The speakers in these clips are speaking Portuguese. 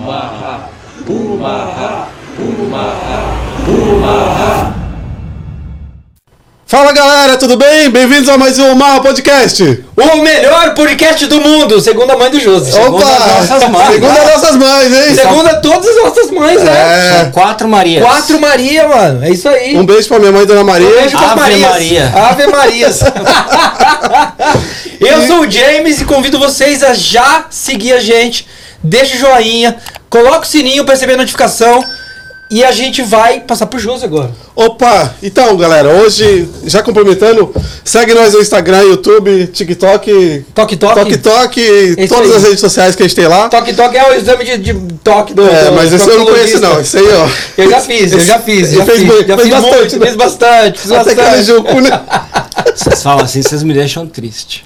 Umarra, umarra, umarra, umarra. Fala galera, tudo bem? Bem-vindos a mais um Marra Podcast! O melhor podcast do mundo, segundo a mãe do Josi. Opa! Segundo as nossas mães. né? Segundo as nossas mães, hein? Segundo a todas as nossas mães, né? É. São quatro Marias. Quatro Maria, mano. É isso aí. Um beijo pra minha mãe, Dona Maria. Um beijo pras Ave Marias. Maria. Ave Marias. Eu sou o James e convido vocês a já seguir a gente. Deixa o joinha, coloca o sininho pra receber a notificação. E a gente vai passar pro Josi agora. Opa! Então, galera, hoje, já cumprimentando, segue nós no Instagram, YouTube, TikTok, Toque, toque. Tok Tok, isso todas aí. as redes sociais que a gente tem lá. Toque, toque é o exame de, de toque do É, do mas esse eu não conheço proctologista. não, esse aí, ó. Eu já fiz, eu já fiz. Ele Já fez fiz, bem- já fez fiz bastante, muito, né? fiz bastante, fiz Até que ele bastante. jogou, né? Vocês falam assim, vocês me deixam triste.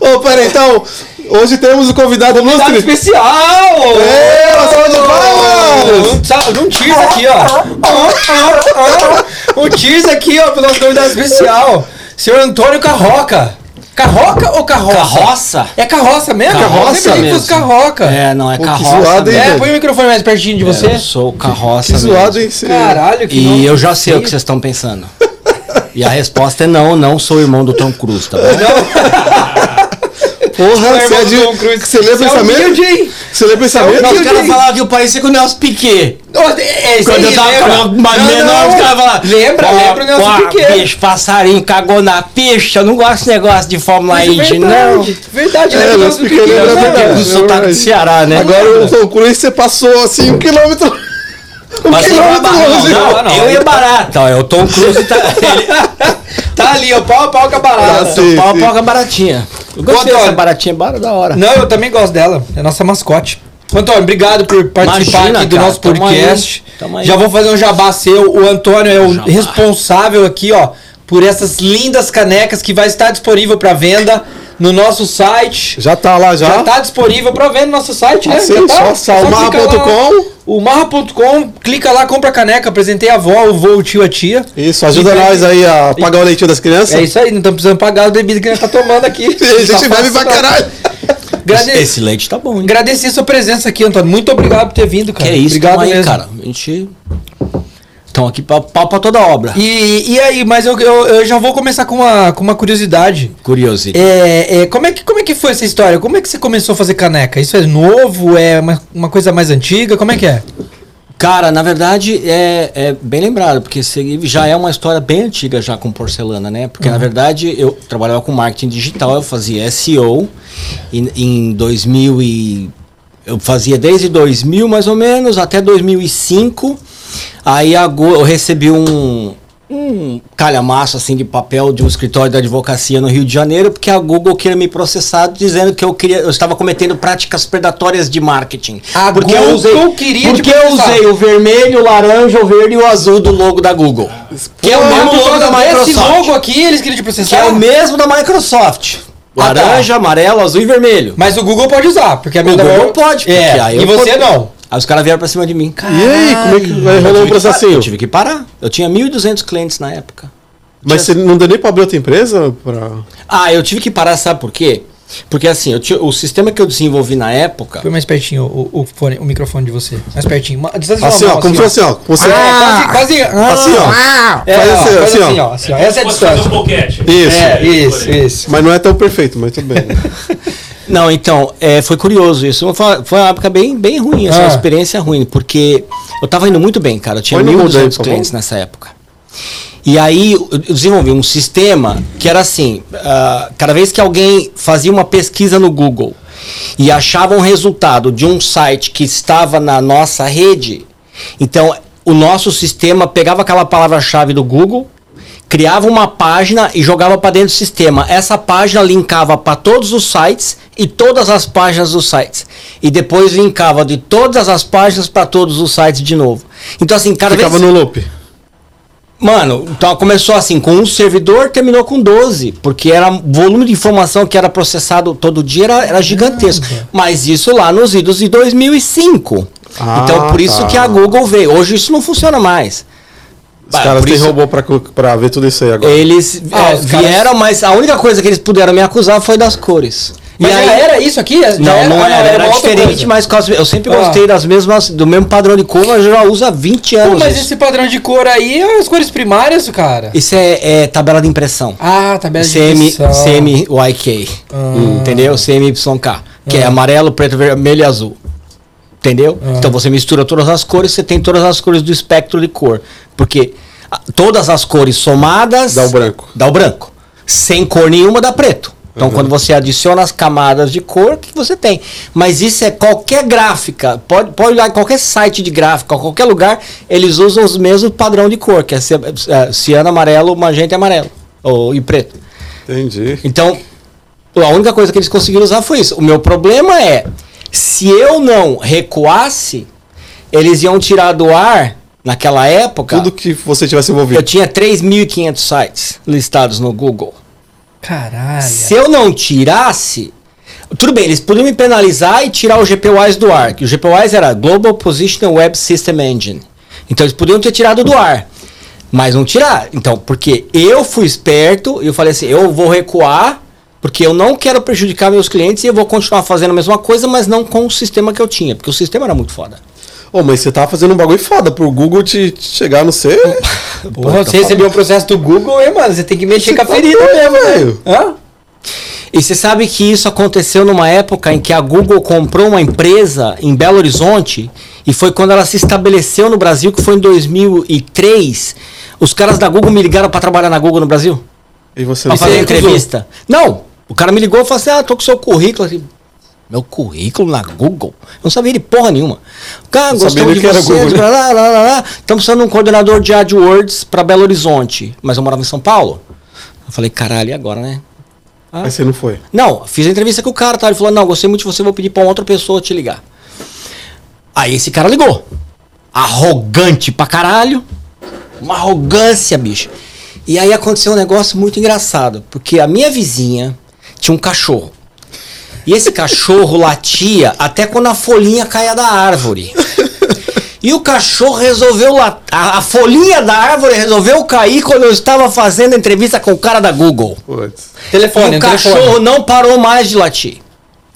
Ô, peraí, então, hoje temos o convidado Convidado ilustre. especial! É, uma salva de palmas! Um sa- Um teaser aqui, ó. Um teaser aqui, ó, pelo nosso convidado é especial. Senhor Antônio Carroca. Carroca ou Carroça? Carroça? É carroça mesmo? Carroça Eu sempre achei que fosse mesmo. Carroca. É, não, é Pô, que carroça. zoado, hein, mesmo. É, põe o microfone mais pertinho de É, você. Eu sou carroça. Que zoado, hein? mesmo. Esse- Caralho, que E nome eu já sei o feio. que vocês estão pensando. E a resposta é não, não sou irmão do Tom Cruise, tá bom? Porra, Irmão você é do Tom de... Cruise. Você lê Você é humilde, pensamento? hein? Você lê pensamento? Não, os Entendi. caras falavam que o país é com o Nelson Piquet. Ó, é, é, isso aí, Quando eu tava lembra? com uma Não, menor, não. os caras falavam. Lembra, "Ó, lembra o Nelson ó, Piquet." Bicho, passarinho cagou na pista. Eu não gosto desse negócio de Fórmula Indy, não. é Verdade, verdade, É, lembra do mas nosso pequeno pequeno, era né? verdade. é Do sotaque do Ceará, né? Agora o Tom Cruise você passou assim um quilômetro. Um Mas eu ia quilômetro barato, longe. não, não, não. eu ia barato. ó, É o Tom Cruise tá. Tá ali, ó, pau a pau com Tá a barata. sim, Pau a sim. pau com a baratinha. Eu gostei Ô, dessa Antônio. baratinha, bara da hora. Não, eu também gosto dela. É nossa mascote. Antônio, obrigado por participar Imagina, aqui do cara, nosso tamo podcast. aí, tamo aí. Já vou fazer um jabá seu. O Antônio é o Jabá. responsável aqui, ó, por essas lindas canecas que vai estar disponível para venda no nosso site. Já tá lá já. Já tá disponível para venda no nosso site, né? Assim, Já tá? só salmar.com. clica lá, O marra.com, clica lá, compra a caneca, apresentei a avó, o vô, o tio, a tia. Isso, ajuda nós aí a pagar o leitinho das crianças. É isso aí, não estamos precisando pagar a bebida que a gente tá tomando aqui. A gente Tá bebe fácil, pra não. caralho. Agrade- Esse leite tá bom, hein? Agradecer a sua presença aqui, Antônio. Muito obrigado por ter vindo, Que cara. é isso, obrigado tamo aí, mesmo. cara. A gente. Estão aqui pra, pau pra toda obra. E, e aí, mas eu, eu, eu já vou começar com uma, com uma curiosidade. Curiosidade. É, é, como, é que, como é que foi essa história? Como é que você começou a fazer caneca? Isso é novo? É uma, uma coisa mais antiga? Como é que é? Cara, na verdade, é, é bem lembrado, porque esse já é uma história bem antiga já com porcelana, né? Porque, na Uhum. verdade, eu trabalhava com marketing digital, eu fazia SEO e, em 2000 e... Eu fazia desde 2000, mais ou menos, até 2005. Aí ago- eu recebi um, um calhamaço, assim, de papel de um escritório da advocacia no Rio de Janeiro, porque a Google queria me processar dizendo que eu, queria, eu estava cometendo práticas predatórias de marketing. A porque Google eu usei, queria te porque eu processar. usei o vermelho, o laranja, o verde e o azul do logo da Google. Que é o mesmo logo da Esse Microsoft. logo aqui, eles queriam te Que processar. é o mesmo da Microsoft. Ah, tá. Laranja, amarelo, azul e vermelho. Mas o Google pode usar, porque a minha O da Google maior- pode, É, porque aí e eu você posso- não. Aí os caras vieram pra cima de mim. Cara, E aí, como é que vai rolar um eu processinho? tive que parar. Eu tinha 1.200 clientes na época. Mas você não deu nem pra abrir outra empresa? Pra... Ah, eu tive que parar, sabe por quê? Porque assim, eu tinha- o sistema que eu desenvolvi na época. Põe mais pertinho o, o, fone, o microfone de você. Mais pertinho. Ma- desliza Assim, a ó, mão, como se fosse, ó. Você... É, quase, quase. Assim, ó. É, Faz ó, assim, ó, faz assim, ó. assim, ó. assim, ó. Essa é a Posso fazer um distância. boquete? Isso. É, isso, isso. Mas não é tão perfeito, mas tudo bem. Não, então, é, foi curioso isso. Foi, foi uma época bem, bem ruim, assim, Ah. uma experiência ruim, porque eu tava indo muito bem, cara. Eu tinha Põe no mundo aí, tá 1.200 por favor. clientes nessa época. E aí eu eu desenvolvi um sistema que era assim: ah, cada vez que alguém fazia uma pesquisa no Google e achava um resultado de um site que estava na nossa rede, então o nosso sistema pegava aquela palavra-chave do Google, criava uma página e jogava para dentro do sistema. Essa página linkava para todos os sites e todas as páginas dos sites. E depois linkava de todas as páginas para todos os sites de novo. Então, assim, cada Ficava vez. no loop. Mano, então começou assim, com um servidor, terminou com 12, porque era o volume de informação que era processado todo dia era, era gigantesco. Mas isso lá nos idos de 2005. Ah, então por isso tá. que a Google veio. Hoje isso não funciona mais. Os Bah, caras por têm isso- robô pra, cu- pra ver tudo isso aí agora. Eles Ah, eh, os caras- vieram, mas a única coisa que eles puderam me acusar foi das cores. Mas E já aí- era isso aqui? Já Não, não Ah, era, era uma outra diferente, coisa. mas com as- eu sempre Ah. gostei das mesmas, do mesmo padrão de cor, mas eu já uso há 20 Pô, anos. mas isso esse padrão de cor aí é as cores primárias, cara. Isso é, é tabela de impressão. Ah, tabela de CM, divisão. CMYK. Ah, um. Entendeu? CMYK. Que é amarelo, preto, vermelho e azul. Entendeu? Então você mistura todas as cores, você tem todas as cores do espectro de cor. Porque ah, todas as cores somadas. Dá o branco. Dá o branco. Sem cor nenhuma dá preto. Então, quando você adiciona as camadas de cor, o que você tem? Mas isso é qualquer gráfica. Pode, pode olhar em qualquer site de gráfica, qualquer lugar, eles usam os mesmos padrão de cor, que é ci- eh, ciano amarelo, magenta e amarelo. Ou, e preto. Entendi. Então, a única coisa que eles conseguiram usar foi isso. O meu problema é, se eu não recuasse, eles iam tirar do ar, naquela época, Tudo que você tivesse envolvido. eu tinha 3.500 sites listados no Google. Caralho. Se eu não tirasse. Tudo bem, eles podiam me penalizar e tirar o GPWise do ar. Que o GPWise era Global Positional Web System Engine. Então eles podiam ter tirado do ar. Mas não tirar. Então, porque eu fui esperto e eu falei assim: eu vou recuar, porque eu não quero prejudicar meus clientes e eu vou continuar fazendo a mesma coisa, mas não com o sistema que eu tinha. Porque o sistema era muito foda. Ô, mas você tava fazendo um bagulho foda pro Google te, te chegar no C. Porra, tá você recebeu o um processo do Google, hein, mano? Você tem que mexer com a ferida um mesmo, né? velho. Hã? E você sabe que isso aconteceu numa época em que a Google comprou uma empresa em Belo Horizonte e foi quando ela se estabeleceu no Brasil, que foi em 2003. Os caras da Google me ligaram pra trabalhar na Google no Brasil? E você Pra não fazer sabe. Tá entrevista. Não, o cara me ligou e falou assim: ah, tô com seu currículo. Eu falei, Meu currículo na Google? Eu não sabia de porra nenhuma. Cara, Não sabia gostamos nem de que era vocês, Google, né? blá, blá, blá, blá, blá. Estamos precisando de um coordenador de AdWords pra Belo Horizonte. Mas eu morava em São Paulo. Eu falei, caralho, e agora, né? Mas você não foi. Não, fiz a entrevista com o cara, tá? Ele falou, não, gostei muito de você, vou pedir pra uma outra pessoa te ligar. Aí esse cara ligou. Arrogante pra caralho. Uma arrogância, bicho. E aí aconteceu um negócio muito engraçado, porque a minha vizinha tinha um cachorro. E esse cachorro latia até quando a folhinha caía da árvore. E o cachorro resolveu lat- a, a folhinha da árvore resolveu cair quando eu estava fazendo a entrevista com o cara da Google. Putz. Telefone, E o um telefone. cachorro não parou mais de latir.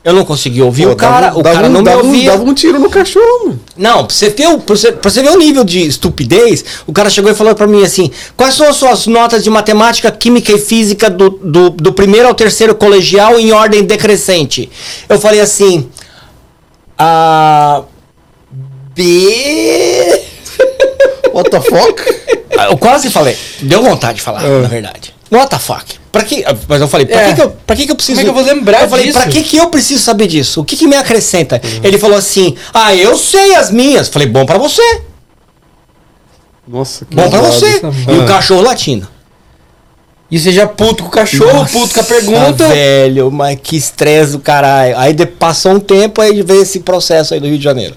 Eu não consegui ouvir o cara, o cara não me dava, um, ouvia. dava um tiro no cachorro. mano. Não, pra você, ter o, pra, você, pra você ver o nível de estupidez, o cara chegou e falou pra mim assim: quais são as suas notas de matemática, química e física do, do, do primeiro ao terceiro colegial em ordem decrescente? Eu falei assim. A. B. What the fuck? Ah, Eu quase falei. Deu vontade de falar, É. na verdade. What the fuck? Pra que, ah, mas eu falei, pra, É. que, que, eu, pra que, que eu preciso. Como é que eu vou lembrar Eu falei, disso? pra que, que eu preciso saber disso? O que, que me acrescenta? Ele falou assim: ah, eu sei as minhas. Falei, bom pra você. Nossa, que Bom pra zoado. você. também. E Ah. o cachorro latino. E você já puto com o cachorro, puto com a pergunta. Tá velho, mas que estresse do caralho. Aí de- passou um tempo, aí veio esse processo aí do Rio de Janeiro.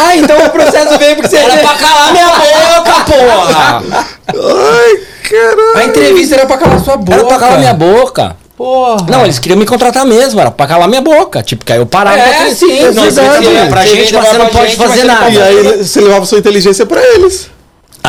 Ah, então o processo veio porque você... Era pra calar minha boca, porra! Ai, caralho. A entrevista era pra calar sua boca. Era pra calar minha boca. Porra. Não, eles queriam me contratar mesmo, era pra calar minha boca. Tipo, que aí eu parava. É, pra aquele- sim, não, você verdade. quer pra Você vem gente, mas você trabalhar não pra pode gente, fazer mas você não E nada. aí você levava sua inteligência pra eles.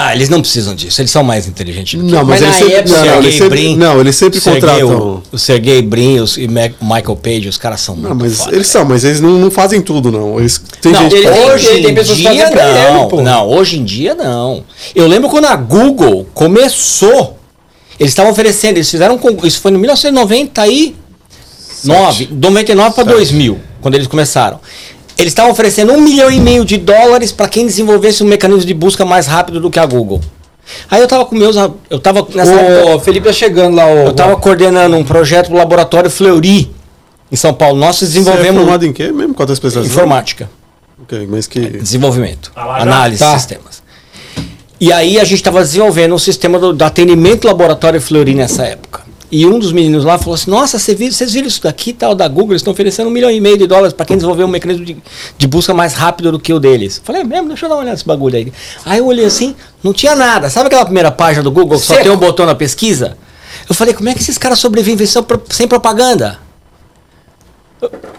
Ah, eles não precisam disso, eles são mais inteligentes. do que eu. Não, mas, Mas eles na sempre. época, não, não, eles Sergei sempre Brin. não, eles sempre Sergei, contratam. o, o Sergei Brin os- e Ma- Michael Page, os caras são muito Não, Ah, mas foda, eles cara. são, mas eles não, não fazem tudo, não. Eles têm não, gente ele- que faz. hoje tem- tem em pessoas que dia fazem pra ele, não, pô. não, hoje em dia não. Eu lembro quando a Google começou, eles estavam oferecendo, eles fizeram um concurso, isso foi em 1999, 99 para 2000, quando eles começaram. Eles estavam oferecendo um milhão e meio de dólares para quem desenvolvesse um mecanismo de busca mais rápido do que a Google. Aí eu tava com meus, a- eu tava nessa época- Ô, O Felipe tá chegando lá, ô. eu estava coordenando um projeto pro laboratório Fleury em São Paulo. Nós Você é desenvolvemos formado em quê mesmo? Quantas né? pessoas? informática, Ok, mas que. desenvolvimento, análise Tá. de sistemas. E aí a gente estava desenvolvendo um sistema do, do atendimento laboratório Fleury nessa época. E um dos meninos lá falou assim: Nossa, vocês viram, vocês viram isso daqui, tal, da Google? Eles estão oferecendo um milhão e meio de dólares para quem desenvolver um mecanismo de, de busca mais rápido do que o deles. Eu Falei: É mesmo? Deixa eu dar uma olhada nesse bagulho aí. Aí eu olhei assim, não tinha nada. Sabe aquela primeira página do Google que só Seco. tem um botão na pesquisa? Eu falei: Como é que esses caras sobrevivem sem pro- sem propaganda?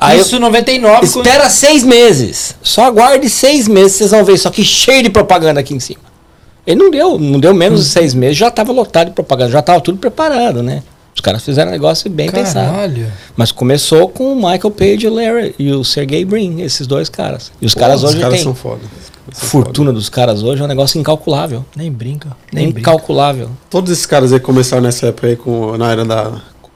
Aí eu- Isso 99 quando- Espera seis meses. Só aguarde seis meses, vocês vão ver. Só que cheio de propaganda aqui em cima. Ele não deu, não deu menos de seis meses, já estava lotado de propaganda, já estava tudo preparado, né? Os caras fizeram um negócio bem pensado. Caralho. Mas começou com o Michael Page e o Larry e o Sergey Brin, esses dois caras. E os caras Os hoje caras têm são foda. a fortuna dos caras hoje é um negócio incalculável. Nem brinca. Nem brinca. Incalculável. Todos esses caras aí que começaram nessa época aí, com, na era da.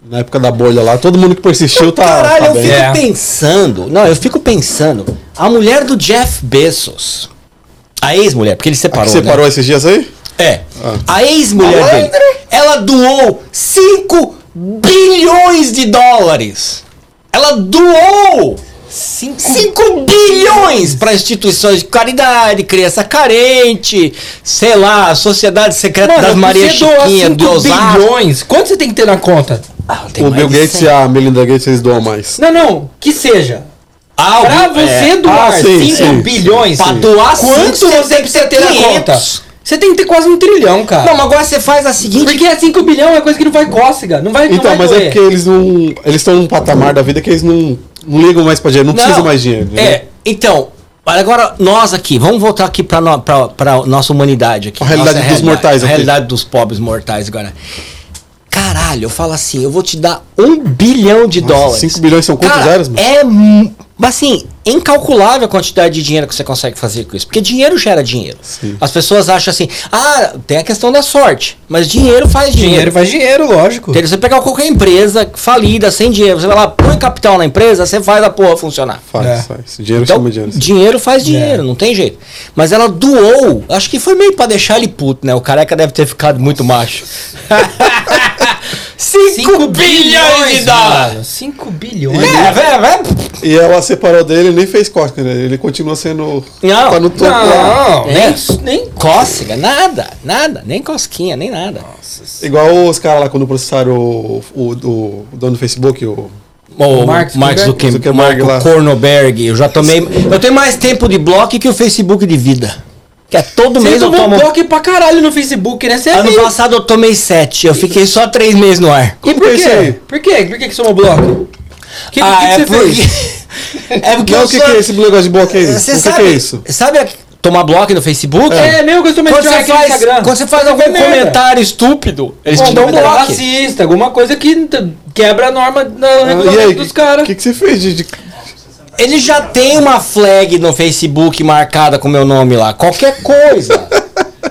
Na época da bolha lá, todo mundo que persistiu tá. Caralho, tá eu bem. fico É. pensando. Não, eu fico pensando. A mulher do Jeff Bezos. A ex-mulher, porque ele Que separou. Você né? parou esses dias aí? É. A ex-mulher dele. Ela doou 5 bilhões de dólares. Ela doou 5 bilhões para instituições de caridade, criança carente, sei lá, Sociedade Secreta das Maria Chiquinha, de Osasco. bilhões. Quanto você tem que ter na conta? Ah, tem O mais Bill de Gates é cem. e a Melinda Gates eles doam mais. Não, não. Que seja. Ah, o Pra Bill- é. você doar Ah, sim, 5 sim, bilhões, Pra doar quanto cinco, você precisa ter na conta? 500. Você tem que ter quase um trilhão, cara. Não, mas agora você faz a seguinte. Porque é 5 bilhão é coisa que não vai cócega. Não vai, Então, não vai mas é doer. porque eles não. Eles estão num patamar da vida que eles não, não ligam mais pra dinheiro, não, precisam mais dinheiro. né? É, então, agora nós aqui, vamos voltar aqui pra, no, pra, pra nossa humanidade aqui. A realidade nossa dos mortais A aqui. realidade dos pobres mortais agora. Caralho, eu falo assim, eu vou te dar um bilhão de dólares. cinco bilhões são quantos Cara, zeros, mano? É, mu- assim, incalculável a quantidade de dinheiro que você consegue fazer com isso. Porque dinheiro gera dinheiro. Sim. As pessoas acham assim, ah, tem a questão da sorte, mas dinheiro faz dinheiro. Dinheiro faz dinheiro, lógico. Entendeu? Você pegar qualquer empresa falida, sem dinheiro, você vai lá, põe capital na empresa, você faz a porra funcionar. Faz, É. faz. Dinheiro Então, chama dinheiro. dinheiro faz dinheiro, não tem jeito. Mas ela doou, acho que foi meio pra deixar ele puto, né? O careca deve ter ficado muito macho. 5 bilhões de dólares! 5 bilhões. É, velho, velho. E ela separou dele e nem fez corte, né? Ele continua sendo. Não, tá no topo lá. Não, É. nem, nem Cócega, nada, nada, nem cosquinha, nem nada. Igual os caras lá quando processaram o, o, o dono do Facebook, o. O Mark Mark Zuckerberg? Zuckerberg, Zuckerberg Mark lá. Cornoberg, eu já tomei. Eu tenho mais tempo de bloco que o Facebook de vida. Que é todo Você mês eu tomou tomo. bloco pra caralho no Facebook, né? Você é Ano meio- passado eu tomei sete, eu fiquei só três meses no ar. E Como que é por isso aí? quê? Por quê? Por que que somou bloco? Que, ah, que que é você porque... fez? é porque Não, eu o que, sou- que é esse negócio de bloco aí? O Você que, sabe, que é isso? Sabe a- tomar bloco no Facebook? É, mesmo que eu estou Quando mentindo você, aqui no faz, Instagram. um quando você faz Você algum vê merda. comentário estúpido, eles Ou te dão um algum bloco. racista, alguma coisa que n- quebra a norma da Ah, e regulamento aí, dos o caras. que, que você fez de. de- Ele já tem uma flag no Facebook marcada com meu nome lá. Qualquer coisa.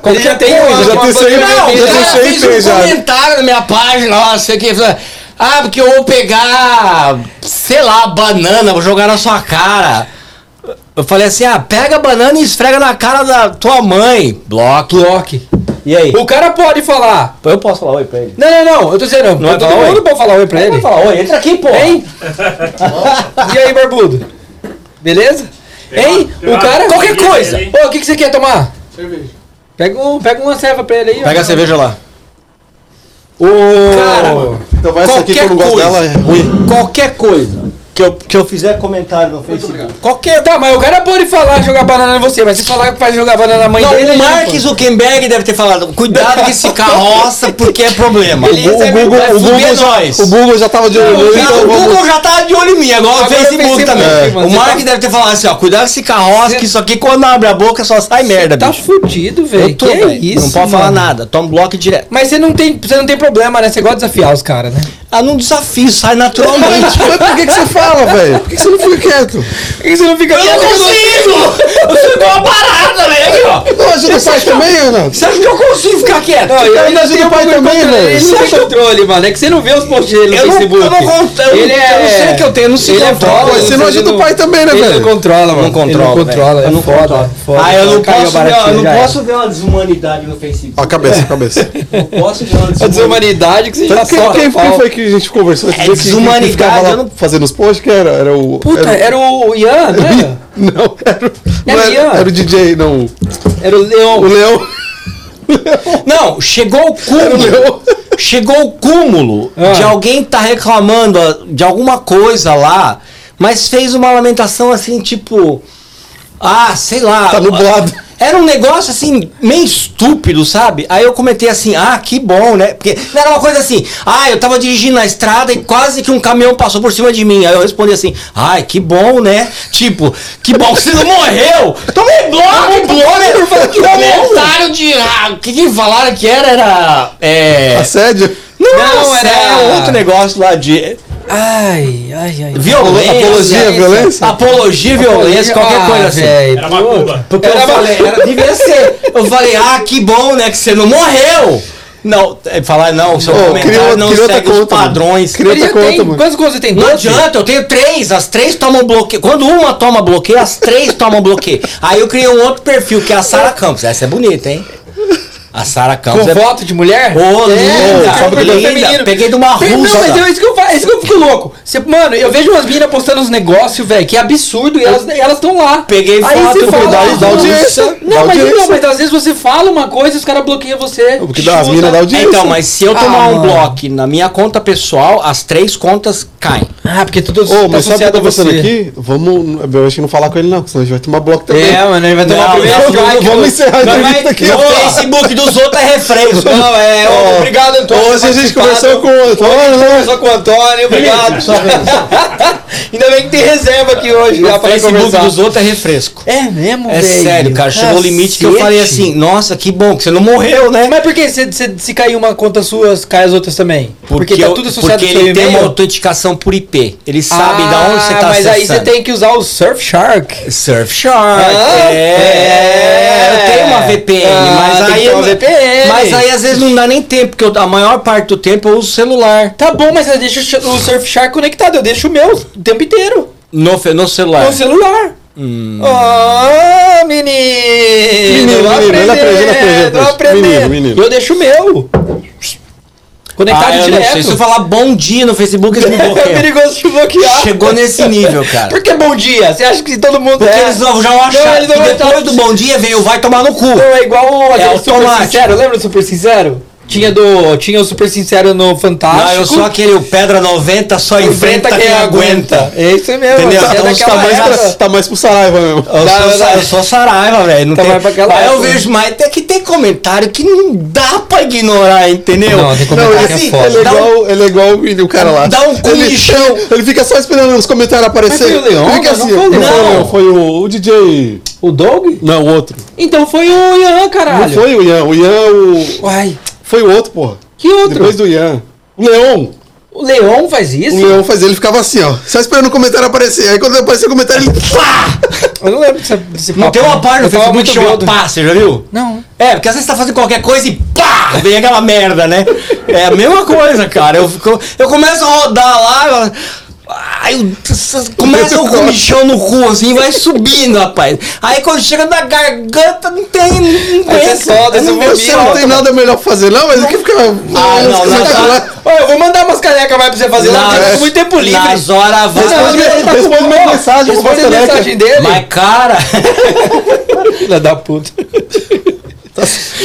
Ele já tem coisa. hoje Já tem alguma coisa isso aí, vermelha. Não, já o cara deixei fez um fez, já. comentário na minha página, ó, não sei o que. falou, Ah, porque eu vou pegar, sei lá, banana, vou jogar na sua cara. Eu falei assim, ah, pega a banana e esfrega na cara da tua mãe. Bloco. Bloque. E aí? O cara pode falar. Eu posso falar oi pra ele? Não, não, não. é Eu tô dizendo, Não vai todo falar mundo oi? pode falar oi pra ele. Ele falar oi, entra aqui, pô. Hein? e aí, barbudo? Beleza? hein? tem o uma cara. qualquer coisa. Ô, o que, que você quer tomar? Cerveja. Pega, um, pega uma ceva pra ele aí. ó. lá. Ô, Cara, então vai essa aqui que eu não gosto qualquer dela, é ruim. Qualquer coisa que eu, que eu fizer comentário no Facebook. Qualquer. Tá, mas o cara pode falar jogar banana em você, mas se falar que faz jogar banana na mãe Não, dele. o ele Mark não, pô. Zuckerberg deve ter falado, cuidado com esse carroça porque é problema. Ele Gu- recebe- um é vai o subir Google, nós. O Google já tava de olho O nele, cara- então o vamos. Google já tá de olho em mim, agora, Agora o Facebook, o Facebook também. é. O Mark deve ter falado assim, ó, cuidado com esse carroça, Você- que isso aqui quando abre a boca só sai merda, Tá bicho. fudido, velho. Eu tô, que velho. isso? Não pode falar mano? nada, toma um bloco direto. Mas você não, tem, você não tem problema, né? Você gosta de desafiar os caras, né? Ah, não desafio, sai naturalmente. Mas por que, que você fala, velho? Por que, que você não fica quieto? Por que você não fica. Eu não consigo! Eu sou igual uma parada, velho, ó. Não ajuda o pai também, Renato? Você acha que eu consigo ficar quieto? Não, eu Tá ainda ajuda tenho o pai também, né? Ele velho. não tem acha- controle, mano. É que você não vê os posts dele no Eu não- Facebook. eu não conto- eu não- ele é... eu não sei o que eu tenho, eu não sei Ele é controlar. foda, Você não ajuda o pai também, né, ele velho? Não controla, mano. Não controla, Ele não controla. É velho. Eu não foda, controla. foda. ah, eu não Caiu posso, a ver, eu baratinha, não já posso ver uma desumanidade no Facebook. Ó, a cabeça, a cabeça. Não posso ver uma era. A desumanidade. desumanidade que você já Então, quem, sofre. quem- quem foi que a gente conversou? esse É dia que- que desumanidade, ficava lá eu não- é- Fazendo os posts, que era? Era o... Puta, era... era o Ian, não era? Não, era, o- Era não Ian. era, era o DJ, não. Era o Leon. O Leão. Não, chegou o cúmulo. Chegou o cúmulo de alguém tá reclamando ah, de alguma coisa lá, mas fez uma lamentação assim, tipo. Ah, sei lá. Tá nublado. Era um negócio assim, meio estúpido, sabe? Aí eu comentei assim, ah, que bom, né? Porque não era uma coisa assim, ah, eu tava dirigindo na estrada e quase que um caminhão passou por cima de mim. Aí eu respondi assim, ai, que bom, né? Tipo, que bom que você não morreu! Tomei bloco, tá ah, bloco, que comentário de. ah, O que, que falaram que era? Era. É. Assédio? Não, Nossa! era outro negócio lá de. Ai, ai, ai. Violência. Apologia à violência? Apologia à violência, qualquer Ah, coisa assim. velho. Era uma cuba. Porque Era eu uma- falei, era, devia ser. Eu falei, ah, que bom, né? Que você não morreu! Não, é, falar, não, seu Ô, comentário criou- não criou outra segue os conta, mano. padrões. Criou- Ele outra conta, tem, mano. quantos gols ele tem? Não Doze? adianta, eu tenho três, as três tomam bloqueio. Quando uma toma bloqueio, as três tomam bloqueio. Aí eu criei um outro perfil, que é a Sara Campos. Essa é bonita, hein? A Sara Com Campos é voto de mulher? É, Ô, linda, cara, sobe perfil linda. feminino. Peguei de uma Pe- russa. Não, mas eu, isso, que eu, fa- isso que eu fico louco. Cê- mano, eu vejo umas meninas postando uns negócios, velho, que é absurdo, e elas estão lá. Aí Peguei foto você do fala, pedaço da "Ah, audiência, da Não, mas, audiência." não, mas às vezes você fala uma coisa e os caras bloqueiam você. Porque dá as Chuta. minas da É, audiência. Então, mas se eu Ah, tomar um mano. bloco na minha conta pessoal, as três contas caem. Ah, porque tudo Ô, tá mas sabe o que eu tô associado a você. pensando aqui? Vamos. Eu acho que não falar com ele, não, senão a gente vai tomar bloco também. É, mano, ele vai tomar Não, a primeira não, não, strike. vamos mano. encerrar a Não, entrevista vai- aqui. O Ô, Facebook dos outros é refresco. Não, é, ô, obrigado, Antônio. Então, Hoje a gente participado. conversou com o Antônio, né? Conversou com o Antônio, obrigado. Ainda bem que tem reserva aqui hoje já O pra Facebook conversar. dos outros é refresco. É mesmo, É velho? sério, cara. Chegou o Cacete. limite que eu falei assim: nossa, que bom que você não morreu, né? Mas por que se, se, se cair uma conta sua, cai as outras também? Porque, tá eu- tudo associado porque ao seu ele tem uma e-mail? autenticação por IP. Ele sabe da onde você tá Ah, Mas aí acessando. você tem que usar o Surfshark. Surfshark. Ah, é, é. eu tenho uma VPN, Ah, mas tem que aí ter uma eu- VPN. mas aí às vezes não dá nem tempo, porque eu- a maior parte do tempo eu uso celular. Tá bom, mas eu deixo o Surfshark conectado. Eu deixo o meu o tempo inteiro. No, fe- no celular. No celular. Hum. Oh, menino! Menino, menino, ele vai aprende, ele aprende, vai aprende. aprender. Menino, menino. Eu deixo o meu. Conectado Ah, eu não direto. sei. Se eu falar bom dia no Facebook, eles me é bloqueiam. perigoso te bloquear. Chegou nesse nível, cara. Por que bom dia? Você acha que todo mundo Porque é? eles não, já vão achar eles que não vão depois achar. do bom dia veio vai tomar no cu. Não, é igual o- aquele super automático. sincero. Lembra do super sincero? Tinha do tinha o super sincero no Fantástico. Não, eu sou aquele o pedra 90, só enfrenta quem, aguenta. É isso mesmo. Entendeu? você é Então tá daquela mais, pra, época. tá mais pro Saraiva mesmo. Eu, Dá- sou, dá- sa- eu sou saraiva, velho. não Então tem- vai pra aquela Aí eu época. vejo, mas até que tem comentário que não dá pra ignorar, entendeu? Não, tem Não, comentário ele, que é assim, foda. ele é Dá um- igual, ele é igual o menino, o cara lá. Dá um cu ele, no chão. Ele, ele fica só esperando os comentários aparecerem. Mas foi o Leão, Ele fica mas não assim, foi o não foi o Leão. Leão, foi o, o DJ. O Doug? Não, o outro. Então foi o Ian, caralho. Não foi o Ian. O Ian é o. Uai, Foi o outro, porra. que outro? Depois do Ian. O Leon. O Leon faz O isso? Leon fazia, ele ficava assim, ó. Só esperando o comentário aparecer. Aí quando apareceu o comentário, ele. Pá! Eu não lembro desse, desse Não papo, tem uma não. parte Eu no tava Facebook muito que chama bêbado. pá, você já viu? Não. É, porque às vezes você tá fazendo qualquer coisa e pá! Vem aquela merda, né? É a mesma coisa, cara. Eu, fico- eu começo a rodar lá. eu- Aí eu- começa o comichão no cu, assim, vai subindo, rapaz. Aí quando chega na garganta, não tem. Não Aí aguenta. você solta, né? Eu você não vou- Você não tem nada melhor pra fazer, não? Mas o que fica. Ah, não, você não, tá não. lá. Ô, eu vou mandar umas canecas mais pra você fazer lá, Nas- porque eu tô com muito tempo livre. é Nas horas vai. Não, Responde ele minha- tá com- responde minha Ó, mensagem, responde a responde a mensagem dele. Mas, cara, Filha da puta.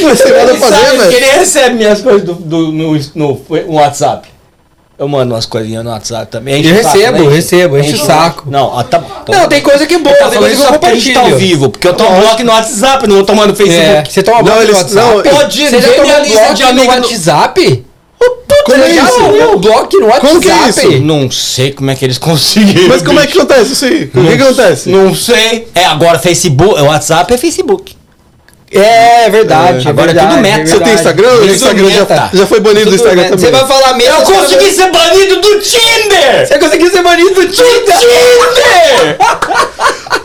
Não tem nada ele, pra fazer, sabe que velho. ele recebe minhas coisas do, do- no, no- no WhatsApp. Eu mando umas coisinhas no WhatsApp também. Enche Eu o saco, recebo, né? recebo, enche o saco. Não, ó, tá bom. Então, Não, tem coisa que é boa, tá tem falando coisa que isso eu porque a gente tá ao compartilho. vivo, porque eu tomo bloco no WhatsApp, não vou tomar no É, Facebook. você toma bloco eles- no WhatsApp? não, pode você já ver minha tomou lista bloco de no amigos no- WhatsApp? Como é Você já isso? tomou um bloco no WhatsApp? Como que é isso? Não sei como é que eles conseguiram. Mas como é que acontece isso aí? O que que acontece? Não sei. É, agora Facebook, WhatsApp é Facebook. É verdade. É, agora é verdade, tudo meta. Você tem verdade. Instagram? O Tudo Instagram já, meta. já foi banido do Tudo Instagram meta. também. Você vai falar mesmo. Eu consegui ser banido do Você Tinder! tá conseguiu ser banido do Tinder? Tinder!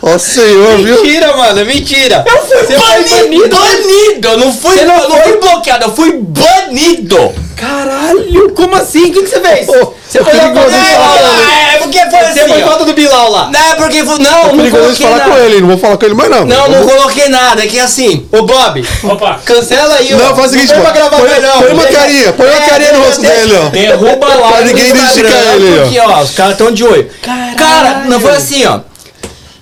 Ó senhor, viu? Mentira, mano, é mentira. Eu fui Você foi banido, banido! Eu não fui, Você não eu não fui bloqueado, eu fui banido! Caralho, como assim? O que, que você fez? Ô, você assim, foi eu lá queria pra- que você falasse. É, é, porque foi Você foi assim, ó. conta do Bilal lá. Não, é porque foi- não, Perigoso não de coloquei falar nada. com ele, não vou falar com ele mais não. Não, não coloquei nada, é que assim, Ô, Bob, Opa. cancela aí, ó. Não, faz o seguinte, Não mano. pra gravar Põe, mais, não. põe uma Deixa- carinha, põe uma É, carinha no deixa- rosto dele, ó. derruba lá Pra no ninguém Instagram, identificar ele, ó. porque ó, os caras estão de olho. Caralho. Cara, não foi assim, ó.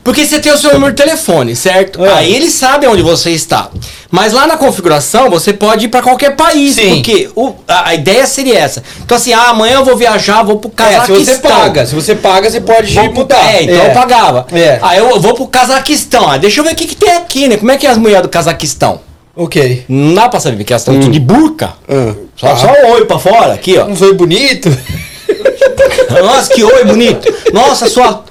Porque você tem o seu número de telefone, certo? É. Aí ele sabe onde você está. Mas lá na configuração, você pode ir pra qualquer país. Sim. Porque o- a, a ideia seria essa. Então assim, ah, amanhã eu vou viajar, vou pro É, se Cazaquistão. você paga, se você paga, você pode Vou pro- mudar. É, então eu pagava. É. Aí eu vou pro Cazaquistão. Ah, deixa eu ver o que, que tem aqui, né? Como é que é as mulheres do Cazaquistão? Ok. Não dá pra saber, porque elas estão tudo de burca. Hum. Ah. Só, só o olho pra fora, aqui, ó. Não foi bonito? Nossa, que oi bonito. Nossa, sua,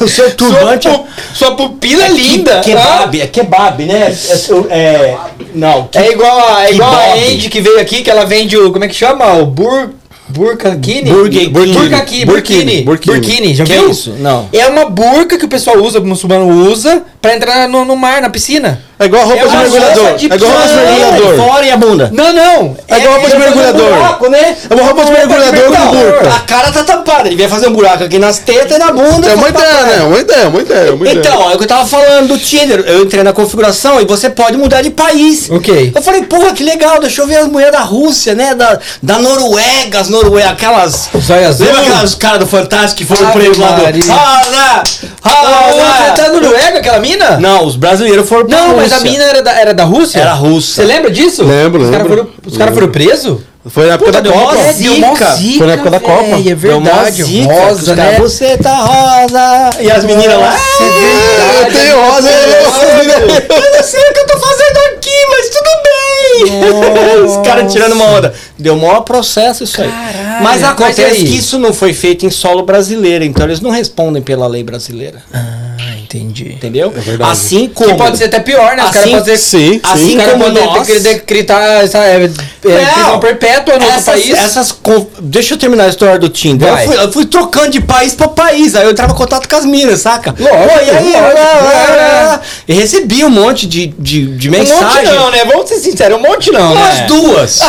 o seu turbante. é Sua, pu- sua pupila é linda. Que, tá? Ah. kebab, é kebab, né? É, seu- é- não, que- É igual a, é Que igual a Bob. Andy que veio aqui, que ela vende o. Como é que chama? O Bur. Burkini? Burger King. Burkini. Burkini. Burkini, burkini. Burkini, já Que viu? é isso? Não. É uma burca que o pessoal usa, o muçulmano usa, pra entrar no, no mar, na piscina. É igual a roupa É de uma mergulhador. sopa de é igual a roupa de piranha, mergulhador. Fora e a bunda. Não, não. É igual roupa de fazer um mergulhador. buraco, né? É uma roupa de um mergulhador com burca. A cara tá tampada, ele vai fazer um buraco aqui nas tetas e na bunda. É uma tá ideia, tapado. né? Uma ideia, uma ideia, uma ideia. Então, é o que eu tava falando do Tinder. Eu entrei na configuração e você pode mudar de país. Ok. Eu falei, porra, que legal, deixa eu ver as mulheres da Rússia, né? Da, da Noruega, as Noruega, aquelas. Zóia azul. Lembra aquelas caras do Fantástico que foram Ave presos lá do. Maria. Rosa! Ah, Rosa! tá na Noruega, aquela mina? Não, os brasileiros foram pra Não, mas a Rússia. mina era da, era da Rússia? Era russa. Você lembra disso? Lembro, Os caras lembro. foram, os caras foram presos? Foi na época Puta, da deu Copa. mó deu mó zica. zica, Foi na época da velho, Copa. É Deu mó verdade, zica, que os rosa, caras, né? Você tá rosa! E as meninas lá. Nossa, é Ah, Eu verdade. tenho rosa, eu tenho Eu não sei o que eu tô fazendo aqui, mas tudo bem. Os caras tirando uma onda. Deu maior processo isso aí. Caralho, mas mas e acontece aí? que isso não foi feito em solo brasileiro, então eles não respondem pela lei brasileira. Ah, entendi. Entendeu? verdade. assim como. Que pode ser até pior, né? Os caras Assim- podem Sim, assim Os sim. caras como podem nós- ter- decretar essa é, é, prisão perpétua no outro essas, país. essas con- Deixa eu terminar a história do Tinder. Eu Vai. fui, eu fui trocando de país pra país. Aí eu entrava em contato com as minas, saca? Lógico, Pô, e aí? lógico. É. lá, lá, lá. E recebi um monte de, de, de Um monte mensagem. não, né? Vamos ser sinceros, um monte não, Umas né? duas.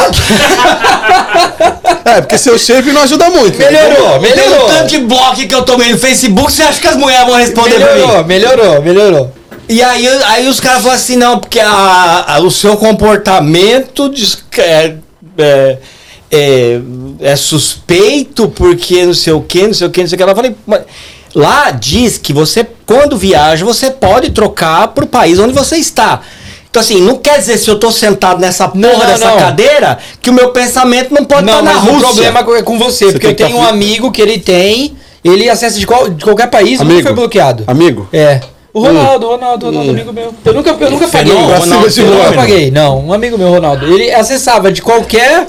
É, porque seu shape não ajuda muito. né? Melhorou, Pelo melhorou. tanto de bloco que eu tomei no Facebook, você acha que as mulheres vão responder pra mim? Melhorou, melhorou, melhorou. E aí, aí os caras falam assim, não, porque a- a- o seu comportamento diz- é, é, é- é suspeito porque não sei o que, não sei o que, não sei o que. Ela falei, "Mas lá diz que você, quando viaja, você pode trocar pro país onde você está. Então assim, não quer dizer se eu tô sentado nessa porra não, dessa não. cadeira que o meu pensamento não pode estar Não, tá na mas Rússia. o problema é com você, porque tem eu que tenho um tá- amigo que ele tem, ele acessa de, qual- de qualquer país, nunca Amigo. foi bloqueado. Amigo. É. O Ronaldo, Ronaldo, Ronaldo, amigo meu. Eu nunca, eu nunca paguei. Fenômeno, Ronaldo, Ronaldo, eu nunca fenômeno. paguei, não. Um amigo meu, Ronaldo. Ele acessava de qualquer,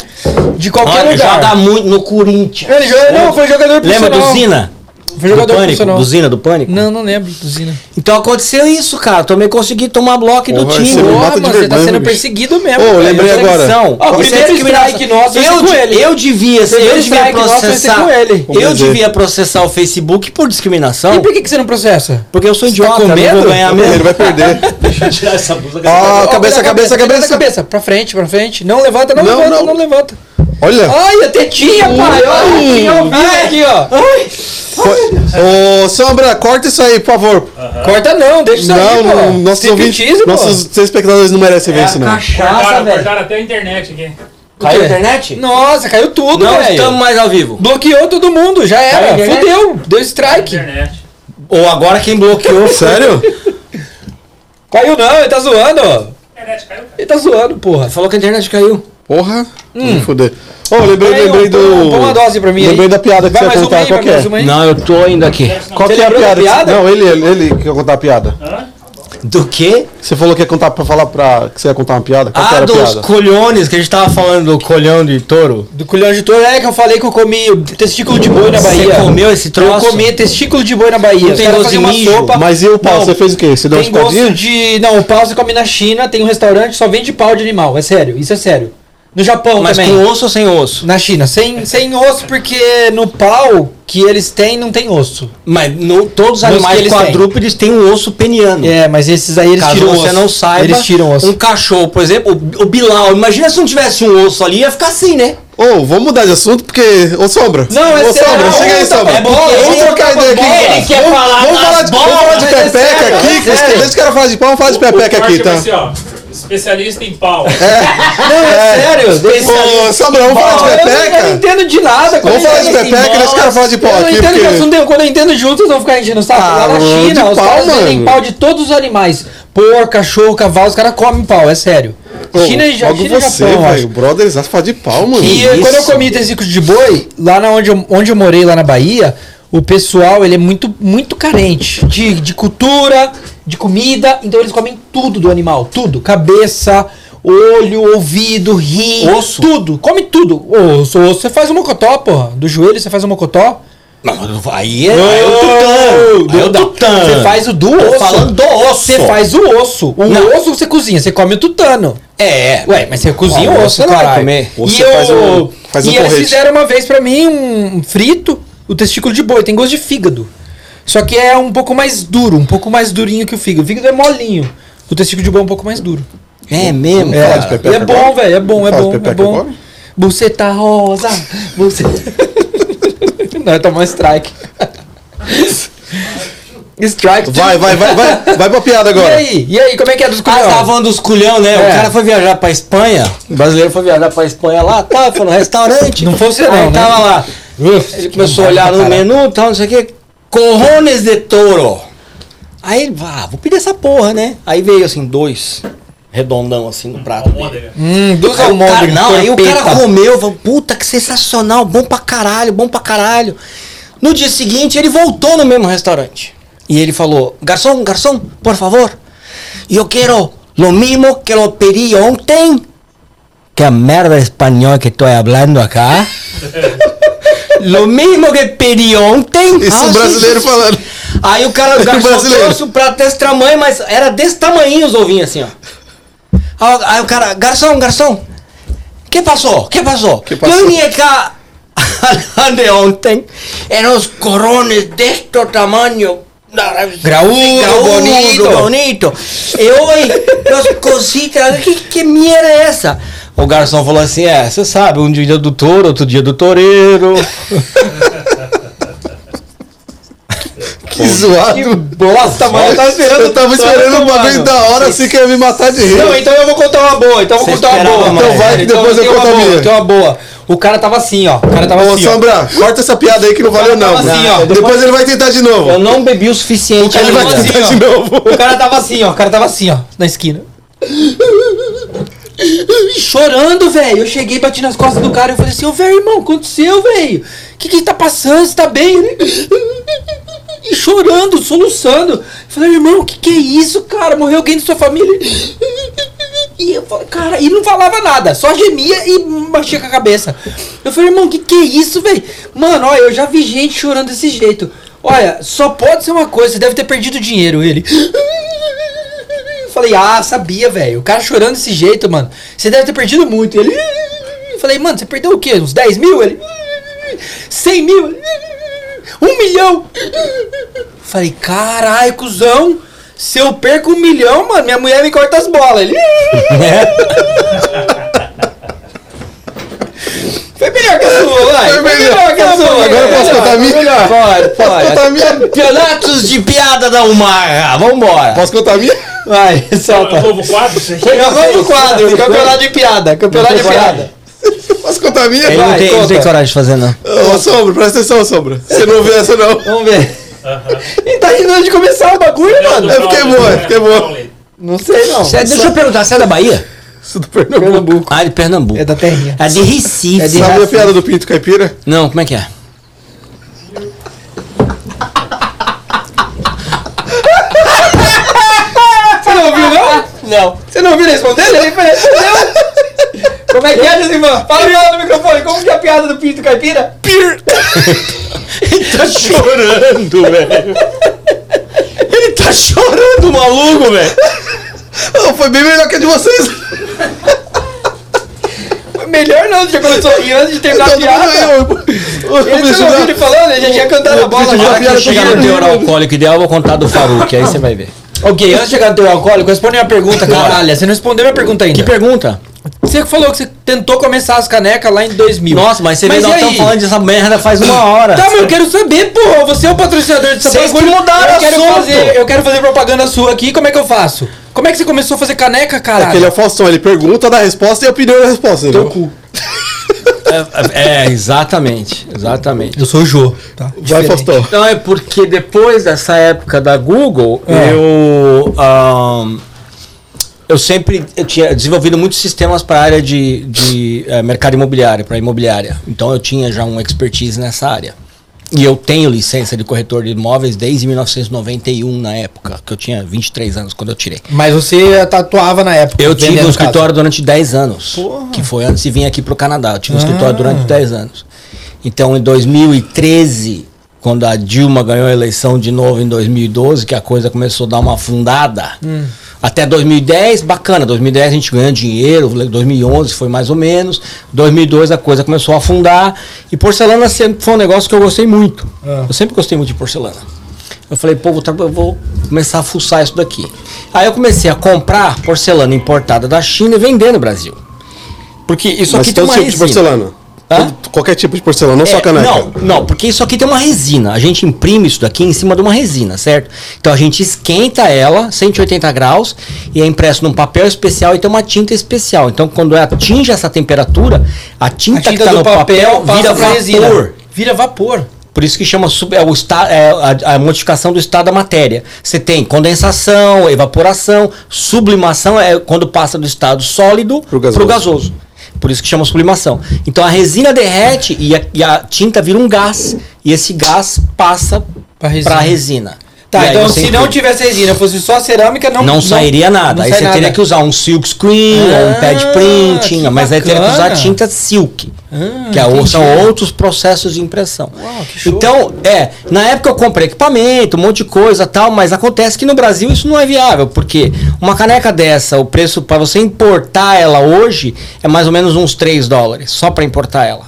de qualquer Olha, Ah, já lugar. dá muito no Corinthians. Ele jogou, não, foi jogador Lembra profissional. do Zina? Foi Do jogador Pânico? profissional. Do Zina, do Pânico? Não, não lembro do Zina. Então aconteceu isso, cara. Também consegui tomar bloco do Porra, time. Você me Porra, mata de mano, você tá vergonha, sendo bicho. perseguido mesmo. Ô, velho. lembrei agora. Ó, o Isso é primeiro discriminação. strike nosso vai ser eu, com de- ele. eu devia, Primeiro eu devia strike nosso vai ser processar. com ele. Vamos Eu ver. devia processar o Facebook por discriminação. E por que, que você não processa? Porque eu sou Você tá idiota, com não medo? vou ganhar Ele mesmo. vai perder. Deixa eu tirar essa blusa. Ah, Ó, cabeça, cuidado, cabeça, cuidado da cabeça. cabeça. Pra frente, pra frente. Não levanta, não, Não, levanta, não, não. levanta. Olha. Ai, a tetinha, pai. Olha, a tetinha ao vivo aqui, ó. Ô, Sombra, corta isso aí, por favor. Corta não, deixa isso aí, Não, pô. não, nossos Se ouvintes, critiza, pô. É nossos telespectadores não merecem ver isso, não. Cachaça, Cortaram, velho. cortaram até a internet aqui. Caiu a internet? Nossa, caiu tudo, Não velho. estamos mais ao vivo. Bloqueou todo mundo, já era. Caiu a internet? Fudeu, deu strike. Internet. Ou agora quem bloqueou. Sério? Caiu não, ele tá zoando, ó. Internet caiu. cara. Ele tá zoando, porra. Falou que a internet caiu. Porra. Hum. Foder. Ô, lembrei, Peraí, lembrei ó, põe do. uma- põe uma dose pra mim aí. Lembrei da piada que Vai você mais ia uma contar. aí, Qual vai que é? mais uma aí. Não, eu tô ainda aqui. Qual que é a lembrou da piada? que você- piada? Ah. Não, ele, ele, ele que ia contar a piada. Do quê? Você falou que ia contar pra falar pra. que você ia contar uma piada? Qual que Ah, era a dos piada? colhões, que a gente tava falando do colhão de touro. Do colhão de touro, é que eu falei que eu comi testículo de boi na Bahia. Você comeu esse troço? Eu comi testículo de boi na Bahia. Não tem Os caras gosto de faziam uma mijo? sopa. Mas e o pau? Não, Você fez o quê? Você deu uma Tem gosto espadinha? de... Não, o pau você come na China, tem um restaurante, só vende pau de animal. É sério, isso é sério. No Japão Mas também. com osso ou sem osso? Na China, sem, sem osso, porque no pau que eles têm, não tem osso. Mas no- todos os Mas que animais eles quadrúpedes têm um osso peniano. É, mas esses aí eles Caso tiram você osso. não saiba, Eles tiram osso. um cachorro, por exemplo, o, o Bilal, imagina se não tivesse um osso ali, ia ficar assim, né? Ô, vamos mudar de assunto porque. Ô, Sombra. Não, é Ô, sério, Sombra, não, chega aí, tá- Sombra. é bola, vamos ele trocar tá ideia com aqui. bola, cara. ele quer Vamos- falar vamos das falar de, vamos bolas, falar de mas é pepeca sério, aqui. é Deixa sério. deixa os caras falar de pau, vamos falar de O pepeca corte aqui, vai tá? ser, assim, ó. Especialista em pau. Não, é, sério. desse- Ô, Sombra, vamos Não, falar de eu não- eu não pepeca? entendo de nada. quando Vamos eu falar de entendo assim, pepeca, deixa os caras falar de pau Eu não aqui. entendo que porque- assunto nenhum. Quando eu entendo junto, vocês vão ficar enchendo o saco. Ah, Lá na mano, China, de os pau, caras vendem mano. pau de todos os animais. Porco, cachorro, cavalo, os caras comem pau, é sério. Ô, China e Ja- logo China e você, Japão, eu acho. velho. Brother, exato, falar de pau, mano. E Isso. quando eu comi tesículo de boi, lá na onde, eu, onde eu morei, lá na Bahia, o pessoal ele é muito, muito carente de, de cultura, de comida. Então eles comem tudo do animal, tudo. Cabeça, olho, ouvido, rim, Osso? tudo. Come tudo. Osso, osso. Você faz um mocotó, porra. Do joelho você faz um mocotó. Não, mas aí é, aí é o tutano. Aí é o tutano. Você faz o do Tô osso. falando do osso. Você faz o osso. O Não. osso você cozinha, você come o tutano. É, é. Ué, mas você cozinha Ah, o o osso, osso você vai caralho. comer. E Você faz eu, o- Faz um e eles porrete. fizeram uma vez pra mim um frito, o testículo de boi, tem gosto de fígado. Só que é um pouco mais duro, um pouco mais durinho que o fígado. O fígado é molinho. O testículo de boi é um pouco mais duro. É mesmo? É. cara? de E pepeca é bom, agora? velho, é bom, é Fala de bom, é pepeca bom. agora? Buceta rosa, buceta... Não, eu tomar um strike. strike. Vai, vai, vai, vai, vai pra piada E agora. aí? E aí, como é que é dos Ah, cunhados? tava falando dos culhão, né? É. O cara foi viajar pra Espanha, o brasileiro foi viajar pra Espanha lá, tá, foi no restaurante. Não foi você não, Aí né? tava lá. é Ele começou a olhar no menu, tal, não sei o quê. Corrones de touro. Aí, ele, ah, vou pedir essa porra, né? Aí veio assim, dois, redondão assim no prato. dele. Almôndega. Hum, dos Aí é o cara, almôndegas. não, aí o cara corpeta. comeu, falou, puta que sensacional, bom pra caralho, bom pra caralho. No dia seguinte, ele voltou no mesmo restaurante. E ele falou, garçom, garçom, por favor, eu quero lo mismo que lo pedí ontem. Que a merda de espanhol que estou hablando acá. lo mismo que pedi ontem. Isso Ah, é um sim, brasileiro sim, sim. falando. Aí o cara, o garçom Brasileiro. trouxe o prato desse tamanho, mas era desse tamanho os ovinhos, assim, ó. Aí, o- aí o cara, garçom, garçom, que passou? Que passou? Que passou? Eu vim cá de ontem, eram os corones deste tamanho. Graúdo, bonito. bonito. E hoje, as cositas, que, que merda é essa? O garçom falou assim, é, você sabe, um dia do touro, outro dia do toureiro. Que zoado. Que bosta, mano. Eu tava esperando. Eu tava esperando um bagulho da hora assim que ia me matar de rir. Não, então eu vou contar uma boa. Então eu vou Você contar uma esperava boa. mais. Então vai que depois eu tem uma conto a boa, minha. Tem uma boa. O cara tava assim, ó. O cara tava Ô, assim. ó. Sombra, corta essa piada aí que não valeu não. Não, assim, ó, Não, depois, depois- ele vai tentar de novo. Eu não bebi o suficiente. Ele vai ainda. assim, tentar ó. de novo. O cara tava assim, ó. O cara tava assim, ó, na esquina. Chorando, velho. Eu cheguei, bati nas costas do cara. Eu falei assim, ô, velho, irmão, o que aconteceu, velho? O que que tá passando? Você tá bem? Ele- E chorando, soluçando. Eu falei, irmão, o que que é isso, cara? Morreu alguém da sua família? Ele- E eu falei, cara, e não falava nada, só gemia e batia com a cabeça. Eu falei, irmão, que que é isso, velho? Mano, olha, eu já vi gente chorando desse jeito. Olha, só pode ser uma coisa, você deve ter perdido dinheiro, ele. Eu falei, ah, sabia, velho. O cara chorando desse jeito, mano. Você deve ter perdido muito. Ele. Eu falei, mano, você perdeu o quê? Uns 10 mil? Ele. 100 mil? Ele, Um milhão? Eu falei, caralho, cuzão. Se eu perco um milhão, mano, minha mulher me corta as bolas. Ele. Foi É? melhor que a sua, vai. Foi Foi melhor. melhor que a sua. Agora eu posso Melhor. contar a minha? Pode, Posso pode. contar a minha? Campeonatos de piada da Umarra, vambora. Posso contar a minha? Vai, É um solta. novo quadro? Chega, vamos pro quadro. Campeonato de piada. Campeonato de piada. Posso contar a minha? Ele não Vai, tem, não conta. tem coragem de fazer, não. Ô, Sombra, presta atenção, Sombra. Você não ouviu essa não. Vamos ver. Ele tá rindo antes de começar o bagulho, mano. eu fiquei né? boa, fiquei boa. Não sei, não. Cê- deixa eu perguntar, você é da Bahia? Isso do Pernambuco. Ah, de Pernambuco. É da terrinha. É de Recife. É de- Sabe a piada do Pinto Caipira? Não, como é que é? Você não ouviu, não? Não. Você não ouviu ele responder? Ele respondeu. Como é que é, Josimã? Fala aí no microfone. Como que é a piada do Pinto Caipira? Tá chorando, velho. Ele tá chorando, maluco, velho. Não, foi bem melhor que a de vocês. Melhor não, já começou a rir antes de terminar a Tá piada. eu, eu, eu, Ele não ouviu ele falando, ele já tinha cantado a bola. preciso Na de uma já. hora que eu piada chegar no com teor gênero. alcoólico ideal, eu vou contar do Faruk, aí você vai ver. Ok, antes de chegar no teu alcoólico, responde minha pergunta, caralho. Você não respondeu minha pergunta ainda. Que pergunta? Você falou que você tentou começar as canecas lá em 2000. Nossa, mas você vê, nós e estamos aí? falando dessa merda faz uma hora. Tá, mas eu quero saber, pô. Você é o patrocinador dessa Vocês que bagulho. mudaram eu quero assunto. fazer, Eu quero fazer propaganda sua aqui. Como é que eu faço? Como é que você começou a fazer caneca, cara? Aquele é o Faustão, ele pergunta, dá a resposta e a opinião da resposta. entendeu? É, exatamente, exatamente. Eu sou o Jô. Tá? Vai, Faustão. Não, é porque depois dessa época da Google, eu. ahn, eu sempre eu tinha desenvolvido muitos sistemas para a área de, de eh, mercado imobiliário, para imobiliária. Então eu tinha já uma expertise nessa área. E eu tenho licença de corretor de imóveis desde 1991, na época, que eu tinha 23 anos quando eu tirei. Mas você tatuava na época. Eu tive vendendo um casa. escritório durante 10 anos. Que foi antes de vir aqui pro Canadá. Eu tive Ah. um escritório durante 10 anos. Então, em 2013, quando Hum. a Dilma ganhou a eleição de novo em 2012, que a coisa começou a dar uma afundada, Até 2010, bacana. 2010 a gente ganhou dinheiro, 2011 foi mais ou menos. 2002 a coisa começou a afundar. E porcelana sempre foi um negócio que eu gostei muito. Ah. Eu sempre gostei muito de porcelana. Eu falei, pô, vou tra- eu vou começar a fuçar isso daqui. Aí eu comecei a comprar porcelana importada da China e vender no Brasil. Porque isso Mas aqui todo tem uma tipo de assim. resina. porcelana. Hã? Todo- Qualquer tipo de porcelana, não só É, caneca. Não, não, porque isso aqui tem uma resina. A gente imprime isso daqui em cima de uma resina, certo? Então a gente esquenta ela, 180 graus, e é impresso num papel especial e tem uma tinta especial. Então quando ela atinge essa temperatura, a tinta, A tinta que tá do no papel, papel, passa vira pra vapor. resina. Vira vapor. Por isso que chama sub- é o esta- é a, a modificação do estado da matéria. Você tem condensação, evaporação, sublimação é quando passa do estado sólido Pro pro gasoso. gasoso. Por isso que chama sublimação. Então a resina derrete e a, e a tinta vira um gás. E esse gás passa Pra para resina. resina. resina. E Tá, aí então você se não imprime. tivesse resina, fosse só cerâmica, não Não, sairia nada. não aí sai você nada. teria que usar um silk screen, ou um pad Ah, printing, que mas aí teria que usar bacana. tinta silk. Ah, que é o- são entendi. outros processos de impressão. Uau, que show. então, é, na época eu comprei equipamento, um monte de coisa tal, mas acontece que no Brasil isso não é viável, porque uma caneca dessa, o preço para você importar ela hoje é mais ou menos uns 3 dólares, só para importar ela.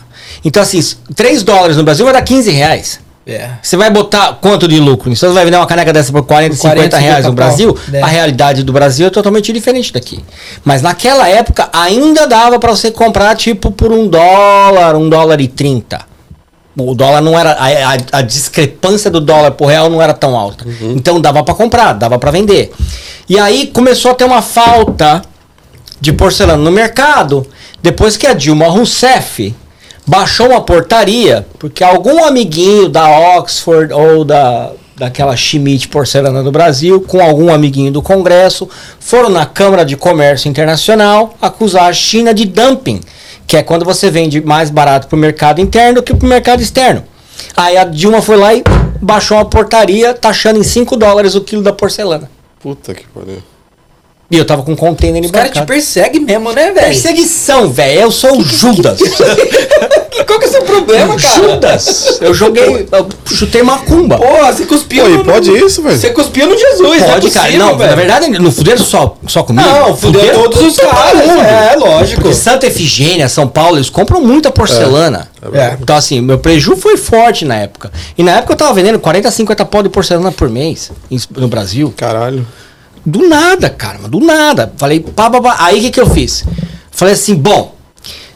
Então, assim, 3 dólares no Brasil vai dar 15 reais. É. Você vai botar quanto de lucro? Então você vai vender uma caneca dessa por 40, 40, 50 reais no 50 Brasil? pau. É. A realidade do Brasil é totalmente diferente daqui. Mas naquela época ainda dava pra você comprar tipo por um dólar, um dólar e trinta. O dólar não era. A, a- a discrepância do dólar pro real não era tão alta. Uhum. Então dava pra comprar, dava pra vender. E aí começou a ter uma falta de porcelana no mercado depois que a Dilma Rousseff baixou uma portaria porque algum amiguinho da Oxford ou da daquela Schmidt Porcelana do Brasil com algum amiguinho do Congresso foram na Câmara de Comércio Internacional acusar a China de dumping, que é quando você vende mais barato para o mercado interno que para o mercado externo. Aí a Dilma foi lá e baixou uma portaria taxando em 5 dólares o quilo da porcelana. Puta que pariu. E eu tava com um container Os caras te embarcado. perseguem mesmo, né, velho? É Perseguição, velho. Eu sou o Judas. Que- Qual que é o seu problema, cara? Judas. Eu joguei. Eu chutei macumba. Porra, você cuspiu. Pô, e no- pode isso, velho? Você cuspiu no Jesus, não é Pode, cara. possível, Não, velho. na verdade, não fuderam só, só comigo. Não, fudeu todos os todo caras. mundo. É, lógico. Porque Santa Efigênia, São Paulo, eles compram muita porcelana. É, verdade. Então, assim, meu preju foi forte na época. E na época eu tava vendendo 40, 50 pau de porcelana por mês em- no Brasil. Caralho. Do nada, cara, mas do nada. Falei, pá, pá, pá. Aí o que, que eu fiz? Falei assim, bom,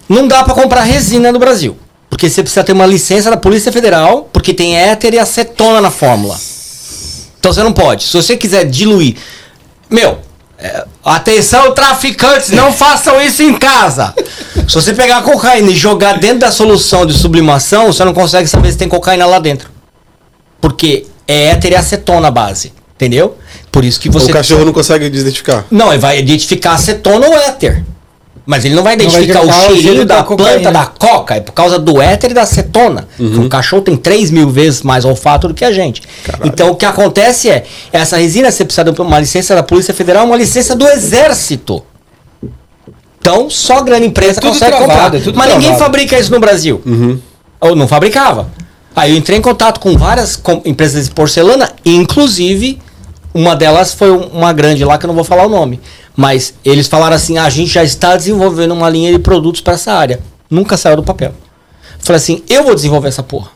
não dá pra comprar resina no Brasil. Porque você precisa ter uma licença da Polícia Federal, porque tem éter e acetona na fórmula. Então você não pode. Se você quiser diluir. Meu, é, atenção, traficantes, não façam isso em casa. Se você pegar a cocaína e jogar dentro da solução de sublimação, você não consegue saber se tem cocaína lá dentro. Porque é éter e acetona a base. Entendeu? Por isso que você. O cachorro não consegue desidentificar. Não, ele vai identificar acetona ou éter. Mas ele não vai vai identificar identificar o o cheiro cheirinho da da, cocaína. Uhum. planta da coca. É por causa do éter e da acetona. O cachorro tem 3 mil vezes mais olfato do que a gente. Então o que acontece é, essa resina você precisa de uma licença da Polícia Federal, uma licença do Exército. Então só grande empresa É tudo consegue travado, é comprar. tudo Mas ninguém travado. Uhum. fabrica isso no Brasil. Ou não fabricava. Aí eu entrei em contato com várias com- empresas de porcelana, inclusive uma delas foi um- uma grande lá que eu não vou falar o nome. Mas eles falaram assim: "Ah, a gente já está desenvolvendo uma linha de produtos para essa área. Nunca saiu do papel. Falei assim: eu vou desenvolver essa porra.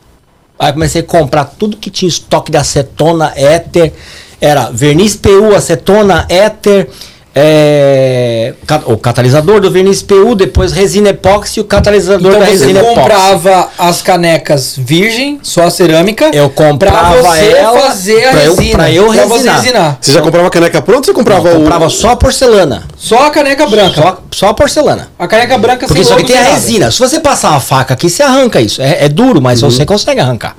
Aí comecei a comprar tudo que tinha estoque de acetona, éter. Era verniz PU, acetona, éter, é, ca- o catalisador do verniz PU, depois resina epóxi e o catalisador Então da você resina epóxi. comprava as canecas virgem, só a cerâmica. Eu comprava pra você ela fazer a pra eu- resina. pra eu resinar. você resinar. Você já comprava caneca pronta ou você comprava, Eu o- comprava só porcelana. Só a caneca branca. Só, só a porcelana. A caneca branca Porque isso logo, aqui tem a nada. resina. Se você passar uma faca aqui, você arranca isso. É, é duro, Uhum. mas você consegue arrancar.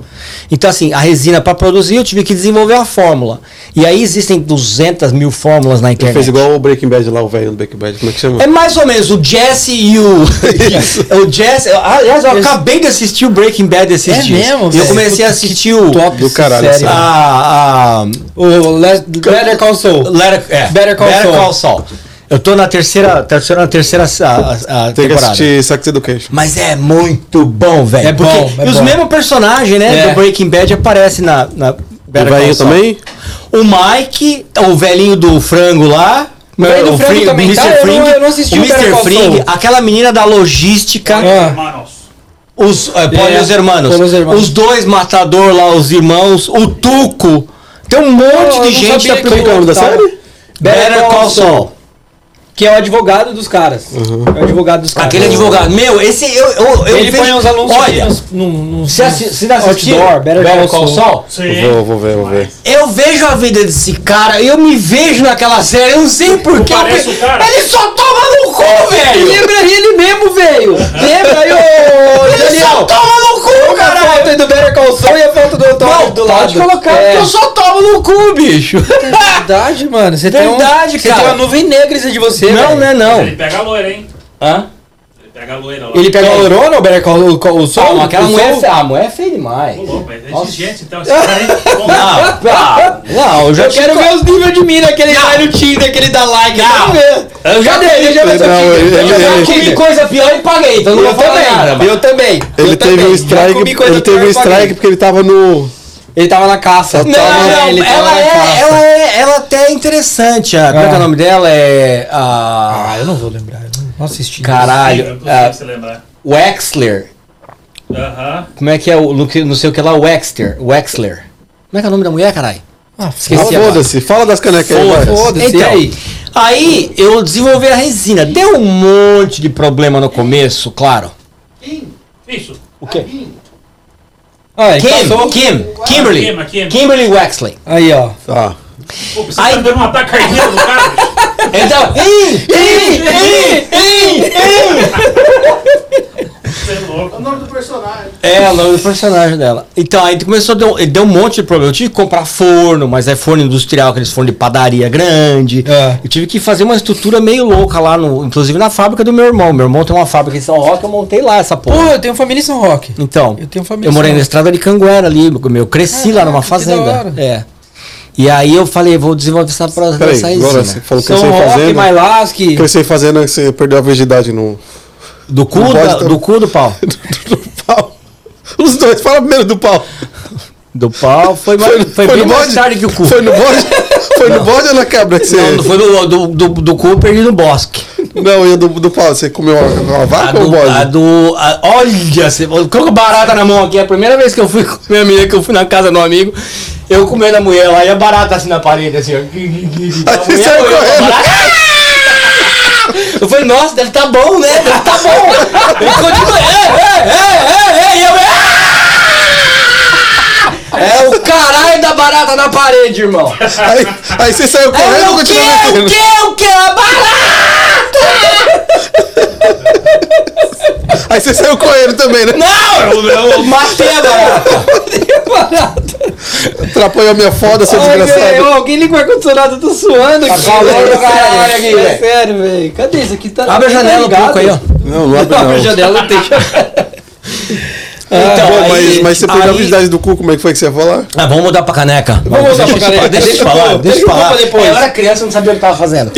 Então, assim, a resina para produzir, eu tive que desenvolver a fórmula. E aí existem 200 mil fórmulas na Ele internet. fez igual o Breaking Bad lá, o velho do Breaking Bad. Como é que chama? É mais ou menos o Jesse e o. o Jesse. Aliás, eu acabei de assistir o Breaking Bad esses É dias. mesmo, E velho? eu comecei a assistir o. Top Do essa caralho, assim. série. sério. Ah, A. a O Le- Better Call Saul. Letter, é, Better Call Saul. Saul. Eu tô na terceira, terceira, na terceira a, Tem a que temporada. assistir Sex Education. Mas é muito bom, velho. É Porque- bom, é e os bom. mesmos personagens, né, É. do Breaking Bad aparecem na, na O Better Call velho Saul. também? O Mike, o velhinho do frango lá. O Frei do Frango também tá? Eu não- eu não assisti o o Better Mr. Call Fring, Saul. aquela menina da logística, Ah, Manos. os é, Paulo e os hermanos, Paulo e os Hermanos. os dois matador lá, os irmãos, o Tuco, tem um monte eu de não gente sabia da que Como que é o nome da Tá. série? Better Call Saul. Uhum. que é o advogado dos caras. É o advogado dos caras. Aquele advogado, meu, esse eu eu, eu Ele põe vejo- uns anúncios Olha, aqui nos- num- num- se assi- tá se não assistiu, outdoor, Better Call Saul. Sim. É. Vou, vou ver, vou ver. Eu vejo a vida desse cara, eu me vejo naquela série, eu não sei porquê. parece o cara? Ele só toma no cu, velho! Lembra ele mesmo, velho! Lembra aí, ô Ele só Daniel? tá toma no cu, A cara! falta aí do Better Call Saul e a falta do Antônio do lado. Pode colocar, É. porque eu só tomo no cu, bicho! Verdade, mano. Você tem um, Verdade, Você cara. tem uma nuvem negra em cima de você, Não, velho. né, Ele não. pega a loira, hein? Hã? Ele pega a loira lá. Ele É. pega a Lorona, o Better Call o, o Saul? Calma, aquela o mulher, Saul? é feia- a mulher é feia demais. Ô, louco, mas é exigente, então. Esse cara aí. Não, Bom, pá, não, eu já Ah, Eu te quero co- ver os níveis de mina, aquele lá no Tinder, aquele da like. eu quero Não. ver. Eu já Cadê? dei, Ele já vai Não, Tinder. ele- Eu ele- já vi ele- o Tinder. coisa pior e paguei, então Eu também, nada. eu também. Ele teve eu também. um Já strike, comi coisa ele teve um pior e paguei. strike porque ele tava no. Ele tava na caça. Não, Não, tava- não, ele tava ela, na é, caça. ela é, ela até é interessante. A, Qual que é o nome dela? É. A, Ah, eu não vou lembrar. Eu não assisti. Eu caralho. não a consigo se lembrar. Wexler. Aham. Como é que é o. no que- Não sei o que lá, Wexter. Wexler. Como é que é o nome da mulher, caralho? Ah, Ah, Esse é Foda-se, fala das canecas aí, vai. Foda-se. Então, e aí? aí eu desenvolvi a resina. Deu um monte de problema no começo, claro. Isso. O quê? Ah, ele Kim, passou. Kim, Kimberly. Queima, queima. Kimberly Wexley. Aí, ó. Tá. Pô, você Ai. tá dando um ataque cardíaco no cara? bicho. Então. Ih, ih, ih, ih, ih. Você é louco. O nome do personagem. É, o nome do personagem dela. Então, aí começou a dar um- ele deu um monte de problema. Eu tive que comprar forno, mas é forno industrial, aqueles forno de padaria grande. É. Eu tive que fazer uma estrutura meio louca lá, no, inclusive na fábrica do meu irmão. Meu irmão tem uma fábrica em São Roque, eu montei lá essa Pô, porra. eu tenho família em São Roque. Então, eu tenho família eu morei só. na estrada de Canguera ali, meu, eu cresci lá numa Caraca, que da fazenda. hora. É. E aí eu falei, vou desenvolver essa prosa Peraí, dessa resina. agora você falou que eu São sei né? Roque, fazendo. Mailasque. Que eu sei fazendo é que você perdeu a virgindade no. Do cu, Não pode da- ter- do cu do pau. do pau. Os dois, fala primeiro do pau. Do pau foi, mais- foi bem mais tarde que o cu. Foi no bode? Foi no bode ou na cabra que você. Não, foi do, do, do, do cu eu perdi no bosque. Não, e do, do pau, você comeu uma, uma A vaca ou um do, a bode? do. a- olha, você coloca barata na mão aqui. É a primeira vez que eu fui com a minha menina, que eu fui na casa do amigo. Eu comendo a mulher lá e a barata assim na parede, assim, ó. A você saiu comendo a correndo. barata. Eu falei, nossa, deve tá bom, né? Deve tá bom. Ele continua. É, é, é, é, é, e eu. "Ah!" É o caralho da barata na parede, irmão. Aí, aí você saiu correndo Eu ou o quê? continuou é, O metendo? quê? O quê? A barata! Aí você saiu correndo também, né? Não! Eu, eu matei a barata. Atrapalhou a minha foda, seu Ai, velho, desgraçado. alguém liga o ar-condicionado, eu tô suando aqui. calor velho, do caralho sério, aqui, velho. É sério, velho. Cadê isso aqui? Tá, Abre tá a janela um ligado? pouco aí, ó. Não, não abre Abre a não. janela, não tem Então, Pô, mas, aí- mas você perdeu a aí- virgindade do cu, como é que foi que você ia falar? Ah, vamos mudar pra caneca. Vamos mudar pra Deixa eu caneca. falar, Deixa eu Deixa falar, eu- deixa eu deixa eu falar. É, pra depois. Eu era criança, eu não sabia o que tava fazendo.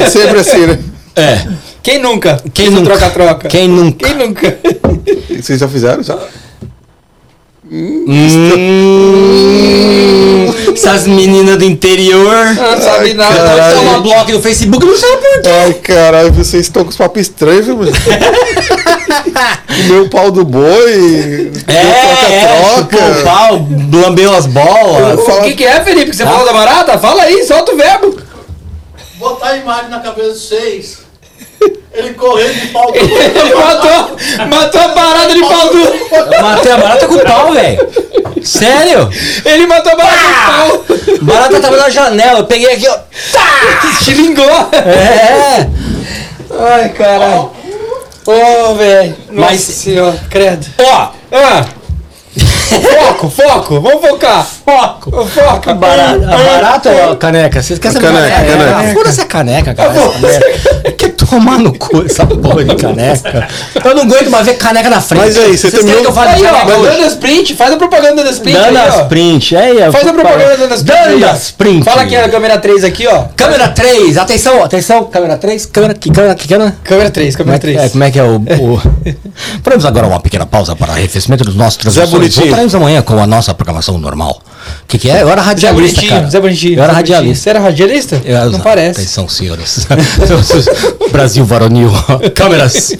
É Sempre assim, né? É. Quem nunca? Quem Isso nunca? Troca-troca. Quem nunca? Quem nunca? Vocês já fizeram? Já? Hum, essas meninas do interior. Não sabe nada. caralho. Então, Toma bloco no Facebook, não sabe por quê. Ai, caralho, vocês estão com os papos estranhos, viu, mano? Comeu o pau do boi, É, chupou o pau, lambeu as bolas. O que, que é, Felipe? Que Ah. você falou da barata? Fala aí, solta o verbo. Botar a imagem na cabeça de vocês. Ele correndo de pau. Ele matou, matou a barata de pau duro. Eu matei a barata com o pau, velho. Sério? Ele matou a barata de pau. Barata tava na janela, eu peguei aqui, ó. Tá! Xilingou. É. Ai, caralho. Ô, velho. Mas- Mas, senhor, credo. Ó, Ah. Foco, foco. Vamos focar. foco. Ô, Foca. É, Barata, a barata ou a caneca? Vocês querem A caneca, caneca? a caneca. Ah, Foda-se a caneca, cara. Essa merda. Que tu Tomar no cu essa porra de caneca. Eu não aguento mais ver caneca na frente. Mas aí, você Vocês querem terminou- que eu fale de Aí, ó, caneca hoje? Dando Sprint, faz a propaganda da Sprint. aí, ó. Danas Print, aí, ó. Faz a propaganda da Danas Print. aí, ó. Danas Print. Fala aqui na câmera 3 aqui, ó. Câmera 3, atenção, atenção, câmera 3, câmera, que câmera, que câmera? Câmera 3, Como é, câmera 3. que- é, como é que é o. o... Faremos agora uma pequena pausa para arrefecimento dos nossos transmissores. Bonitinho. Voltaremos amanhã com a nossa programação normal. O que, que é? Eu era Zé radialista, cara. Bonitinho, Zé Bonitinho. Eu era Zé Bonitinho. radialista. Você era radialista? Eu- Não parece. Atenção, senhores. Brasil varonil. Câmeras.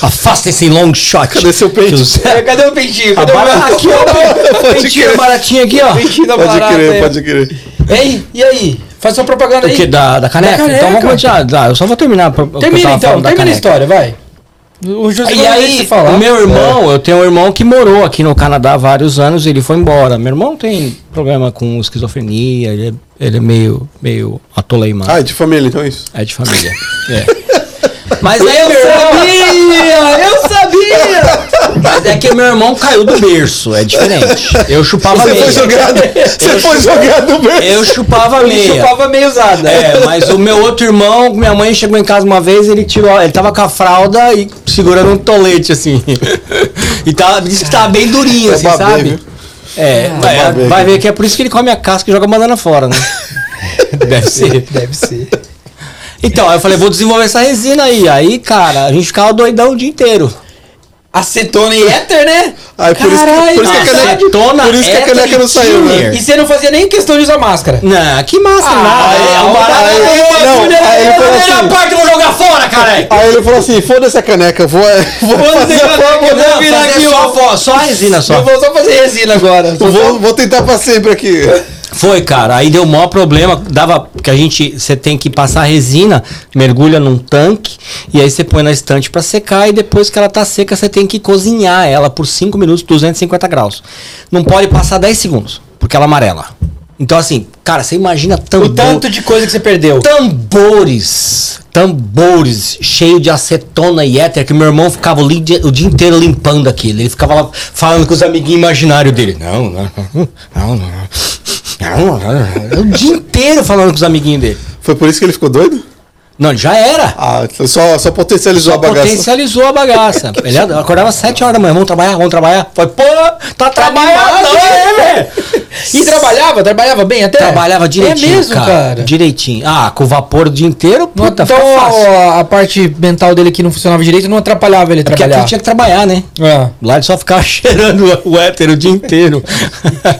Afastem-se em long shot. Cadê seu pente? Que os- É, Cadê o peitinho? A Cadê o barata aqui, ó. Pode Peitinho crer. baratinho aqui, ó. peitinho da Pode barata crer, aí? pode crer. Ei, e aí? Faz sua propaganda aí. O que? Da, da caneca? Da Então vamos caneca. continuar. Tá, eu só vou terminar. pra- o que eu Termina tava então, falando da termina a caneca. história, vai. O José E não vai aí, se falar. É. o meu irmão, eu tenho um irmão que morou aqui no Canadá há vários anos e ele foi embora. Meu irmão tem problema com esquizofrenia, ele é, ele é meio, meio atoleimado. Ah, é de família, então é isso. É de família. é. Mas aí eu sabia! Eu sabia! Mas é que meu irmão caiu do berço, é diferente. Eu chupava Você meia. foi jogado. É. Você foi jogado mesmo. Eu chupava Ele meia. chupava meio usada. É, mas o meu outro irmão, minha mãe chegou em casa uma vez, ele tirou, ele tava com a fralda e segurando um tolete assim. E tava, disse que tava bem durinho, É assim, babê, sabe? viu? É, vai, babê, vai viu? ver que é por isso que ele come a casca e joga a banana fora, né? Deve ser. Deve ser. Então, aí eu falei, vou desenvolver essa resina aí. Aí, cara, a gente ficava doidão o dia inteiro. É Acetona e éter, né? Aí, por isso- por isso que a nossa. caneca- por isso É que a hétero caneca não e saiu, né? thinner. E você não fazia nem questão de usar máscara. Não, que massa, Ah, nada. aí, É aí, uma- aí, aí, aí, aí, não, aí, aí ele a falou primeira assim- parte eu vou jogar fora, caralho! Aí ele falou assim: foda-se a caneca, vou, é, vou fazer a Não, fórmula. virar né? fazer aqui, só, ó. fo- só a resina só. Eu vou só fazer resina agora. Só um-" Vou, vou tentar pra sempre aqui. Foi, cara. Aí deu o maior problema. Dava. Porque a gente. Você tem que passar resina, mergulha num tanque, e aí você põe na estante pra secar, e depois que ela tá seca, você tem que cozinhar ela por 5 minutos, 250 graus. Não pode passar 10 segundos, porque ela amarela. Então, assim, cara, você imagina tambor, O tanto de coisa que você perdeu. tambores. Tambores cheio de acetona e éter que meu irmão ficava o li- o dia, inteiro limpando aquilo. Ele ficava lá falando com os amiguinhos imaginários dele. Não, não, não, não, não, não, não. O dia inteiro falando com os amiguinhos dele. Foi por isso que ele ficou doido? Não, ele já era. Ah, só, só potencializou a bagaça. Potencializou a bagaça. Ele ad- acordava às 7 horas da manhã. Vamos trabalhar, vamos trabalhar. Foi, pô, tá trabalhando, animado, né, velho? E trabalhava? Trabalhava bem até? Trabalhava direitinho, É mesmo, cara. Direitinho. Ah, com vapor o dia inteiro, puta, então fica fácil. É a, a parte mental dele que não funcionava direito não atrapalhava ele Porque trabalhar. aqui tinha que trabalhar, né? É. Lá ele só ficava cheirando o éter o dia inteiro.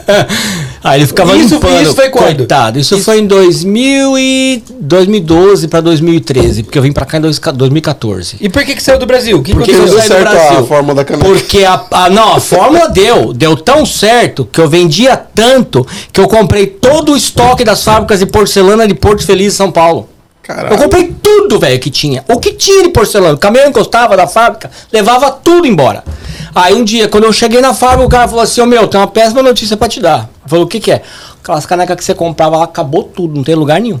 Aí ele ficava Isso- limpando. isso foi quando? Coitado. Isso, foi em 2000 e 2012 para 2013, porque eu vim para cá em dois- 2014. E por que que saiu do Brasil? Que Por que, que Deu eu saí do certo a Brasil? fórmula da caneca. Porque a, a- não, a fórmula deu, deu tão certo que eu vendia tanto que eu comprei todo o estoque das fábricas de porcelana de Porto Feliz, São Paulo. Caralho. Eu comprei tudo, velho, que tinha. O que tinha de porcelana. O caminhão encostava da fábrica, levava tudo embora. Aí um dia, quando eu cheguei na fábrica, o cara falou assim: Ô meu, tem uma péssima notícia pra te dar. Eu falei: O que que é? Aquelas canecas que você comprava lá, acabou tudo, não tem lugar nenhum.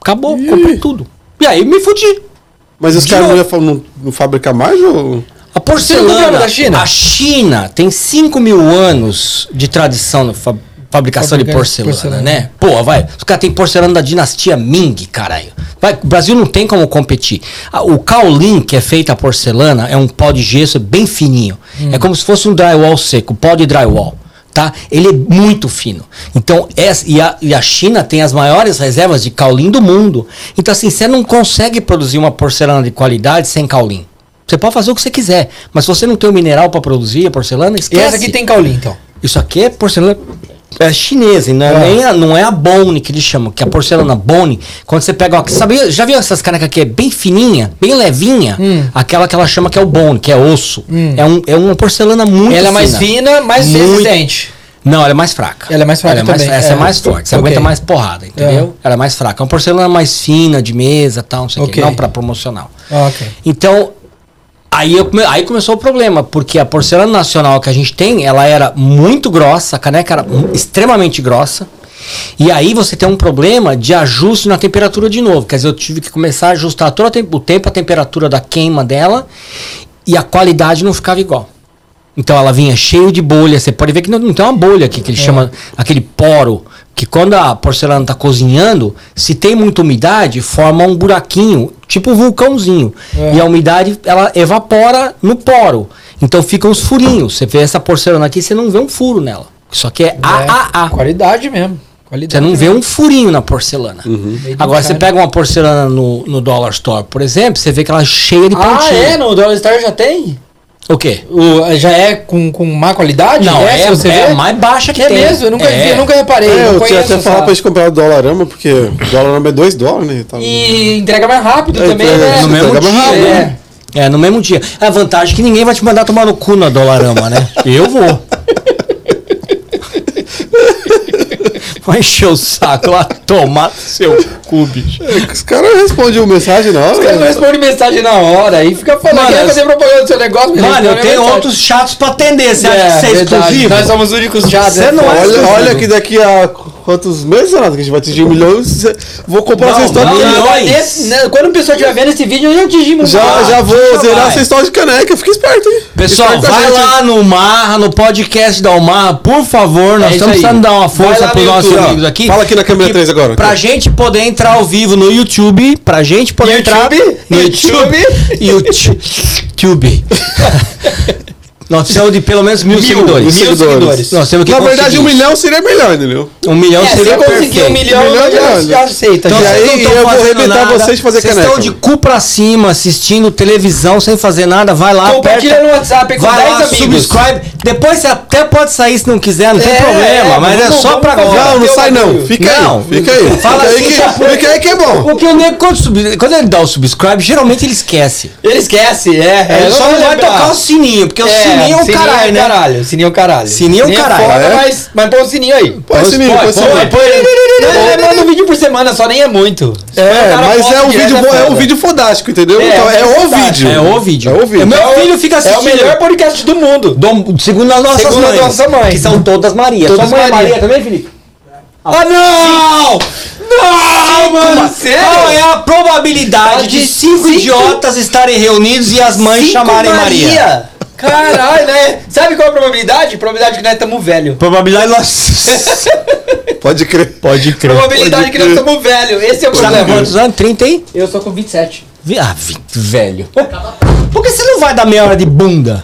Acabou, comprei tudo. E aí me fudi. Mas os De caras não novo. iam fa- não, não fabricar mais ou. A Você porcelana lembra da China? A China tem 5 mil anos de tradição na fa- fabricação de Fabricar porcelana, porcelana. né? Pô, vai. Os caras têm porcelana da dinastia Ming, caralho. Vai, o Brasil não tem como competir. Ah, O Kaolin, que é feita a porcelana, é um pó de gesso bem fininho. Hum. É como se fosse um drywall seco, pó de drywall. Tá? Ele é muito fino. Então, essa, e, a, e a China tem as maiores reservas de caulim do mundo. Então, assim, você não consegue produzir uma porcelana de qualidade sem caulim. Você pode fazer o que você quiser, mas se você não tem o mineral para produzir a porcelana, E esquece. essa aqui tem caulim, então. Isso aqui é porcelana é chinesa, e não é, Ah. nem a, não é a Bone que eles chamam, que é a porcelana Bone, quando você pega, ó, que sabe, já viu essas canecas que é bem fininha, bem levinha? Hum. Aquela que ela chama que é o Bone, que é osso. É, um, é uma porcelana muito ela é mais fina, mais Muito. resistente. Não, ela é mais fraca. Ela é mais fraca também, essa é, é. mais forte. Você Ok. aguenta mais porrada, entendeu? Ela é mais fraca. É uma porcelana mais fina, de mesa tal, não sei o Ok. quê. Não para promocional. Ah, ok. Então, aí, eu come- aí começou o problema, porque a porcelana nacional que a gente tem, ela era muito grossa, a caneca era hum, extremamente grossa. E aí você tem um problema de ajuste na temperatura de novo. Quer dizer, eu tive que começar a ajustar todo o tempo, o tempo, a temperatura da queima dela e a qualidade não ficava igual. Então ela vinha cheio de bolha. Você pode ver que não, não tem uma bolha aqui, É. que ele chama aquele poro. tá Que quando a porcelana está cozinhando, se tem muita umidade, forma um buraquinho tipo um vulcãozinho. É. E a umidade, ela evapora no poro. Então ficam os furinhos. Você vê essa porcelana aqui, você não vê um furo nela. Isso aqui é AAA. Qualidade mesmo. Qualidade né? Uhum. Você não vê um furinho na porcelana. Agora, você cara. pega uma porcelana no, no Dollar Store, por exemplo, você vê que ela é cheia de pontinho. Ah, é? No Dollar Star já tem? O quê? O- já é com, com má qualidade? Não, é, Essa é a mais baixa que é tem. mesmo, eu nunca É. vi, eu nunca reparei. É, não eu tinha conheço até essa. falar pra gente comprar o Dolarama, porque o Dolarama é 2 dólares, né? Tá- E entrega mais rápido É, também, é, né? No Você mesmo pega dia, mais rápido, né? É. no mesmo dia. A vantagem é que ninguém vai te mandar tomar no cu na Dolarama, né? Eu vou. Vai encher o saco lá, tomar seu cu, bicho. É, Os caras respondem mensagem né? na hora. Os caras não respondem mensagem na hora e fica falando Mano, que eu- vai fazer propaganda do seu negócio. mas Mano, eu responde a tenho mensagem. outros chatos pra atender. Você acha É, que você é verdade. exclusivo? Nós somos os únicos né? chatos. Você não é Olha, exclusivo. olha que daqui a quantos meses, Renato, que a gente vai atingir um milhão, cê- vou comprar essa história. não, de- não. Milhões. Desse, né, quando o pessoal estiver vendo esse vídeo, eu já atingimos. um Já, milhão. já vou já zerar vai. essa história de caneca, fica esperto, hein? Pessoal, é Esperto a vai gente. lá no Marra, no podcast da Omarra, por favor. Nós É isso estamos aí. precisando dar uma Vai força lá pros no nossos YouTube, ó. amigos aqui. Fala aqui na câmera Que- três agora. Pra gente poder entrar ao vivo no YouTube, pra gente poder entrar no YouTube, YouTube, YouTube. Nós precisamos de pelo menos mil, seguidores. mil seguidores. Nós temos que Na verdade, conseguir um isso. milhão seria melhor, entendeu? Um milhão É, se seria eu conseguir um perfeito. milhão, Um milhão eu já, de já aceita. Então, E já. aí, vocês não tão eu vou fazendo arrebentar nada. vocês de fazer Vocês caneca. estão de cu pra cima, assistindo televisão sem fazer nada. Vai lá, Compartilha no WhatsApp com Vai 10 lá, amigos. subscribe. Depois você até pode sair se não quiser, não tem É, problema. é, Mas é vamos- só vamos pra fazer. agora. Não, não Deu sai não. bagulho. Fica Não. aí. Fica aí. Fala fica, assim, aí já que, fica aí que é bom. Porque o nego, quando, sub- quando ele dá o subscribe, geralmente ele esquece. Ele esquece, é. é, ele eu só vou não vai lembrar. tocar o sininho, porque o É, sininho é o caralho, né? Caralho, sininho é o caralho. Sininho é o caralho. foda, Ah, é? mas, mas põe o sininho aí. Põe o sininho, põe o sininho. Põe, põe. Manda um vídeo por semana, só nem é muito. É, mas é um vídeo bom, é um vídeo fodástico, entendeu? É, Então é é o fantástico. vídeo. É o vídeo. É o vídeo. meu filho fica É assistindo. o melhor podcast do mundo. Dom- segundo as nossas Segundo a mães. nossa mãe. Que são todas Maria. Todas Sua mãe Maria. é Maria também, Felipe? Ah, não! Não, mano, sério? Qual é a probabilidade De de cinco, cinco- idiotas estarem reunidos e as mães Cinco chamarem Maria? Caralho, né? Sabe qual é a probabilidade? Probabilidade que nós estamos velho. Probabilidade nós. Pode crer. Pode crer. Probabilidade É que nós estamos velho. Esse é o Tá problema. quantos anos? 30 aí? Eu sou com 27. Vi- Ah, vi- velho. Por que você não vai dar meia hora de bunda?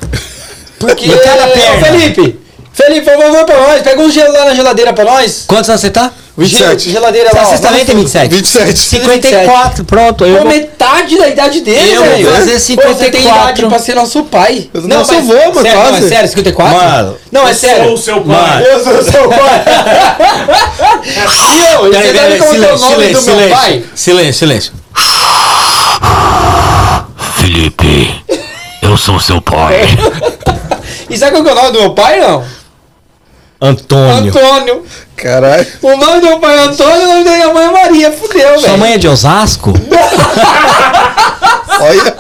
Porque. Em cada perna. Ô, Felipe! Felipe, por favor, pra nós. Pega um gelo lá na geladeira pra nós. Quantos anos você tá? 27. Gelo- Geladeira lá. ó. Vocês também tem 27? 27. 54, pronto. Eu Pô, vou... metade da idade dele, Eu vou velho. fazer Pô, Você tem 54. idade pra ser nosso pai. Eu não sou vô, mas sério, não, é quase. sério, 54? Mano, não, é sério. Sou o seu pai. Eu sou seu pai. Ah, Você Peraí, peraí, sabe como que é o nome do meu pai? silêncio, silêncio. Felipe, eu sou seu pai. E sabe qual que é o nome do meu pai, não? Antônio. Antônio. Caralho. O nome do meu pai é Antônio, o nome da minha mãe é Maria. Fudeu, Sua velho. mãe é de Osasco? Olha.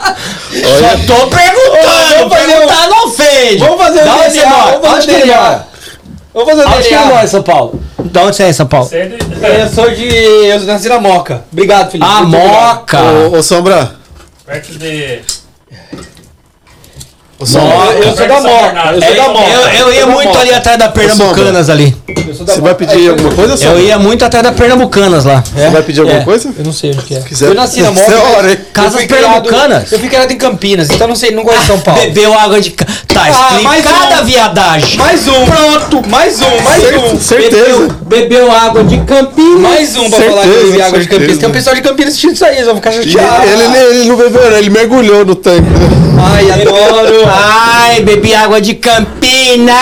Olha. Tô perguntando, Ô, vamos fazer um- perguntar não ofende. Vamos fazer um o Da onde você DNA, mora? vamos fazer um o Onde que ele DNA. mora? Eu vou fazer Onde que ele DNA. mora em São Paulo? Da onde você é em São Paulo? Sério? É. Eu sou de... Eu nasci na Moca. Obrigado, Felipe. A Muito obrigado. Moca. Ô, ô, Sombra. né, Perto de. Ô, Sombra. Eu, eu sou da Moca. Eu sou É, da Moca. eu, eu ia sou da muito Moca. ali atrás da Pernambucanas ali. Eu sou da Você vai Moca. pedir alguma coisa, Eu Sombra? ia muito atrás da Pernambucanas lá. Você vai pedir alguma coisa? Eu não sei o que é. quiser- Eu nasci na Moca. Isso é mas hora, hein? eu fui Casas criado- pernambucanas? Eu fui criado em Campinas, então não sei, não conheço São Paulo. Bebeu água de. ca- Tá Ah, mais explicada a um. viadagem. Mais um. Pronto. Mais um, mais um. Cer- Certeza. Bebeu água de Campinas. Mais um pra falar que eu Certeza, bebi água de Campinas. certeza. Tem um pessoal de Campinas assistindo isso aí, eles vão ficar E chateados. Ele, ele, ele não bebeu, né? ele mergulhou no tanque. Ai, adoro. Ai, bebi água de Campinas.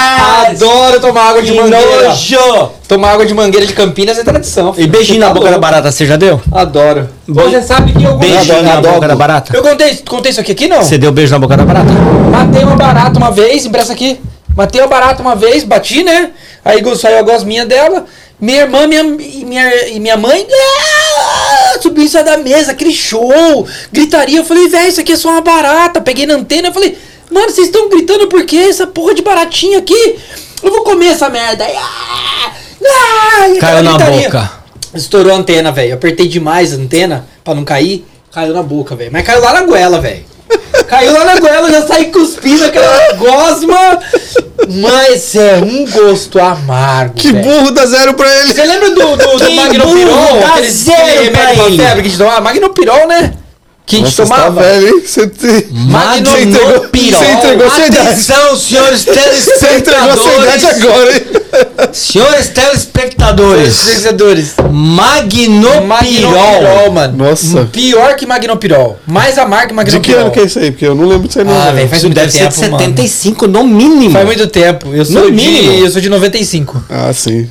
adoro tomar água Ah, de Que mangueira. nojo. Tomar água de mangueira de Campinas é tradição. E beijinho na boca da barata, você já deu? Adoro. Você sabe que eu Beijinho na boca da barata. Eu contei, contei isso aqui, aqui não? Você deu beijo na boca da barata? Matei uma barata uma vez, impressa aqui. Matei uma barata uma vez, bati, né? Aí go- saiu a gosminha dela. Minha irmã minha, e, minha, e minha mãe ah, subiu em cima da mesa, aquele show, gritaria. Eu falei, velho, isso aqui é só uma barata. Peguei na antena eu falei, mano, vocês estão gritando por quê? Essa porra de baratinha aqui? Eu vou comer essa merda. E, ah, ah, e aquela Caiu na gritaria. boca. Estourou a antena, velho. Eu Apertei demais a antena pra não cair. Caiu na boca, velho. Mas caiu lá na goela, velho. Caiu lá na goela, eu já saí cuspindo aquela gosma. Mas é um gosto amargo. Que velho. burro dá zero pra ele. Você lembra do, do, do Que burro, Magnopirol? dá Aquele zero pra remédio pra ele. febre que a gente tomava? Magnopirol, né? que a gente Nossa, você tá tomava. velho, hein? Você, te... Magno você entregou, Nopirol. você entregou sua idade. Atenção, senhores Você entregou sua idade telespectadores. agora, hein? Senhores telespectadores. Pesquisadores. Magnopirol. Magnopirol, mano. Nossa. Pior que Magnopirol. Mais amargo que De Magnopirol. que ano que é isso aí? Porque eu não lembro disso aí, não. Ah, velho. velho, faz muito um Deve ser tempo, de mano. 75 no mínimo. Faz muito tempo. Eu sou, No de, mínimo. eu sou de 95. Ah, sim.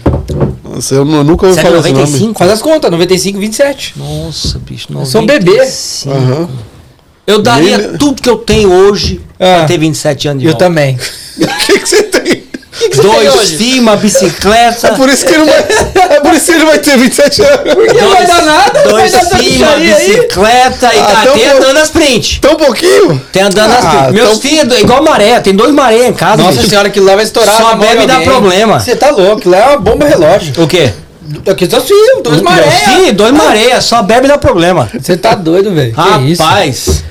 Nossa, eu nu- nunca ouvi Será que falar esse nome. 95? Faz as contas, 95, 27. Nossa, bicho, não. Sou um bebê. Aham. Eu daria Ele- tudo que eu tenho hoje Ah. pra ter 27 anos de Eu novo. também. O que, que você tem? Dois filhos, uma bicicleta. É por isso que ele não vai. É por isso que ele vai ter 27 anos. Não vai dar nada, não vai Dois dar essa filhos, uma bicharia aí. bicicleta e Ah, tá então até pô- andando as print. Tão pouquinho? Tem andando as Ah, print. Meus então- filhos, é igual maré, tem dois maré em casa. Nossa bicho. senhora, aquilo lá vai estourar. Só na mão de deve dar alguém. problema. Você tá louco, lá é uma bomba relógio. O quê? Eu quis dois filhos, dois Meus marés. filhos, dois maréia, só bebe dá problema. Você tá doido, velho. Que isso? Rapaz.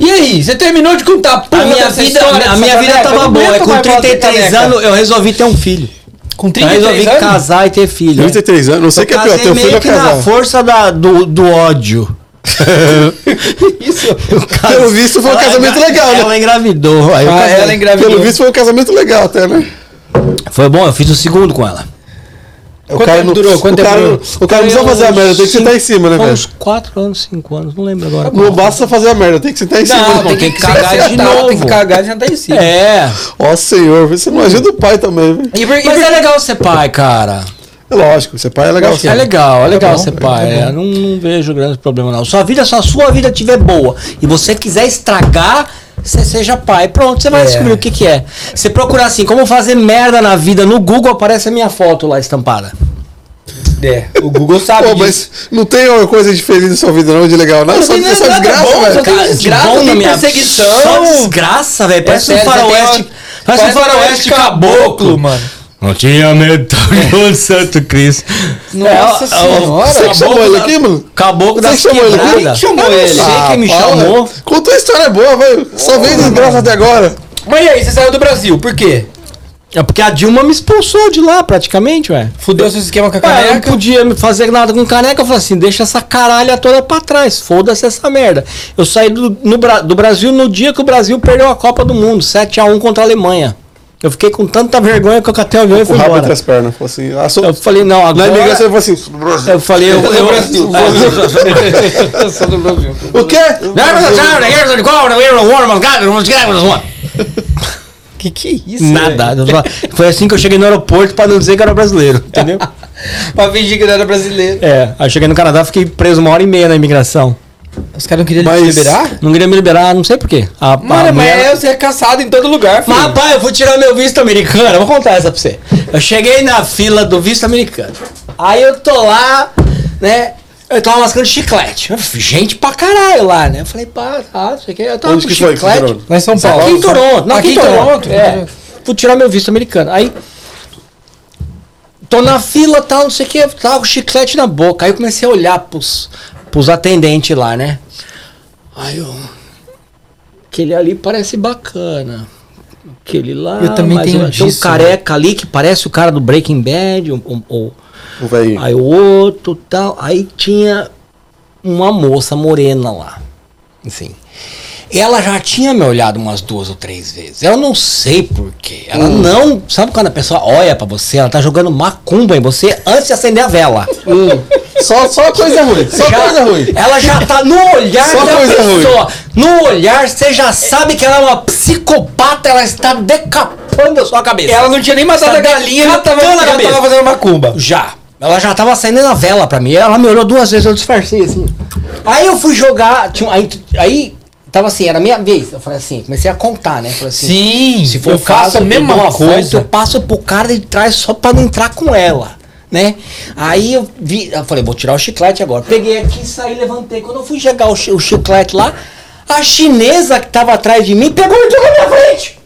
E aí, você terminou de contar a porra A minha dessa vida, história tá a dessa minha vida caneca? tava Eu boa. aguento é Com mais falar dessa Tá 33 caneca. anos eu resolvi ter um filho. Com Eu 33 resolvi anos? casar e ter filho. né? 33 anos? Não sei o que é pior, Casei teu filho meio ou que na casar? força da- do, do ódio. Isso. Pelo visto, foi um casamento é, legal, né? Ela engravidou. Aí eu Ah, casei. ela engravidou. Pelo visto foi um casamento legal até, né? Foi bom, eu fiz o segundo com ela. É, o Quanto cara tempo não- durou? Quanto o tempo cara, durou? O cara não precisa fazer a merda, tem que sentar em cima, né, Foi velho? Uns 4 anos, 5 anos, não lembro agora. Não basta fazer a merda, tem que sentar em cima. né? Não, Ah, tem que, cagar de novo. Tem que cagar e sentar em cima. É. Ó senhor, você não ajuda o pai também, velho. E por- e por- Mas é legal ser pai, cara. É lógico, ser pai é legal. É legal, é tá legal bom, ser pai. é, não, não vejo grande problema, não. Sua vida, se a sua vida tiver boa e você quiser estragar, você seja pai. Pronto, você vai É. descobrir o que, que é. Você procurar assim, como fazer merda na vida no Google, aparece a minha foto lá estampada. É, o Google sabe Pô, mas disso. não tem uma coisa de feliz na sua vida não, de legal, não? Só, tem só nada desgraça, bom, tá velho. só tem- Cara, Desgraça, Bom tem na minha- perseguição. Só desgraça, velho. Parece um sério, você tem faroeste. uma- Parece um faroeste caboclo. É. mano. Não tinha medo do Santo Cristo. Nossa senhora. Você que chamou ele aqui, mano? Caboclo Você da que chamou ele aqui? quebrada. Quem chamou ele? Sei quem me Ah, chamou. velho, Contou a história boa, velho. Só veio desgraça até agora. Mas e aí, você saiu do Brasil, por quê? É porque a Dilma me expulsou de lá, praticamente, ué. Fudeu seu esquema com a Ué, eu não caneca? podia me fazer nada com caneca. Eu falei assim: deixa essa caralha toda pra trás, foda-se essa merda. Eu saí do, no Bra- do Brasil no dia que o Brasil perdeu a Copa do Mundo, 7x1 contra a Alemanha. Eu fiquei com tanta vergonha que eu catei o avião e O fui rabo embora. entre as pernas. Falou assim, ah, sou... Eu falei: não, Na agora. imigração ele falou assim, Eu falei: eu. eu, eu, o quê? Que que é isso? Nada. Eu só- Foi assim que eu cheguei no aeroporto pra não dizer que eu era brasileiro, entendeu? velho? Pra fingir que não era brasileiro. É, aí eu cheguei no Canadá, fiquei preso uma hora e meia na imigração. Os caras não queriam Mas- te liberar? Não queria me liberar, não sei porquê. A, Mano, a mas mulher- é, você é caçado em todo lugar, filho. Mas, rapaz, eu fui tirar meu visto americano. eu Vou contar essa pra você. Eu cheguei na fila do visto americano. Aí eu tô lá, né? Eu tava mascando chiclete. Gente pra caralho lá, né? Eu falei, pá, tá, não sei o que. Eu tava Onde com que foi que você chiclete. tirou? Lá em São Paulo. Aqui em Toronto. Não, Aqui em Toronto. É. Fui tirar meu visto americano. Aí. Tô na fila, tal, não sei o que, tava com chiclete na boca. Aí eu comecei a olhar pros, pros atendentes lá, né? Aí eu. Aquele ali parece bacana. Aquele lá. Eu também mais tenho ou menos. Tem um disso, careca ali que parece o cara do Breaking Bad. Um, um- um- O velho. aí o outro tal. Aí tinha uma moça morena lá. Assim. Ela já tinha me olhado umas duas ou três vezes. Eu não sei porquê. Ela não. Sabe quando a pessoa olha pra você, ela tá jogando macumba em você antes de acender a vela. Só, só coisa ruim, só Já- coisa ruim. Ela já tá no olhar Só da coisa ruim. pessoa. No olhar, você já sabe que ela é uma psicopata, ela está decapando a sua cabeça. Ela não tinha nem matado Tá a galinha, ela tava, decapando a ela cabeça. tava fazendo macumba. Já. Ela já tava saindo na vela pra mim. Ela me olhou duas vezes, eu disfarcei assim. Aí eu fui jogar. tinha um- aí, aí tava assim, era a minha vez. Eu falei assim, comecei a contar, né? Falei assim, Sim, se for eu o caso, faço a eu mesma dou uma volta, coisa. eu passo pro cara de trás só pra não entrar com ela, né? Aí eu vi, eu falei, vou tirar o chiclete agora. Peguei aqui, saí, levantei. Quando eu fui jogar o, chi- o chiclete lá, a chinesa que tava atrás de mim pegou e jogou na minha frente.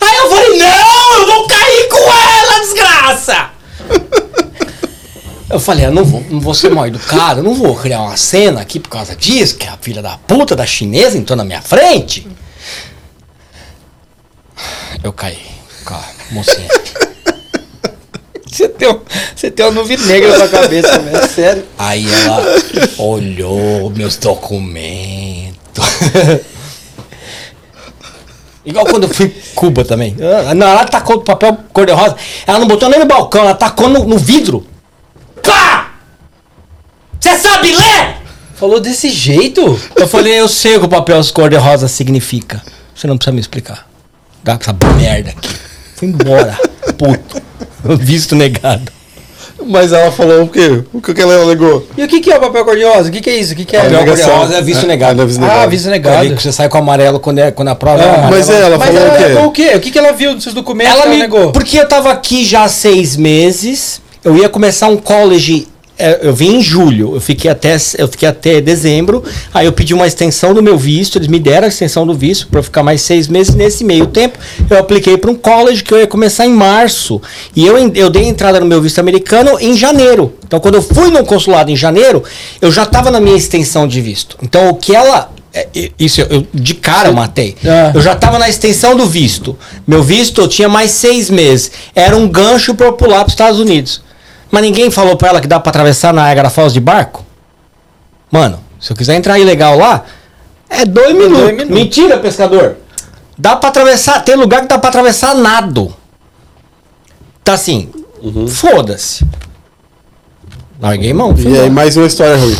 Aí eu falei, não, eu vou cair com ela, desgraça! Eu falei, eu não vou, não vou ser mal educado, eu não vou criar uma cena aqui por causa disso, que a filha da puta da chinesa entrou na minha frente. Eu caí. Calma, mocinha. Você tem, um- você tem uma nuvem negra na sua cabeça, velho. é Sério. Aí ela olhou meus documentos. Igual quando eu fui em Cuba também. Ah, Não, ela tacou papel cor-de-rosa. Ela não botou nem no balcão, ela tacou no, no vidro. Pá! Você sabe ler? Falou desse jeito? Eu falei, eu sei o que o papel cor-de-rosa significa. Você não precisa me explicar. Dá essa merda aqui. Fui embora, puto. Visto negado. Mas ela falou o quê? O que que ela alegou? E o que, que é o papel cor-de-rosa? O que, que é isso? O que, que é? Papel negação. cor-de-rosa é visto É, negado. é visto negado. Ah, visto negado. É que Você sai com amarelo quando, é, quando a prova é amarelo. Mas ela Mas falou ela o quê? negou o quê? O que, que ela viu nos seus documentos Ela que me negou? Porque eu tava aqui já há seis meses. Eu ia começar um college. é, Eu vim em julho, eu fiquei, até, eu fiquei até dezembro. Aí eu pedi uma extensão do meu visto, eles me deram a extensão do visto para eu ficar mais seis meses. Nesse meio tempo, eu apliquei para um college que eu ia começar em março. E eu, en- eu dei entrada no meu visto americano em janeiro. Então, quando eu fui no consulado em janeiro, eu já estava na minha extensão de visto. Então, o que ela. é, é, Isso eu- eu de cara eu matei. Ah. Eu já estava na extensão do visto. Meu visto eu tinha mais seis meses. Era um gancho para eu pular para os Estados Unidos. Mas ninguém falou para ela que dá para atravessar Niagara Falls de barco? Mano, se eu quiser entrar ilegal lá, é dois minutos. minutos. Mentira, pescador. Dá para atravessar. Tem lugar que dá para atravessar nado. Tá assim. Foda-se. Larguei mão. fui E aí, embora. mais uma história ruim.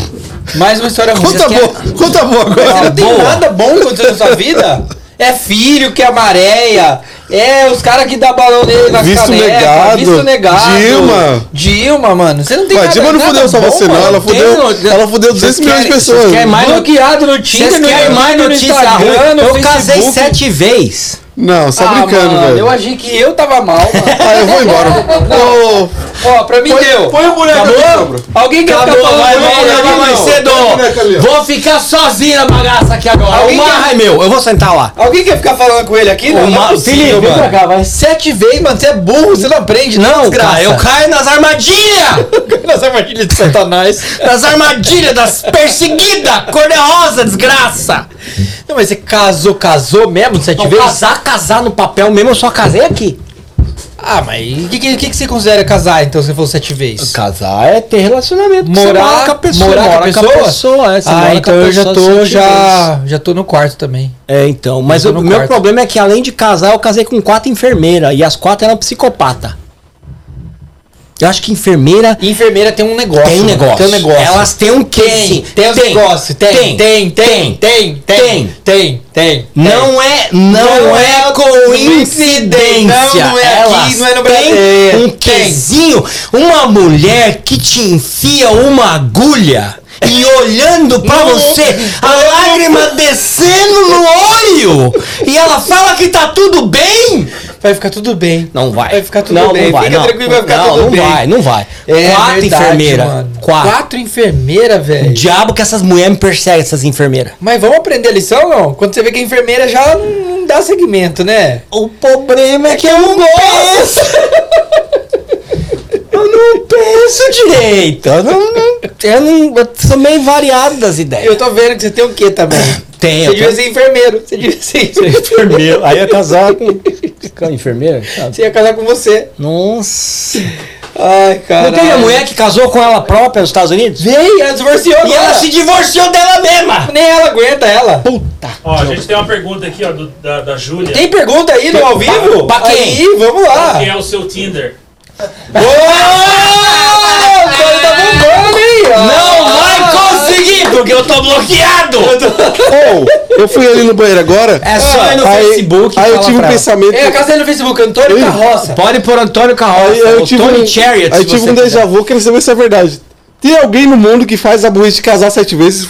Mais uma história ruim. Conta Vocês boa, querem- conta boa Você agora. não tem boa. nada bom acontecendo na sua vida? É filho que é maréia. É os caras que dá balão nele na Visto caneca, negado. Visto negado. Dilma. Dilma, mano. Você não tem Ué, nada Dilma não nada fudeu só bom, você, não. mano. Ela fudeu, Quem não- ela fudeu Vocês 200 milhões de querem- um pessoas. vocês querem mais- Bloqueado no Tinder, Vocês no querem mais YouTube, no notícias Instagram, ruins? no Eu Facebook. casei sete vezes. Não, só Ah, brincando, mano, Eu velho. achei que eu tava mal, mano. Ah, eu vou embora. Ô, Ó, pra mim deu. põe a mulher Acabou? ali, Sombra. Alguém quer ficar falando vai, mal vai, pra vai, mim, vai, não? vai, cedo. boneca ali, ó. Vou ficar sozinho na bagaça aqui agora. Alguém o marra quer- é meu. Eu vou sentar lá. Alguém quer ficar falando com ele aqui? Não, Ô, não é Mauro, possível, Felipe, vem pra mano. cá, vai. Sete vezes, mano, você é burro, você não aprende, não, Não, desgraça. cara, eu caio nas armadilhas! Nas armadilhas de Satanás. nas armadilhas das perseguidas! Cor-de-rosa, desgraça! Não, mas você casou, casou mesmo sete Não, vezes? casar, casar no papel mesmo, eu só casei aqui. Ah, mas o que, que, que que você considera casar, então, se você falou sete vezes? Casar é ter relacionamento. Você Morar, morar com a pessoa? é, você mora ah, com a então eu já pessoa tô, sete vezes. já, já tô no quarto também. É, então, mas Eu o tô no meu quarto. problema é que além de casar, eu casei com quatro enfermeiras e as quatro eram psicopata. Eu acho que enfermeira E enfermeira tem um negócio. tem mano, negócio. Tem um negócio. Elas têm um quê? tem, assim, tem, tem negócio. Tem, tem, tem, tem, tem, tem, tem. Não é, não, Não é é coincidência. não, não é aqui, Elas não é no têm Brasil. Um Tem. quezinho, uma mulher que te enfia uma agulha e olhando pra você, a lágrima descendo no olho. E ela fala que tá tudo bem. Vai ficar tudo bem. Não vai. Vai ficar tudo não, bem. Não vai, Fica não. tranquilo, vai ficar não, tudo não bem. vai, não vai. É Quatro verdade, enfermeiras. mano. Quatro. Um Quatro enfermeiras, velho. Diabo que essas mulheres me perseguem, essas enfermeiras. Mas vamos aprender a lição, não? Quando você vê que a enfermeira já não dá segmento, né? O problema é que eu não penso. eu não penso direito. Eu não, não- eu não- eu sou meio variado das ideias. Eu tô vendo que você tem um quê também. Tenho, Você eu devia tenho. ser enfermeiro. Você devia ser enfermeiro. é Aí ia casar com, com é enfermeira. Você ia casar com você. Nossa. Ai, cara. Não teve a mulher que casou com ela própria nos Estados Unidos? Veio, ela divorciou E agora. ela se divorciou dela mesma. Nem ela aguenta ela. Ó, a gente tem uma pergunta aqui, ó, do- da, da Júlia. Tem pergunta aí no ao vivo? pra quem? Aí, vamos lá. Ah! Qual que é o seu Tinder? Ô, o cara tá bombando, hein? Ó. Não vai conseguir, porque eu tô bloqueado. Ou, eu fui ali no banheiro agora. É só ir no aí, Facebook e aí eu falar tive um pra ela. pensamento. É, a casa dele no Facebook, Antônio Ih. Carroça. Pode pôr Antônio Carroça. Aí eu ou tive Tony um, Chariot, aí se eu tive você um déjà quiser. vu, quero saber se é verdade. Tem alguém no mundo que faz a burrice de casar sete vezes?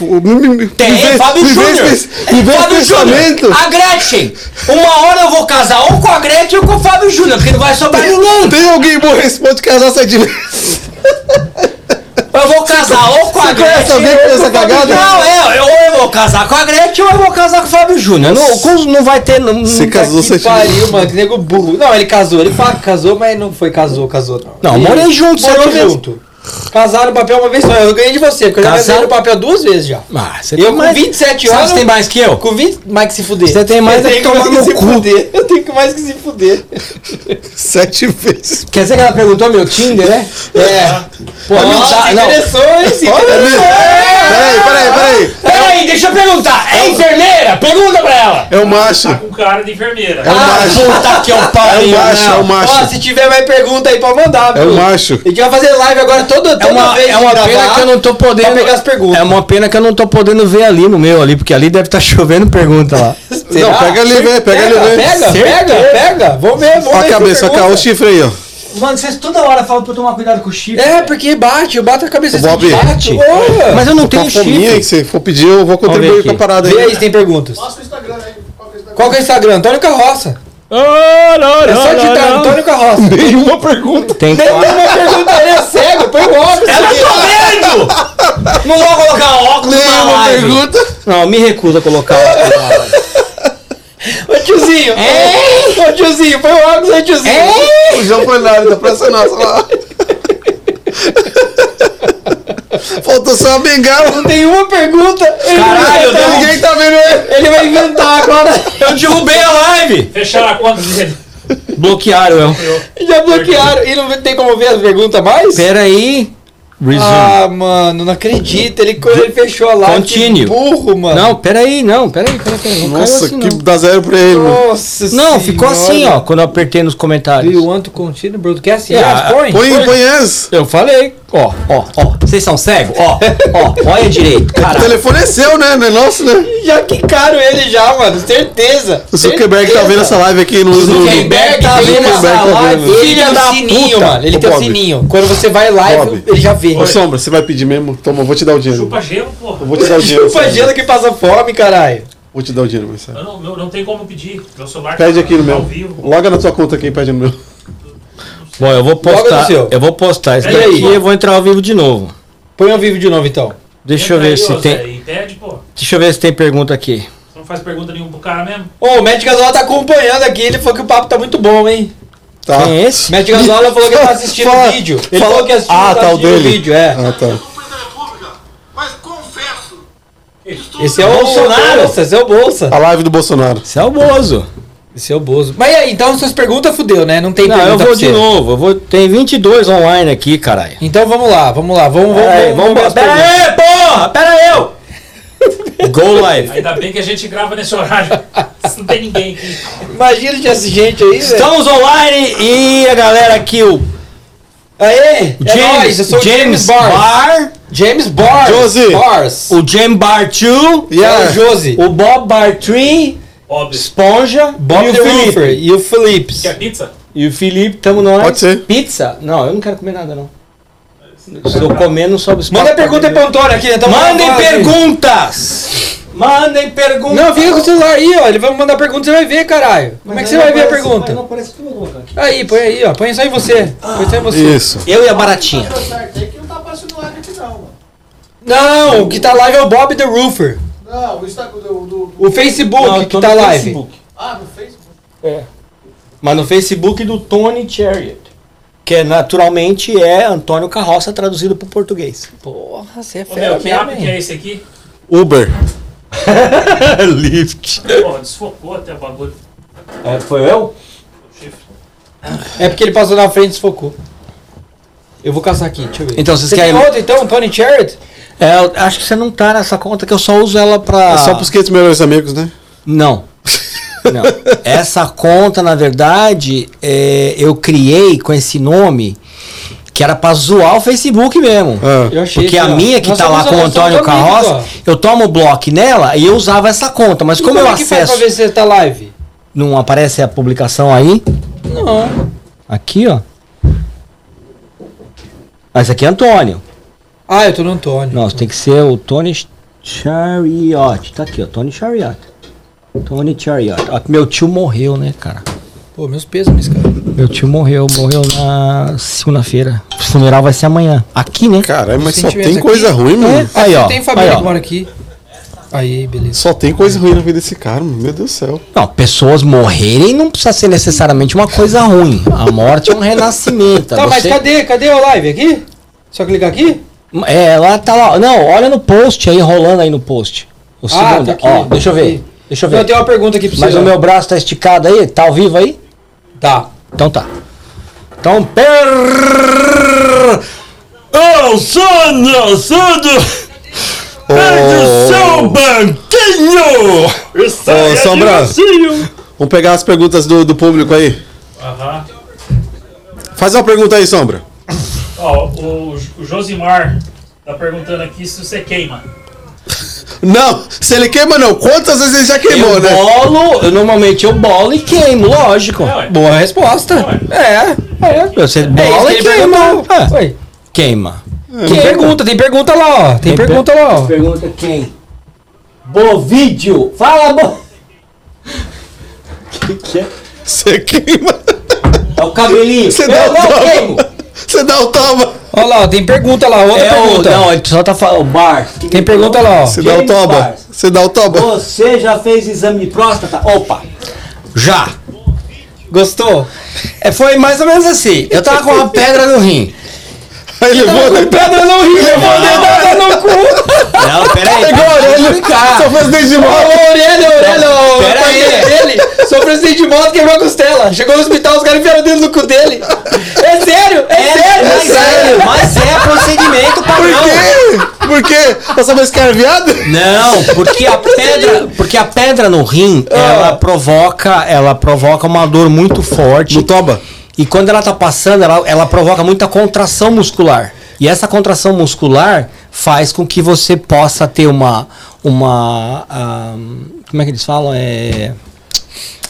Tem, Fábio Júnior. Me vê esse Fábio pensamento. Júnior. A Gretchen. Uma hora eu vou casar ou com a Gretchen ou com o Fábio Júnior, porque Ah, não vai sobrar ninguém. Tem alguém burro esse ponto de casar sete vezes? Eu vou casar ou com a conhece Gretchen. alguém que fez ou com o essa Fábio cagada? Júnior. Não, é, eu, ou eu vou casar com a Gretchen ou eu vou casar com o Fábio Júnior. Não, com- não vai ter. Não, Você não, casou Que sete vezes. pariu, mano, que nego burro. Não, ele casou, ele fala que casou, mas não foi casou, casou não. Não, Ele- morei junto, morou sete vezes. junto. Casaram o papel uma vez só. Eu ganhei de você, porque eu já Casaram- ganhei o papel duas vezes já. Ah, você Eu tem com mais- 27 Sabe anos- Você tem mais que eu? Com 20, mais que se fuder. Você tem mais eu é tenho que tomar mais no se cu. fuder. Eu tenho que mais que se fuder. Sete vezes. Quer dizer que ela perguntou meu Tinder, né? É. Pô, não Nossa, tá, se não. interessou, hein? se interessou. Peraí, peraí, peraí. Peraí, deixa eu perguntar. É enfermeira? Pergunta pra ela. É o macho. Tá com cara de enfermeira. É o macho. Ah, puta que eu É o pariu. macho, é o não. Ó, macho. se tiver mais pergunta aí pra mandar, É viu? o macho. A gente vai fazer live agora toda, toda É uma, vez é de uma pena gravar que eu não tô podendo. pra pegar as perguntas. É uma pena que eu não tô podendo ver ali no meu ali, porque ali deve estar chovendo pergunta lá. Será? Não, pega ali, vem, pega ali, Pega, vem. pega, pega, Certeza. pega. Vamos ver, vamos Ó ver. a se cabeça, ó, pergunta. cá, ó o chifre aí, ó. Mano, vocês toda hora falam pra eu tomar cuidado com o chifre. É, porque bate, eu bato a cabeça. Bob, assim, bate. Ô, Mas eu não Tem tenho uma Tá fominha aí chifre. que você for pedir, eu vou ver contribuir aqui. com a parada Vê aí aí. se tem perguntas. Passa o Instagram aí. Qual que é o Instagram? Qual que é o Instagram? Antônio Carroça. É só digitar Antônio Carroça. Nenhuma pergunta. Tem Tem quatro. uma pergunta aí, é cego, põe o óculos. Não vou colocar óculos na Nenhuma live. pergunta. Não, me recuso a colocar óculos na live. Ô tiozinho, ô tiozinho, põe o óculos aí, tiozinho. É? O João Plenário da Praça Nossa lá. Faltou só uma bengala. Não tem uma pergunta. Ele Caralho, vai inventar, Ninguém tá vendo ele. ele vai inventar agora. Eu derrubei a live! Fecharam a conta dele. é Bloquearam um- eu. Já bloquearam. E não tem como ver as perguntas mais? Pera aí. Resume. Ah, mano, não acredito. Ele, quando ele fechou a live. Continue. Que burro, mano. não, pera aí, não, pera aí, pera aí. Pera aí. Não caiu Nossa, assim, que não. dá zero pra ele, mano. Nossa Não, ficou senhora. assim, ó, quando eu apertei nos Do comentários. you want to continue broadcasting? Yeah, Yeah, põe. Põe, põe essa. Eu falei, ó, ó, ó. Vocês são cegos? Ó, ó, olha direito. O Cara, telefone é seu, né? Não é nosso, né? Já quicaram ele já, mano. Certeza. O Zuckerberg tá vendo essa live aqui no. no- Zuckerberg tá vendo Zuckerberg essa tá live. vendo. Ele tem um sininho, mano. Ele Ô, tem um Bob. sininho. Quando você vai lá, Bob. ele já vê. Ô, Sombra, você vai pedir mesmo? Toma, eu vou te dar o dinheiro. Chupa gelo, porra. Eu vou te dar o dinheiro. Chupa Marcelo. gelo que passa fome, caralho. Vou te dar o dinheiro, Marcelo. Eu não, eu não tem como pedir. Meu celular Pede aqui no tá meu. ao vivo. Loga na tua conta aqui, pede no meu. bom, eu vou Logo no postar. seu. Eu vou postar isso Pera aí. daqui e eu vou entrar ao vivo de novo. Põe ao vivo de novo, então. Deixa eu Entra ver aí, se ô, Zé, tem. E pede, pô. Deixa eu ver se tem pergunta aqui. Você não faz pergunta nenhuma pro cara mesmo. Ô, o Matt Gasola tá acompanhando aqui. Ele falou que o papo tá muito bom, hein? Ah. Tá. Quem é esse? Matt Gasola falou que tá assistindo o vídeo. Ele falou que assistiu, Ah, tá o assistindo dele. vídeo, é. Ah, tá. Presidente da República, mas confesso. Estou Esse é o Bolsonaro. Bolsa, esse é o Bolsa. A live do Bolsonaro. Esse é o Bozo. Esse é o Bozo. Mas e aí, então suas perguntas fudeu, né? Não tem Não, pergunta eu vou pra de você. novo. Eu vou... Tem 22 online aqui, caralho. Então vamos lá, vamos lá, vamos, vamos, Pera aí, vamos, ver as Pera perguntas. aí, porra! Pera eu! Go live. Ainda bem que a gente grava nesse horário. Não tem ninguém aqui. Imagina de essa gente aí, velho. Estamos online e a galera aqui, o Aê! é nóis, eu sou o James Barnes. Barr, James Barnes. Josi. Barnes. o James Bar 2, É Yeah. o Josi. o Bob Bar 3, Óbvio. Esponja, Bob e o the Felipe. Roofer e o Phillips. Quer pizza? E o Felipe, tamo nós. Pode ser. Pizza? Não, eu não quero comer nada, não. Se eu comer, não sobe os É Manda papos pergunta aí pra pro mim. né? Antônio aqui, então. Mandem vamos lá, assim. perguntas! Mandem perguntas! Não, fica com o celular aí, ó. Ele vai mandar pergunta, você vai ver, caralho. Como é que você vai ver a pergunta? Não aparece tudo, cara. Aí, põe aí, ó. Põe só em você. Põe só em Ah. você. Isso. Eu e a Baratinha. certo, que não tá passando live aqui não, mano. Não, o que tá live é o Bob the Roofer. Não, tá o Instagram do, do- do- O Facebook Não, eu tô que tá no live. Facebook. Ah, no Facebook. Mas no Facebook do Tony Chariot. Que é, naturalmente é Antônio Carroça traduzido pro português. Porra, você é Ô, meu, fera que né, app mesmo, que hein? é esse aqui? Uber. Lift. Porra, desfocou até o bagulho. foi eu? do chifre. É porque ele passou na frente e desfocou. Eu vou caçar aqui, deixa eu ver. Então, vocês Você tem querem. outro, então, Tony Chariot? É, eu acho que você não tá nessa conta que eu só uso ela pra. É só pros 500 melhores amigos, né? Não. Não. Essa conta, na verdade, é, eu criei com esse nome que era pra zoar o Facebook mesmo. Ah. Eu achei. Porque a aqui, ó. minha que Nós tá lá somos- com o nós somos Antônio amigos, Carroça, ó. eu tomo bloco nela e eu usava essa conta. Mas E como, eu é que faz acesso. pra ver se tá live? Não aparece a publicação aí? Não. Aqui, ó. Ah, esse aqui é Antônio. Ah, eu tô no Antônio. Nossa, tem que ser o Tony Chariot. Tá aqui, ó. Tony Chariot. Tony Chariot. Ó, meu tio morreu, né, cara? Pô, meus pesos nesse cara. Meu tio morreu. Morreu na segunda-feira. O funeral vai ser amanhã. Aqui, né? Caralho, mas só sentimentos tem coisa aqui. ruim, mano. Aí, ó. Tem aí, família que ó. mora aqui. Aí, beleza. Só tem coisa ruim na vida desse cara, mano. Meu Deus do céu. Não, pessoas morrerem não precisa ser necessariamente uma coisa ruim. A morte é um renascimento. Tá, mas Você- cadê? Cadê a live aqui? Só clicar aqui? É, lá tá lá. Não, olha no post aí, rolando aí no post. O segundo, tá aqui. ó, deixa eu ver. Aqui. Deixa eu Não, ver. tem uma pergunta aqui pra você. Mas ó. o meu braço tá esticado aí? Tá ao vivo aí? Tá. Então tá. Então, per... Eu sou Nelsudo! Ô, banquinho! ô, Sombra, vamos pegar as perguntas do, do público aí. Aham. Faz uma pergunta aí, Sombra. Ó, o, o Josimar tá perguntando aqui se você queima. Não, se ele queima não, quantas vezes ele já queimou, Eu né? bolo, eu, normalmente eu bolo e queimo, lógico. É, ué. Boa resposta. É. É. Você É isso bola que e ele queima. perguntou. Ah, Ué, Queima. Tem pergunta, tem pergunta lá, ó. Tem pergunta lá, ó. Pergunta quem? Bovídeo. Fala, bo... Você queima. É o cabelinho. Você Eu dá o não queimo. toma. Você dá o toma. Ó lá, ó, tem pergunta lá, outra É o, pergunta. não, ele só tá falando bar. Tem pergunta lá, ó. Você dá o James toba. Barnes. Você dá o toba. Você já fez exame de próstata? Opa! Já! Gostou? Tá É, foi mais ou menos assim. Eu tava com uma pedra no rim. Aí ele voa. né? pedra no rim, levou a dedada no cu! Não, peraí. Pegou a orelha. Só fez desde de Ô, moto. orelha, orelha, ó. Pera o pai aí. dele sofreu acidente de moto, quebrou a costela. Chegou no hospital, os caras enfiaram o dedo no cu dele. É sério, é, sério, É sério, mas é procedimento Por padrão. quê? É, Por quê? Pra saber se cara é viado? Não, porque a pedra, porque a pedra no rim, ela provoca, ela provoca uma dor muito forte. No toba. E quando ela tá passando, ela, ela provoca muita contração muscular. E essa contração muscular faz com que você possa ter uma. uma ah, como é que eles falam? É.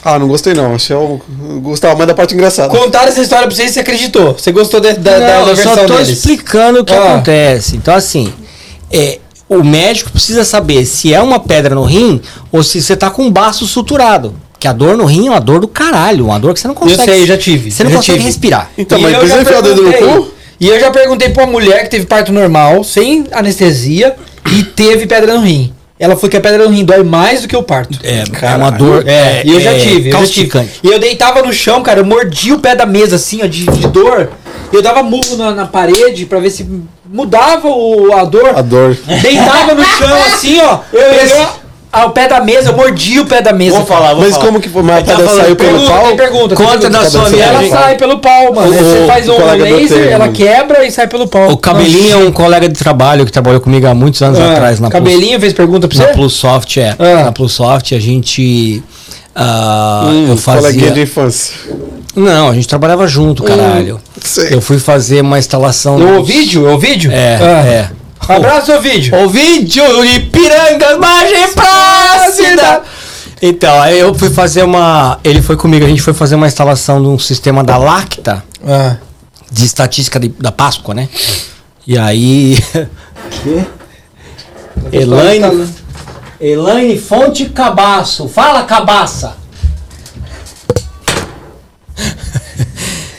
Ah, não gostei não. Achei o Gustavo, mas da parte engraçada. Contaram essa história pra você e você acreditou. Você gostou de- da, da, Não, da eu versão só tô deles. explicando o que Ah. acontece. Então, assim, é, o médico precisa saber se é uma pedra no rim ou se você tá com um baço suturado. Que a dor no rim é uma dor do caralho, uma dor que você não consegue. sei, eu já tive, Você não eu já consegue tive. respirar. É, Então, E mas eu precisa já enfiar o dedo no perguntei- cu? E eu já perguntei pra uma mulher que teve parto normal, sem anestesia, e teve pedra no rim. Ela falou que a pedra no rim dói mais do que o parto. É, é uma dor. É, e eu já é tive, eu já tive. Causticante. E eu deitava no chão, cara, eu mordi o pé da mesa assim, ó, de, de dor. Eu dava murro na, na parede pra ver se mudava o, a dor. A dor. Deitava no chão assim, ó. Eu pegava a- o pé da mesa, eu mordi o pé da mesa. Mas como que foi? Mas a Ele tá pedra falando, saiu pelo Pergunta, pau? tem pergunta. tem Conta pergunta. da sua E ela viagem. sai pelo pau, mano. O- Você o- faz o um colega laser, bateu, ela mano. quebra e sai pelo pau. O Cabelinho é um colega de trabalho que trabalhou comigo há muitos anos Ah, atrás na Plus, Cabelinho fez pergunta pra na você? Plusoft, é. Ah. Na Plusoft a gente. ah, Hum, eu Coleguinha de fazia. infância. Não, a gente trabalhava Hum. junto, caralho. Sei. Eu fui fazer uma instalação. O dos- vídeo? O vídeo? É, Ah. é. Abraço, o vídeo. O vídeo de Piranga, margem próxima! Então, aí eu fui fazer uma. Ele foi comigo, a gente foi fazer uma instalação de um sistema da Lacta, Ah. de estatística de- da Páscoa, né? E aí. Elaine. Elaine Fonte Cabaço. Fala, cabaça!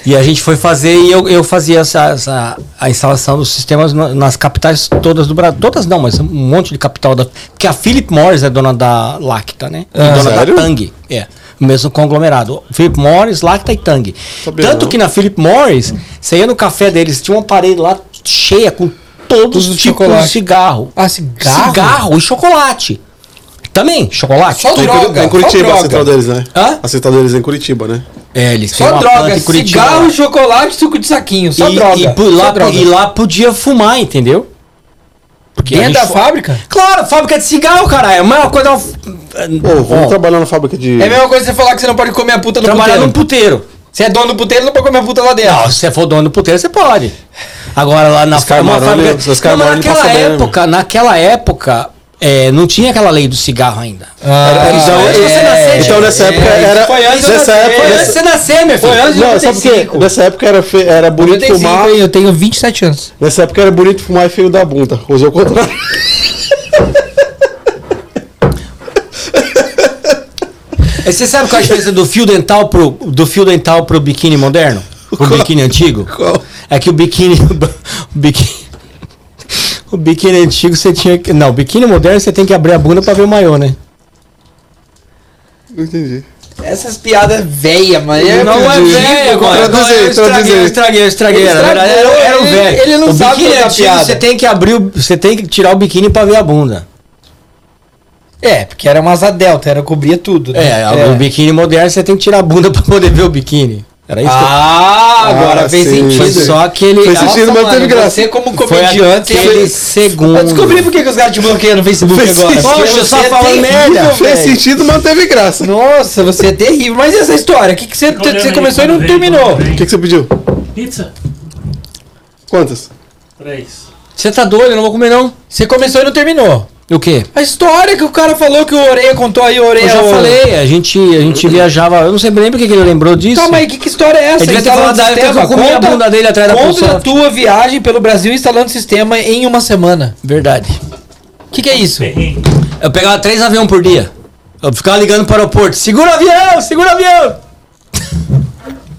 E a gente foi fazer e eu, eu fazia essa, essa- a instalação dos sistemas na- nas capitais todas do Brasil. Todas não, mas um monte de capital da. Porque a Philip Morris é dona da Lacta, né? E dona sério? da Tang. É. O mesmo conglomerado. Philip Morris, Lacta e Tang. Sabia Tanto não. que na Philip Morris, você ia no café deles, tinha uma parede lá cheia com todos Tudo os de tipos chocolate. de cigarro. Ah, cigarro? Cigarro e chocolate. Também, chocolate. Só tudo. droga. É em Curitiba Só a droga. central deles, né? Hã? A central deles é em Curitiba, né? É, eles têm Só uma planta droga, em Curitiba. cigarro, chocolate, suco de saquinho. Só e, droga. E, por só lá, droga. e lá podia fumar, entendeu? Porque a Dentro gente da fu- fábrica? Claro, fábrica de cigarro, caralho. Mas é um uma coisa. Pô, vamos Bom, trabalhar na fábrica de... É a mesma coisa que você falar que você não pode comer a puta no trabalhar puteiro. num puteiro. Você é dono do puteiro, não pode comer a puta lá dentro. Não, se você for dono do puteiro, você pode. Agora lá na Os fa- uma camarões, fábrica. né? Os Não, mas camarões tá naquela passam bem, né, época, naquela época, é, não tinha aquela lei do cigarro ainda. Ah, Então, antes de É, você nascer, Então gente. é nessa época isso era... foi antes de eu Nessa nascer. época... Foi antes de nessa- você nascer, meu filho. Foi antes de Não, sabe por 85. quê? Nessa época era, fe... era bonito 85, fumar... hein? eu tenho 27 anos. Nessa época era bonito fumar e feio da bunda. Hoje é o contrário. É, Você sabe qual é a diferença do fio dental pro, do fio dental pro biquíni moderno? O biquíni antigo? Qual? É que o biquíni. O biquíni, o biquíni antigo você tinha que. Não, o biquíni moderno você tem que abrir a bunda pra ver o maiô, né? Não entendi. Essas piadas véia, mas é Não é tudo. velho, agora. Traduzei, eu traduzei. estraguei, eu estraguei, eu estraguei. Ele Era, era, estragou, era o ele- velho. ele não o sabe biquíni contar antigo, piada. Você tem que abrir, o- você tem que tirar o biquíni pra ver a bunda. É, porque era uma asa delta, era cobria tudo. né? É, o biquíni moderno você tem que tirar a bunda pra poder ver o biquíni. Era isso. Ah, agora Ah, fez sim. que eu... Foi sentido. só aquele. Fez Nossa, sentido, mas mano, teve graça. Você como Foi comediante, aquele ele segundo. Eu descobri por que que os caras te bloqueiam no Facebook Fez agora. sentido. Porque Poxa, só você é falando terrível, merda. velho. Fez sentido, mas não teve graça. Nossa, você é terrível. Mas e essa história? O que, que você, Fica olhando você aí começou e quando não vem, terminou? quando O vem. que, que você pediu? Pizza? Quantas? Três. Você tá doido, eu não vou comer não. Você começou e não terminou. O quê? A história que o cara falou que o Oreia contou aí, o Oreia. Eu já o- falei, a gente, a gente viajava. Eu não sei bem porque que ele lembrou disso. Tá, mas que, que história é essa? Ele devia ter Instalando falado da época que sistema, eu comi a bunda dele atrás da Conta pulsar. da tua viagem pelo Brasil instalando sistema em uma semana. Verdade. O que, que é isso? Perrengue. Eu pegava três aviões por dia. Eu ficava ligando para o aeroporto. Segura o avião, segura o avião.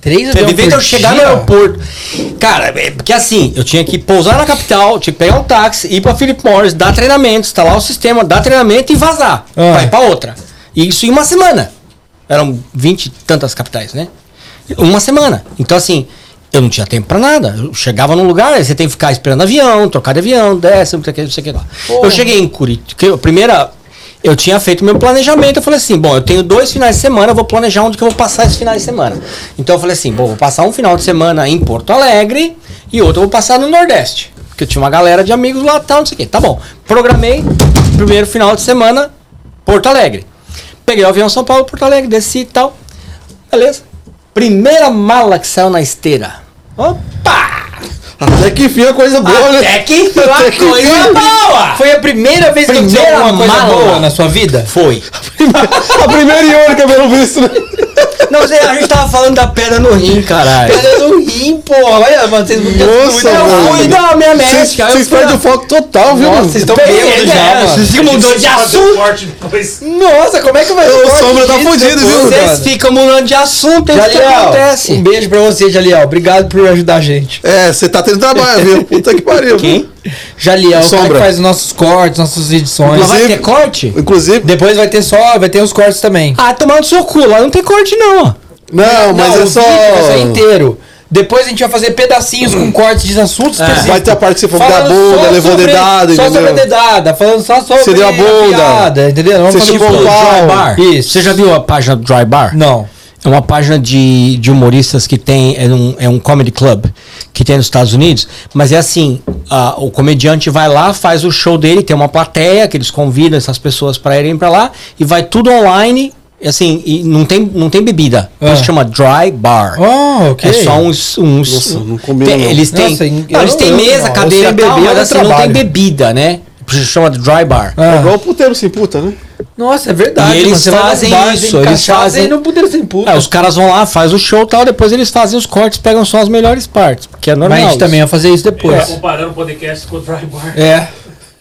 Três Teve aviões vez por eu chegar no dia? aeroporto. Cara, é porque assim, eu tinha que pousar na capital, tinha que pegar um táxi, ir pra Philip Morris, dar treinamento, instalar o sistema, dar treinamento e vazar. Ah. Vai pra outra. E isso em uma semana. Eram 20 e tantas capitais, né? Uma semana. Então assim, eu não tinha tempo pra nada. Eu chegava num lugar, aí você tem que ficar esperando avião, trocar de avião, desce, não sei o que, não sei o que lá. Eu cheguei em Curitiba, a primeira. Eu tinha feito meu planejamento, eu falei assim, bom, eu tenho dois finais de semana, eu vou planejar onde que eu vou passar esse final de semana. Então eu falei assim, bom, vou passar um final de semana em Porto Alegre e outro eu vou passar no Nordeste. Porque eu tinha uma galera de amigos lá, tal, não sei o quê. Tá bom, programei, primeiro final de semana, Porto Alegre. Peguei o avião São Paulo, Porto Alegre, desci e tal. Beleza. Primeira mala que saiu na esteira. Opa! Até que enfim a coisa boa, né? Até que foi uma Até que coisa foi. boa! Foi a primeira vez que aconteceu Primeira alguma coisa mala. boa na sua vida? Foi. A primeira e única, pelo visto, né? Não, Zé, a gente tava falando da pedra no rim, caralho. Pedra no rim, porra. Olha, mano, vocês não Nossa, Eu mano. fui da minha Vocês médica. vocês perdem o foco total, viu? Nossa, mano? vocês estão Pedra, bêbados já, é, mano. Vocês ficam mudando de Fazer assunto. forte depois. Nossa, como é que vai Ô, ser Sombra tá disso, fudido, porra, viu, Vocês cara? ficam mudando de assunto, é isso que Jaliel, um acontece. beijo pra você, Jaliel. Obrigado por ajudar a gente. É, você tá tendo trabalho, viu? Puta que pariu. Quem? Jaliel, o cara que Sombra. faz os nossos cortes, nossas edições. Mas vai Inclusive- ter corte? Inclusive, Depois vai ter só, vai ter os cortes também. Ah, tomando seu cu, lá não tem corte não, ó. não, mas Ah, Não, é o vídeo vai sair só. inteiro. Depois a gente vai fazer pedacinhos com cortes de assuntos específicos. É. Vai ter a parte que você for da Falando bunda, só levou sobre- dedada, Só sobre a entendeu? dedada, falando só sobre Você deu a bunda. piada, entendeu? Vamos Você fazer chupou isso. o pau. Dry Bar. Isso. Você já viu a página do Dry Bar? Não. É uma página de, de humoristas que tem. É um, é um comedy club que tem nos Estados Unidos. Mas é assim: ah, o comediante vai lá, faz o show dele, tem uma plateia que eles convidam essas pessoas pra irem pra lá, e vai tudo online. e Assim, e não tem, não tem bebida. Ah. Isso chama dry bar. Oh, ok. É só uns. uns Nossa, não combina, tem- não. é Eles têm, Nossa, não, eu eles têm não- mesa, não, cadeira, sem tal, beber mas dá assim, não tem trabalho. bebida, né? Isso chama dry bar. É Ah. igual o puteiro sem puta, né? Nossa, é verdade. E eles mano, você vai fazem no bar, isso, vem eles cachaça fazem- e não poder sem puta. É, os caras vão lá, faz o show e tal, depois eles fazem os cortes, pegam só as melhores partes, porque é normal. Mas a gente isso. também vai fazer isso Tá depois. comparando o podcast com o Dry Bar. É.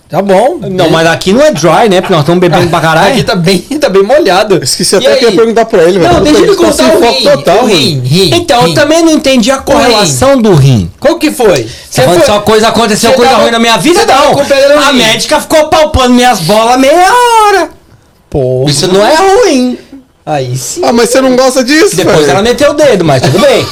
Tá bom. Não, mas aqui não é dry, né? Porque nós estamos bebendo pra Aqui caralho. tá bem, tá bem molhado. Esqueci E até que eu aí? ia perguntar pra ele, velho. Não, deixa ele Puta, eles contar tão o sem rim. foco total, o mano. rim, rim, Então, eu rim. também não entendi a correlação do rim. Qual que foi? Tá Você Quando foi... só coisa aconteceu, Você coisa tava- ruim na minha vida, você tava não. com pedra no A rim. médica ficou palpando minhas bolas meia hora. Porra. Isso não é ruim. Aí sim. Ah, mas você não gosta disso, Depois velho? ela meteu o dedo, mas tudo bem.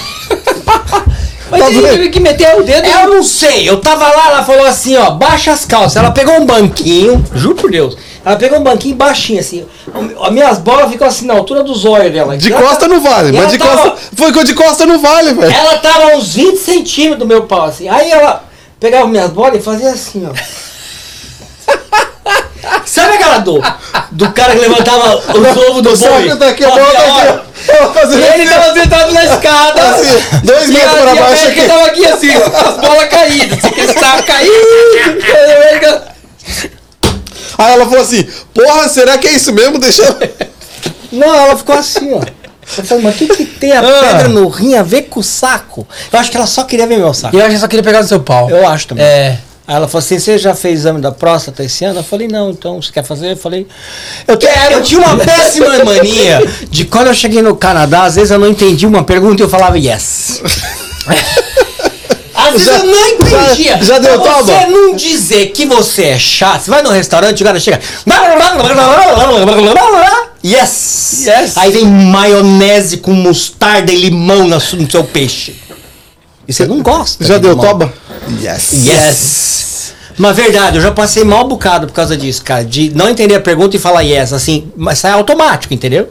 Mas Tá ele doendo. teve que meter o dedo. Eu não sei, eu tava lá, ela falou assim, ó, baixa as calças. Ela pegou um banquinho, juro por Deus, ela pegou um banquinho baixinho, assim. As minhas bolas ficam assim na altura dos olhos dela. De Ela costa tá- não vale, ela mas de tava- costa. Foi que o de costa não vale, velho. Ela tava a uns 20 centímetros do meu pau, assim. Aí ela pegava minhas bolas e fazia assim, ó. Sabe aquela dor do cara que levantava os ovos do Você boi? vai tá aqui, a Ó, bola tá meia hora. aqui, ó. Ela fazendo Ele tava sentado na escada. assim, dois E metros a- pra e a baixo médica aqui. tava aqui assim, ó, com as bolas caídas. Assim, que Ele tava caindo. E a médica- Aí ela falou assim, porra, será que é isso mesmo? Deixa eu... Não, ela ficou assim, ó. Eu falei, mas o que, que tem a pedra no rim a ver com o saco? Eu acho que ela só queria ver meu saco. E eu acho que só queria pegar no seu pau. Eu acho também. É. Aí ela falou assim: você já fez exame da próstata esse ano? Eu falei, não, então você quer fazer? Eu falei, eu quero. Eu tinha uma péssima mania de quando eu cheguei no Canadá, às vezes eu não entendi uma pergunta e eu falava yes. Às vezes Já- eu não entendia. já- já deu tá pra você toma? não dizer que você é chato, você vai no restaurante, o cara chega. Yes! Yes! Yes. Aí vem maionese com mostarda e limão na su- no seu peixe. E você não gosta. Já de deu tá limão. toba? Yes. Mas verdade, eu já passei mal bocado por causa disso, cara. De não entender a pergunta e falar yes, assim, mas sai automático, entendeu?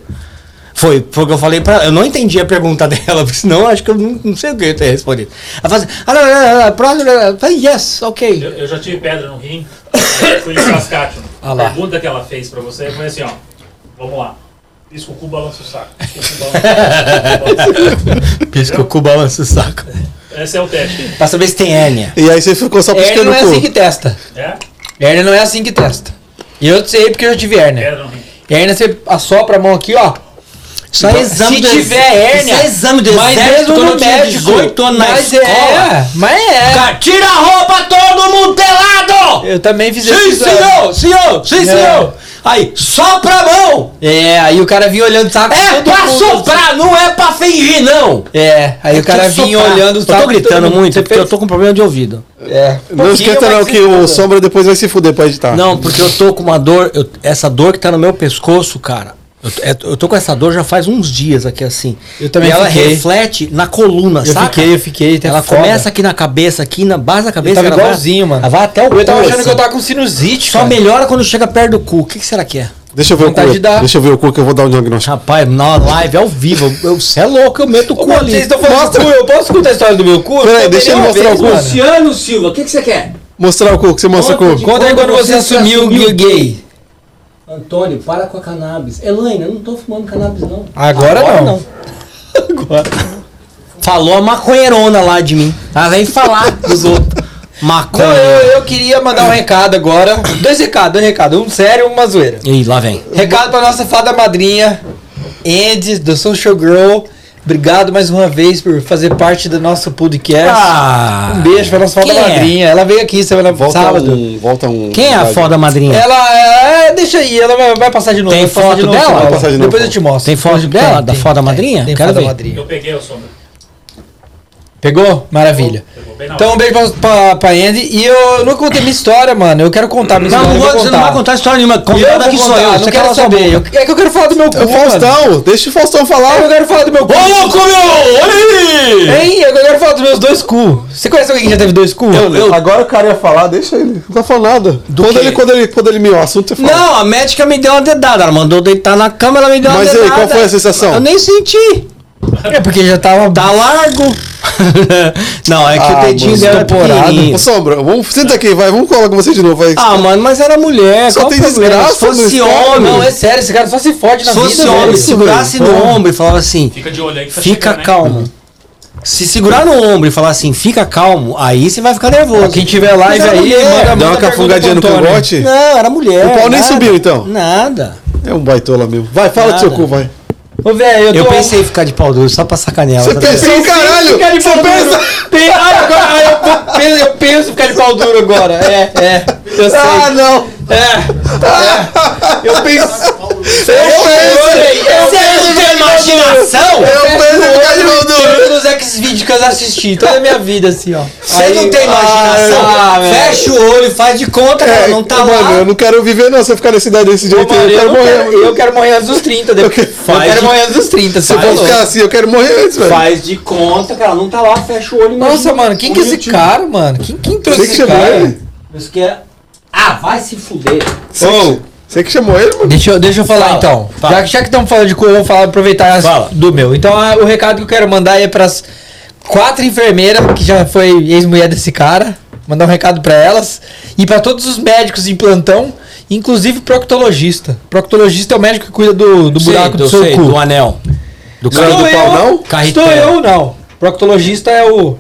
Foi, foi o que eu falei pra ela. Eu não entendi a pergunta dela, porque senão eu acho que eu não, não sei o que eu ia ter respondido. Ela fala assim, ah, não, não, não, não, próximo, eu falei, yes, Eu, ok. eu já tive pedra no rim, eu fui de cascate. Ah A lá. pergunta que ela fez pra você foi assim, ó. Vamos lá. Pisco o cu, balança o saco. Pisco o cu, balança o saco. Pisco o cu, balança o saco. Esse é o teste, Pra saber se tem hérnia. E aí você ficou só Hérnia piscando não o é assim que cu. testa. né? Hérnia não é assim que testa. E eu sei porque eu já tive hérnia. Pedra no rim. Hérnia você assopra a mão aqui, ó. Isso é exame Se do ex- tiver hérnia. Isso é exame do mas exército. mesmo Quando no eu tinha médico. 18 anos na mas escola. É, mas é. Cara, tira a roupa todo mundo pelado! Eu também fiz Oh, Sim, isso. senhor! Senhor! Sim, senhor! Aí, sopra a mão! É, aí o cara vinha olhando, tá? É pra soprar, não é pra fingir, não! assim. É, aí o cara vinha olhando, Eu tô gritando muito, é porque eu tô com problema de ouvido. É. Não esquenta não que o Sombra depois vai se fuder pra editar. Não, porque eu tô com uma dor, eu- essa dor que tá no meu pescoço, cara. Eu, t- é- eu tô com essa dor já faz uns dias aqui assim. Eu também e ela fiquei. reflete na coluna, Eu saca? fiquei, eu fiquei. tá Ela foda. começa aqui na cabeça, aqui na base da cabeça. Eu tava ela vai- igualzinho, mano. Ela vai até o Eu tava cu, achando assim. que eu tava com sinusite, Só cara. melhora quando chega perto do cu. O que, que será que é? Deixa eu ver o cu. Vontade de dar. Deixa eu ver o cu que eu vou dar um diagnóstico. Rapaz, na live, ao vivo. Você é louco, eu meto o Ô, cu mano, ali. vocês estão falando Mostra. do cu, eu posso contar a história do meu cu? é Peraí, Eu deixa ele uma mostrar vez, o cu. mano. Luciano Silva, o que que você quer? Mostrar o cu, que você mostra o cu. Conta aí quando você assumiu é o é gay. Antônio, para com a cannabis. Elaine, eu não tô fumando cannabis, não. Agora, não. Falou a maconheirona lá de mim. Ela vem falar dos outros. Não, Maconha. eu, eu queria mandar um recado agora. Dois recados, dois recados. Um sério e uma zoeira. Ih, lá vem. Recado pra nossa fada madrinha, Andy, do Social Girl. Obrigado mais uma vez por fazer parte do nosso podcast. Ah, É. um beijo pra nossa fada quem é? madrinha. Ela veio aqui semana Volta sábado. um. Volta um. Quem é a foda madrinha? Ela, é, deixa aí, ela vai, vai passar de novo. Tem vai passar foto de novo, dela? Paulo. Vai passar de novo, Depois eu Paulo. te mostro. Tem foto dela, da foda É. tem, madrinha? Tem Quero foda ver. Eu madrinha. peguei o sombra. Pegou? Maravilha. Pegou bem na hora. Então, um beijo pra, pra, pra Andy. E eu não contei minha história, mano. Eu quero contar minha Não, história. não eu vou- você não vai contar história nenhuma. Eu Convidado vou aqui sou contar, eu. não Você quero cala sua saber. boca. Eu, é que eu quero falar do meu cu, É o mano. Faustão, deixa o Faustão falar. Eu quero falar do meu cu. Ô, louco, meu! Olha aí! Hein? Eu quero falar dos meus dois cu. Você conhece alguém que já teve dois cu? Agora o cara ia falar, deixa ele. Não tá falando nada. quando, quê? ele, quando, ele, quando ele me o assunto, você fala. "Ah, Não, a médica me deu uma dedada. Ela mandou deitar na cama, ela me deu Mas uma e aí, dedada. qual foi a sensação? Eu nem senti. É porque já tava. Tá largo. não, é que o Ah, dedinho mano, dela é temporada. pequenininho. Ô, Sombra, vamos, senta aqui, vai, vamos colar com você de novo. Vai. Ah, mano, mas era mulher. Só qual tem o problema? desgraça Se fosse nesse cara, homem, Não, é sério, esse cara só se fode na se vida. fosse é velho. homem, isso, segurasse velho. no ombro e falava assim, Fica de olho aí que tá fica né?" chegando, hein? calmo. Se segurar no ombro e falar assim, fica calmo, aí você vai ficar nervoso. Quem tiver live Mas era aí, mulher. manda, Dá uma manda cafungadinha no pergunta pro Antônio. cangote? Não, era mulher. O pau nem nada. subiu, então. Nada. É um baitola mesmo. Vai, fala do seu Nada. cu, vai. Ô, velho, eu tô. Eu pensei em ficar de pau duro, só pra sacanear. Você ela, tá pensou, caralho! Ficar de pau Você pensa. duro. Tem- Ah, agora, ah, eu, tô- penso, eu penso em ficar de pau duro agora. É, é. Eu sei. Ah, não! É. Eu pensei. Eu pensei. vendo? é Você tem imaginação? Eu penso em um ficar de pau duro! Todos os X-Videos que eu já assisti, toda a minha vida, assim, ó. Você não tem imaginação? Ah, velho. Fecha o olho, faz de conta que ela É, não tá mano, eu lá. não quero viver não, se eu ficar nesse idade desse Ô, jeito, mano, eu eu, quero não morrer. quero, eu quero morrer antes dos 30. depois. Eu Faz quero de- morrer antes dos 30. Se Você eu for falou. ficar assim, eu quero morrer antes, velho. Faz de conta que ela não tá lá, fecha o olho e Nossa, mano, quem que é esse Bonitinho. cara, mano? Quem, quem trouxe Você que esse chamou cara? ele? Isso que é... Ah, vai se fuder. Você que- Você que chamou ele, mano? Deixa eu, deixa eu falar Fala, então. fala. Já, que- já que estamos falando de cu, eu vou falar, aproveitar as- Fala. do meu. Então a- o recado que eu quero mandar é pras quatro enfermeiras, que já foi ex-mulher desse cara. Mandar um recado pra elas. E pra todos os médicos em plantão, inclusive proctologista. Proctologista é o médico que cuida do, do buraco do, seu cu. do anel. é Não, Do cara do eu- pau, não? Estou Carretel. eu, não. Proctologista é o.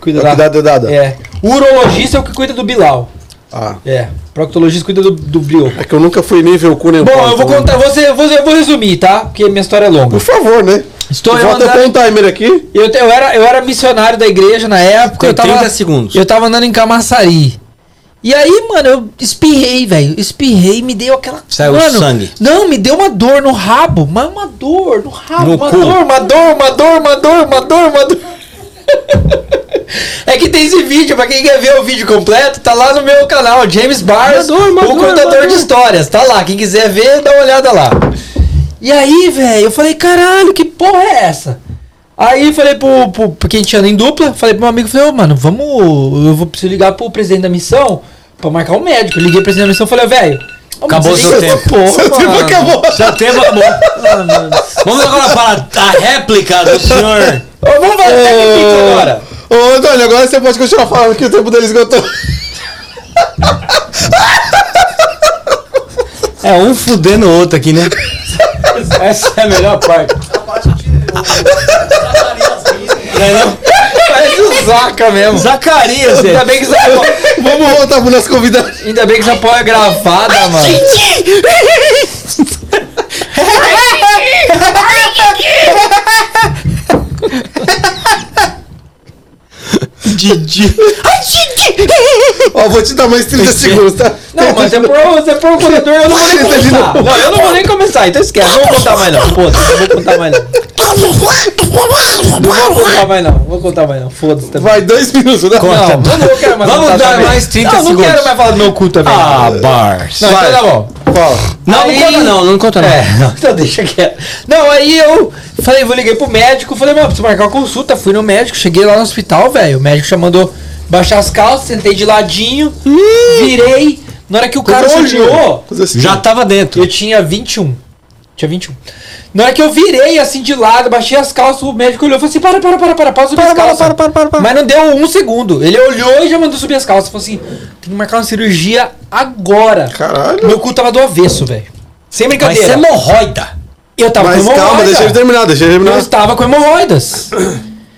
Cuida da. Cuidado, dada. É. Urologista é o que cuida do Bilal. Ah, É. Proctologista cuida do, do brioco. é que eu nunca fui nível cu nem Bom, né? pau, eu vou então- contar, você, você, eu vou resumir, tá? Porque minha história é longa. Por favor, né? Estou eu Volta andando- com um timer aqui. Eu, te- eu era, eu era missionário da igreja na época. Tem eu tava, 30 segundos. Eu tava andando em Camaçari. E aí, mano, eu espirrei, velho. Espirrei, me deu aquela. Saiu mano, sangue. Não, me deu uma dor no rabo. Mas uma dor no rabo. No uma cu. dor, uma dor, uma dor, uma dor, uma dor, uma dor. É que tem esse vídeo, pra quem quer ver o vídeo completo, tá lá no meu canal, James Barnes, Mandou, mandou, o contador mandou. de histórias. Tá lá, quem quiser ver, dá uma olhada lá. E aí, velho, eu falei, caralho, que porra é essa? Aí falei pro, pro. Porque a gente anda em dupla, falei pro meu amigo, falei, ô mano, vamos. Eu vou preciso ligar pro presidente da missão pra marcar um médico. Eu liguei pro presidente da missão e falei, ô, velho. ô, mano, Acabou você seu liga essa tempo. Porra, Seu tempo mano. acabou. Já teve acabou. Vamos agora para a réplica do senhor. Ô, vamos fazer técnica agora. É. Ô, Antônio, agora você pode continuar falando que o tempo deles esgotou. É um fudendo o outro aqui, né? Essa é a melhor parte. A parte de Não é não? Parece o Zaca mesmo. Zacarias, Ainda velho. bem que o Zaca. é Vamos voltar pro nosso convidado. Ainda bem que essa porra é gravada, mano. Didi. Ó, vou te dar mais 30 segundos, tá? Não, mas é pro, você é pro corredor, eu não vou nem começar. Não, eu não vou nem começar, então esquece. Não vou contar mais não. Foda-se, não vou contar mais não. Não vou contar mais não, não vou contar mais não. Foda-se também. Vai dois minutos, né? Conta. Não, eu não quero mais Vamos contar dar também. mais 30 não, segundos. Não quero mais falar do meu cu também. Ah, Bars. não, então tá bom. Fala. Não, não Aí- conta não, não conta não. É, não, então deixa quieto. Não, aí eu falei, vou liguei pro médico, falei, mano, preciso marcar uma consulta. Fui no médico, cheguei lá no hospital, velho. O médico já mandou baixar as calças, sentei de ladinho, virei. Na hora que o cara Coisa assim, olhou, coisa assim. Já tava dentro. eu tinha 21. Tinha 21. Na hora que eu virei assim de lado, baixei as calças, o médico olhou e falou assim: para, para, para, para, para subir as calças. Para, para, para, para. Mas não deu um segundo. Ele olhou e já mandou subir as calças. Falou assim: tem que marcar uma cirurgia agora. Caralho. Meu cu tava do avesso, velho. Sem Vai ser brincadeira. é hemorroida. eu tava Mas com hemorroida. calma, deixa ele terminar, deixa ele Eu terminar. estava com hemorroidas.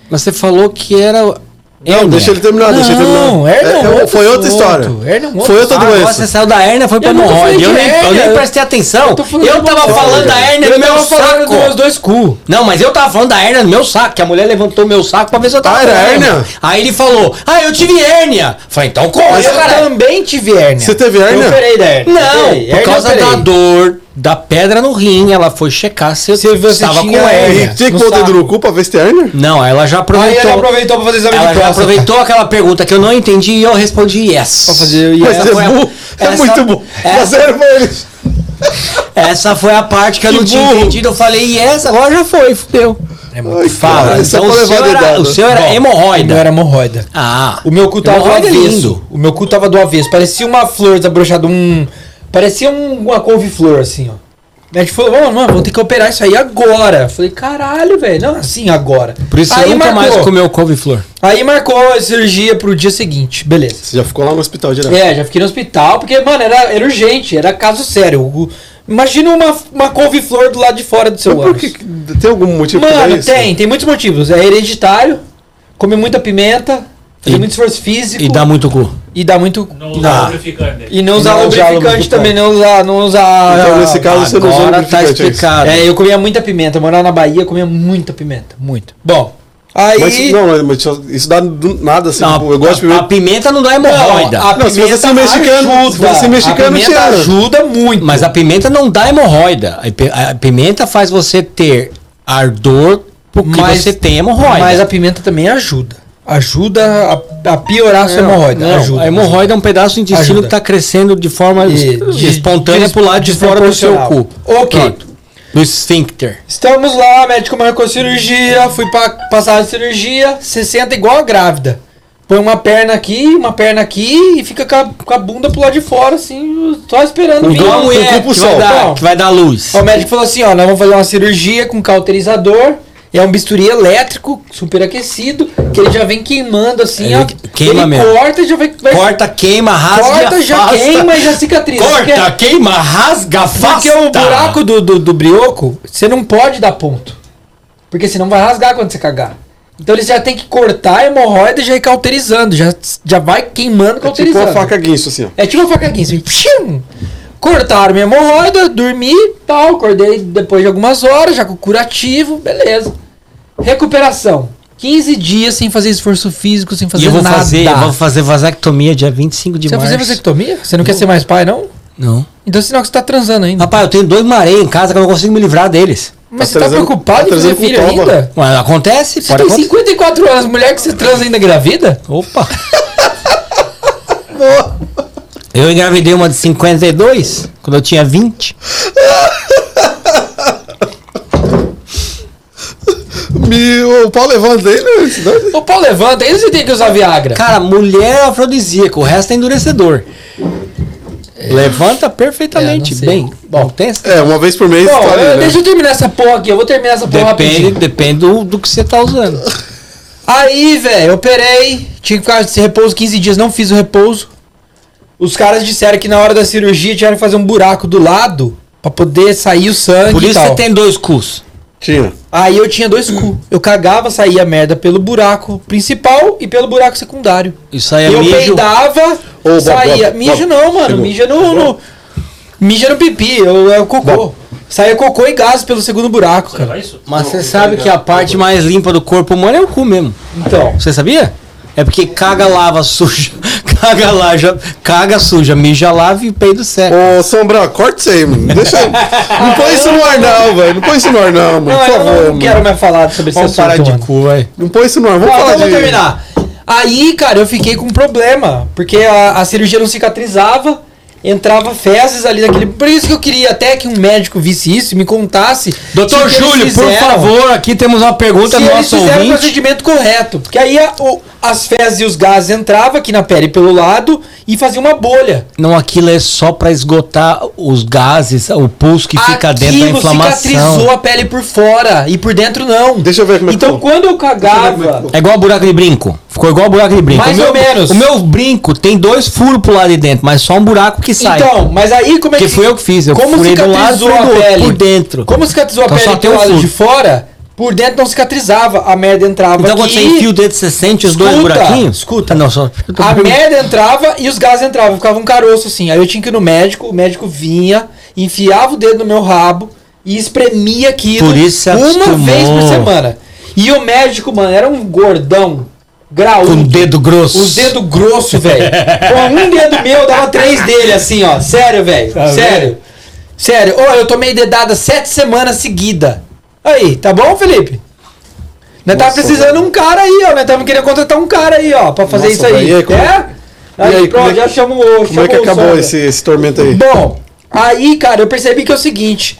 Mas você falou que era. Não, deixa ele terminar, deixa ele terminar. Não, hernia é é, outro foi outra história. assunto, hernia é um outro foi outra Ah, agora você doença. saiu da hérnia foi pra Eu não falei hemorroida. de Eu, nem- eu hérnia, nem eu- prestei atenção. eu tô falando Eu, de tava hemorroida. falando da hérnia no Eu meu tava falando dos meus saco. dois cu. Não, mas eu tava falando da hérnia no meu saco, que a mulher levantou meu saco pra ver se eu tava Ah, era com hérnia? Aí ele falou, ah, eu tive hérnia. Falei, então corre, Mas eu cara. também tive hérnia. Você teve hérnia? Eu operei da hérnia. Não, Operei. por Hérnia causa eu da operei. dor, da pedra no rim, ela foi checar se eu Se você estava com tinha hérnia. E tinha que no pôr o dedo saco. no cu pra ver se tem hérnia? Não, ela já Aí ele aproveitou. aproveitou pra fazer exame Então, Ela de já próstata. aproveitou aquela pergunta que eu não entendi e eu respondi yes. Pra fazer e Mas ela é, foi a- burro. é essa- muito bom. essa- é Fazer pra eles. Essa foi a parte que eu não tinha burro. entendido. Eu falei yes, agora já foi, fudeu. Ai, Fala, cara, isso é então pra o levar seu, dedada. era, o seu era Bom, hemorroida. Não era hemorroida. Ah, O meu cu tava do Hemorroida é avesso. lindo. O meu cu tava do avesso. Parecia uma flor desabrochada. Um... Parecia um- uma couve-flor, assim, ó. O médico falou, mano, mano, vou ter que operar isso aí agora. Eu Falei, caralho, velho. Não, assim agora. por isso aí você nunca mais comeu couve-flor. Aí marcou a cirurgia pro dia seguinte. Beleza. Você já ficou lá no hospital direto. É, já fiquei no hospital, porque, mano, era, era urgente, era caso sério. O- Imagina uma, uma couve-flor do lado de fora do seu Mas por ânus. que, que- tem algum motivo pra Mano, isso? tem, tem muitos motivos. É hereditário, come muita pimenta, E- tem muito esforço físico E dá muito cu. e dá muito. Não usa dá. lubrificante. E não usar Não usar lubrificante lubrificante. também, não usar. Não usar Então, nesse caso, você não usou Agora tá lubrificante, é isso? explicado. É, eu comia muita pimenta. Eu morava na Bahia, eu comia muita pimenta. Muito. Bom, aí. Mas, não, mas- mas isso- isso dá do nada, assim. tipo, eu gosto de primeiro. a pimenta não dá hemorroida. a Não, se pimenta você é mexicano, ajuda. se você é mexicano, a pimenta tira. ajuda muito. Mas a pimenta não dá hemorroida. A pi- A pimenta faz você ter ardor porque Mas- você tem hemorroida. Mas a pimenta também ajuda. Ajuda a, a piorar a sua hemorroida. Não, ajuda. a hemorroida é um pedaço do intestino Ajuda. que está crescendo de forma E- es- de- espontânea de- pro lado de fora do seu desproporcional. cu. Ok. Do esfíncter. Estamos lá, médico marcou cirurgia, fui pra passar a cirurgia, 60 igual a grávida. Põe uma perna aqui, uma perna aqui e fica com a, com a bunda pro lado de fora, assim, só esperando vir. Igual a um mulher cu pro que vai, sol. dar, Não. que vai dar luz. O médico falou assim, ó, nós vamos fazer uma cirurgia com cauterizador, é um bisturi elétrico, superaquecido, que ele já vem queimando assim, Ele ó. queima ele mesmo. corta e já vai, vai Corta, queima, rasga corta, e já afasta. queima e já cicatriza. Corta, Porque- queima, rasga, afasta. Porque o é um buraco do, do, do brioco, você não pode dar ponto. Porque senão vai rasgar quando você cagar. Então eles já tem que cortar a hemorroida e já ir cauterizando. Já, já vai queimando, É tipo cauterizando. uma faca guincho, assim, ó. É tipo uma faca aqui, assim. pshim! Cortaram minha hemorroida, dormi tal. Acordei depois de algumas horas, já com curativo, beleza. Recuperação. 15 dias sem fazer esforço físico, sem fazer e eu vou nada. fazer, eu vou fazer vasectomia dia 25 de você vai março. fazer vasectomia? Você não quer ser mais pai, não? Não. Então sinal que você tá transando ainda. Rapaz, eu tenho dois maré em casa que eu não consigo me livrar deles. Mas Tá você tá transando- preocupado tá em transando fazer com filho toba. ainda? Mas acontece, Você pode tem acontecer. 54 anos, mulher que você transa ainda gravida? Opa! eu engravidei uma de 52 quando eu tinha 20. dormir, o pau levanta ele. né? senão- O pau levanta, eles têm que usar Viagra. Cara, mulher é afrodisíaco, o resto é endurecedor. Levanta perfeitamente É, não sei. bem. Bom, tem essa- É, uma vez por mês Bom, tá ali, eu- né? deixa eu terminar essa porra aqui, eu vou terminar essa porra Depende, rapidinho. depende do, do que você tá usando. Aí, velho, eu operei. Tinha que ficar de repouso 15 dias, não fiz o repouso. Os caras disseram que na hora da cirurgia tiveram que fazer um buraco do lado pra poder sair o sangue Por e isso tal. você tem dois cus. Tinha. Aí eu tinha dois cu. Eu cagava, saía merda pelo buraco principal e pelo buraco secundário. Isso aí é eu mijo. peidava, Ô, Bob, saía. Bob, mija Bob, não, mano. chegou. Mija no, no. Mija no pipi, eu, é o cocô. Bob. Saía cocô e gás pelo segundo buraco, cara. Será isso? Mas você sabe que a parte mais limpa do corpo humano é o cu mesmo. Então. Você sabia? É porque caga, lava, suja. Caga, laja, caga, suja, mija, lava e peido seco. Ô, Sombra, corta isso aí, mano. Deixa eu... Não põe isso no ar, não, velho. Não põe isso no ar, não, mano. Não, Por eu favor, não mano. quero mais falar sobre esse Vamos assunto. parar de mano. cu, vai. Não põe isso no ar. Vamos Não, falar então eu de... vou terminar. Aí, cara, eu fiquei com um problema, porque a, a cirurgia não cicatrizava, entrava fezes ali naquele... Por isso que eu queria até que um médico visse isso e me contasse... Doutor se o que eles Júlio, por fizeram- favor, aqui temos uma pergunta Se do eles nosso fizeram o ouvinte. procedimento correto. Porque aí a- o- as fezes e os gases entravam aqui na pele pelo lado e faziam uma bolha. Não, aquilo é só pra esgotar os gases, o pulso que fica dentro da Aquilo cicatrizou inflamação. a pele por fora e por dentro não. Deixa eu ver como é que Então ficou. quando eu como é que cagava... ficou. É igual buraco de brinco. Ficou igual buraco de brinco. Mais o meu, ou menos. O meu brinco tem dois furos pro lado de dentro, mas só um buraco que sai. Então, mas aí como é Porque fui eu que fiz, eu como furei do lado, cicatrizou furei do a outro, pele por dentro. Como cicatrizou Então a só pele tem pelo um lado furo. de fora, por dentro não cicatrizava, a merda entrava Então aqui, quando você enfia o dedo, você sente os dois Escuta, buraquinhos? escuta. Ah, não, só... a merda entrava e os gases entravam, ficava um caroço assim. Aí eu tinha que ir no médico, o médico vinha, enfiava o dedo no meu rabo e espremia aquilo Por isso você uma acostumou. vez por semana. E o médico, mano, era um gordão, graúdo. Com o dedo grosso. Os dedos grosso, velho. Com um dedo meu, dava três dele, assim, ó. Sério, velho. Tá Sério. Sério. Ô, eu tomei dedada sete semanas seguida. Aí, tá bom, Felipe? Nós tava precisando um cara aí, ó. Nós tamo querendo contratar um cara aí, ó, pra fazer Nossa, isso aí. velho, e aí, como- é? e Aí, aí, pronto, como é já que- chamou Como é o que chamou o acabou Sandra. esse, esse tormento aí? Bom, aí, cara, eu percebi que é o seguinte.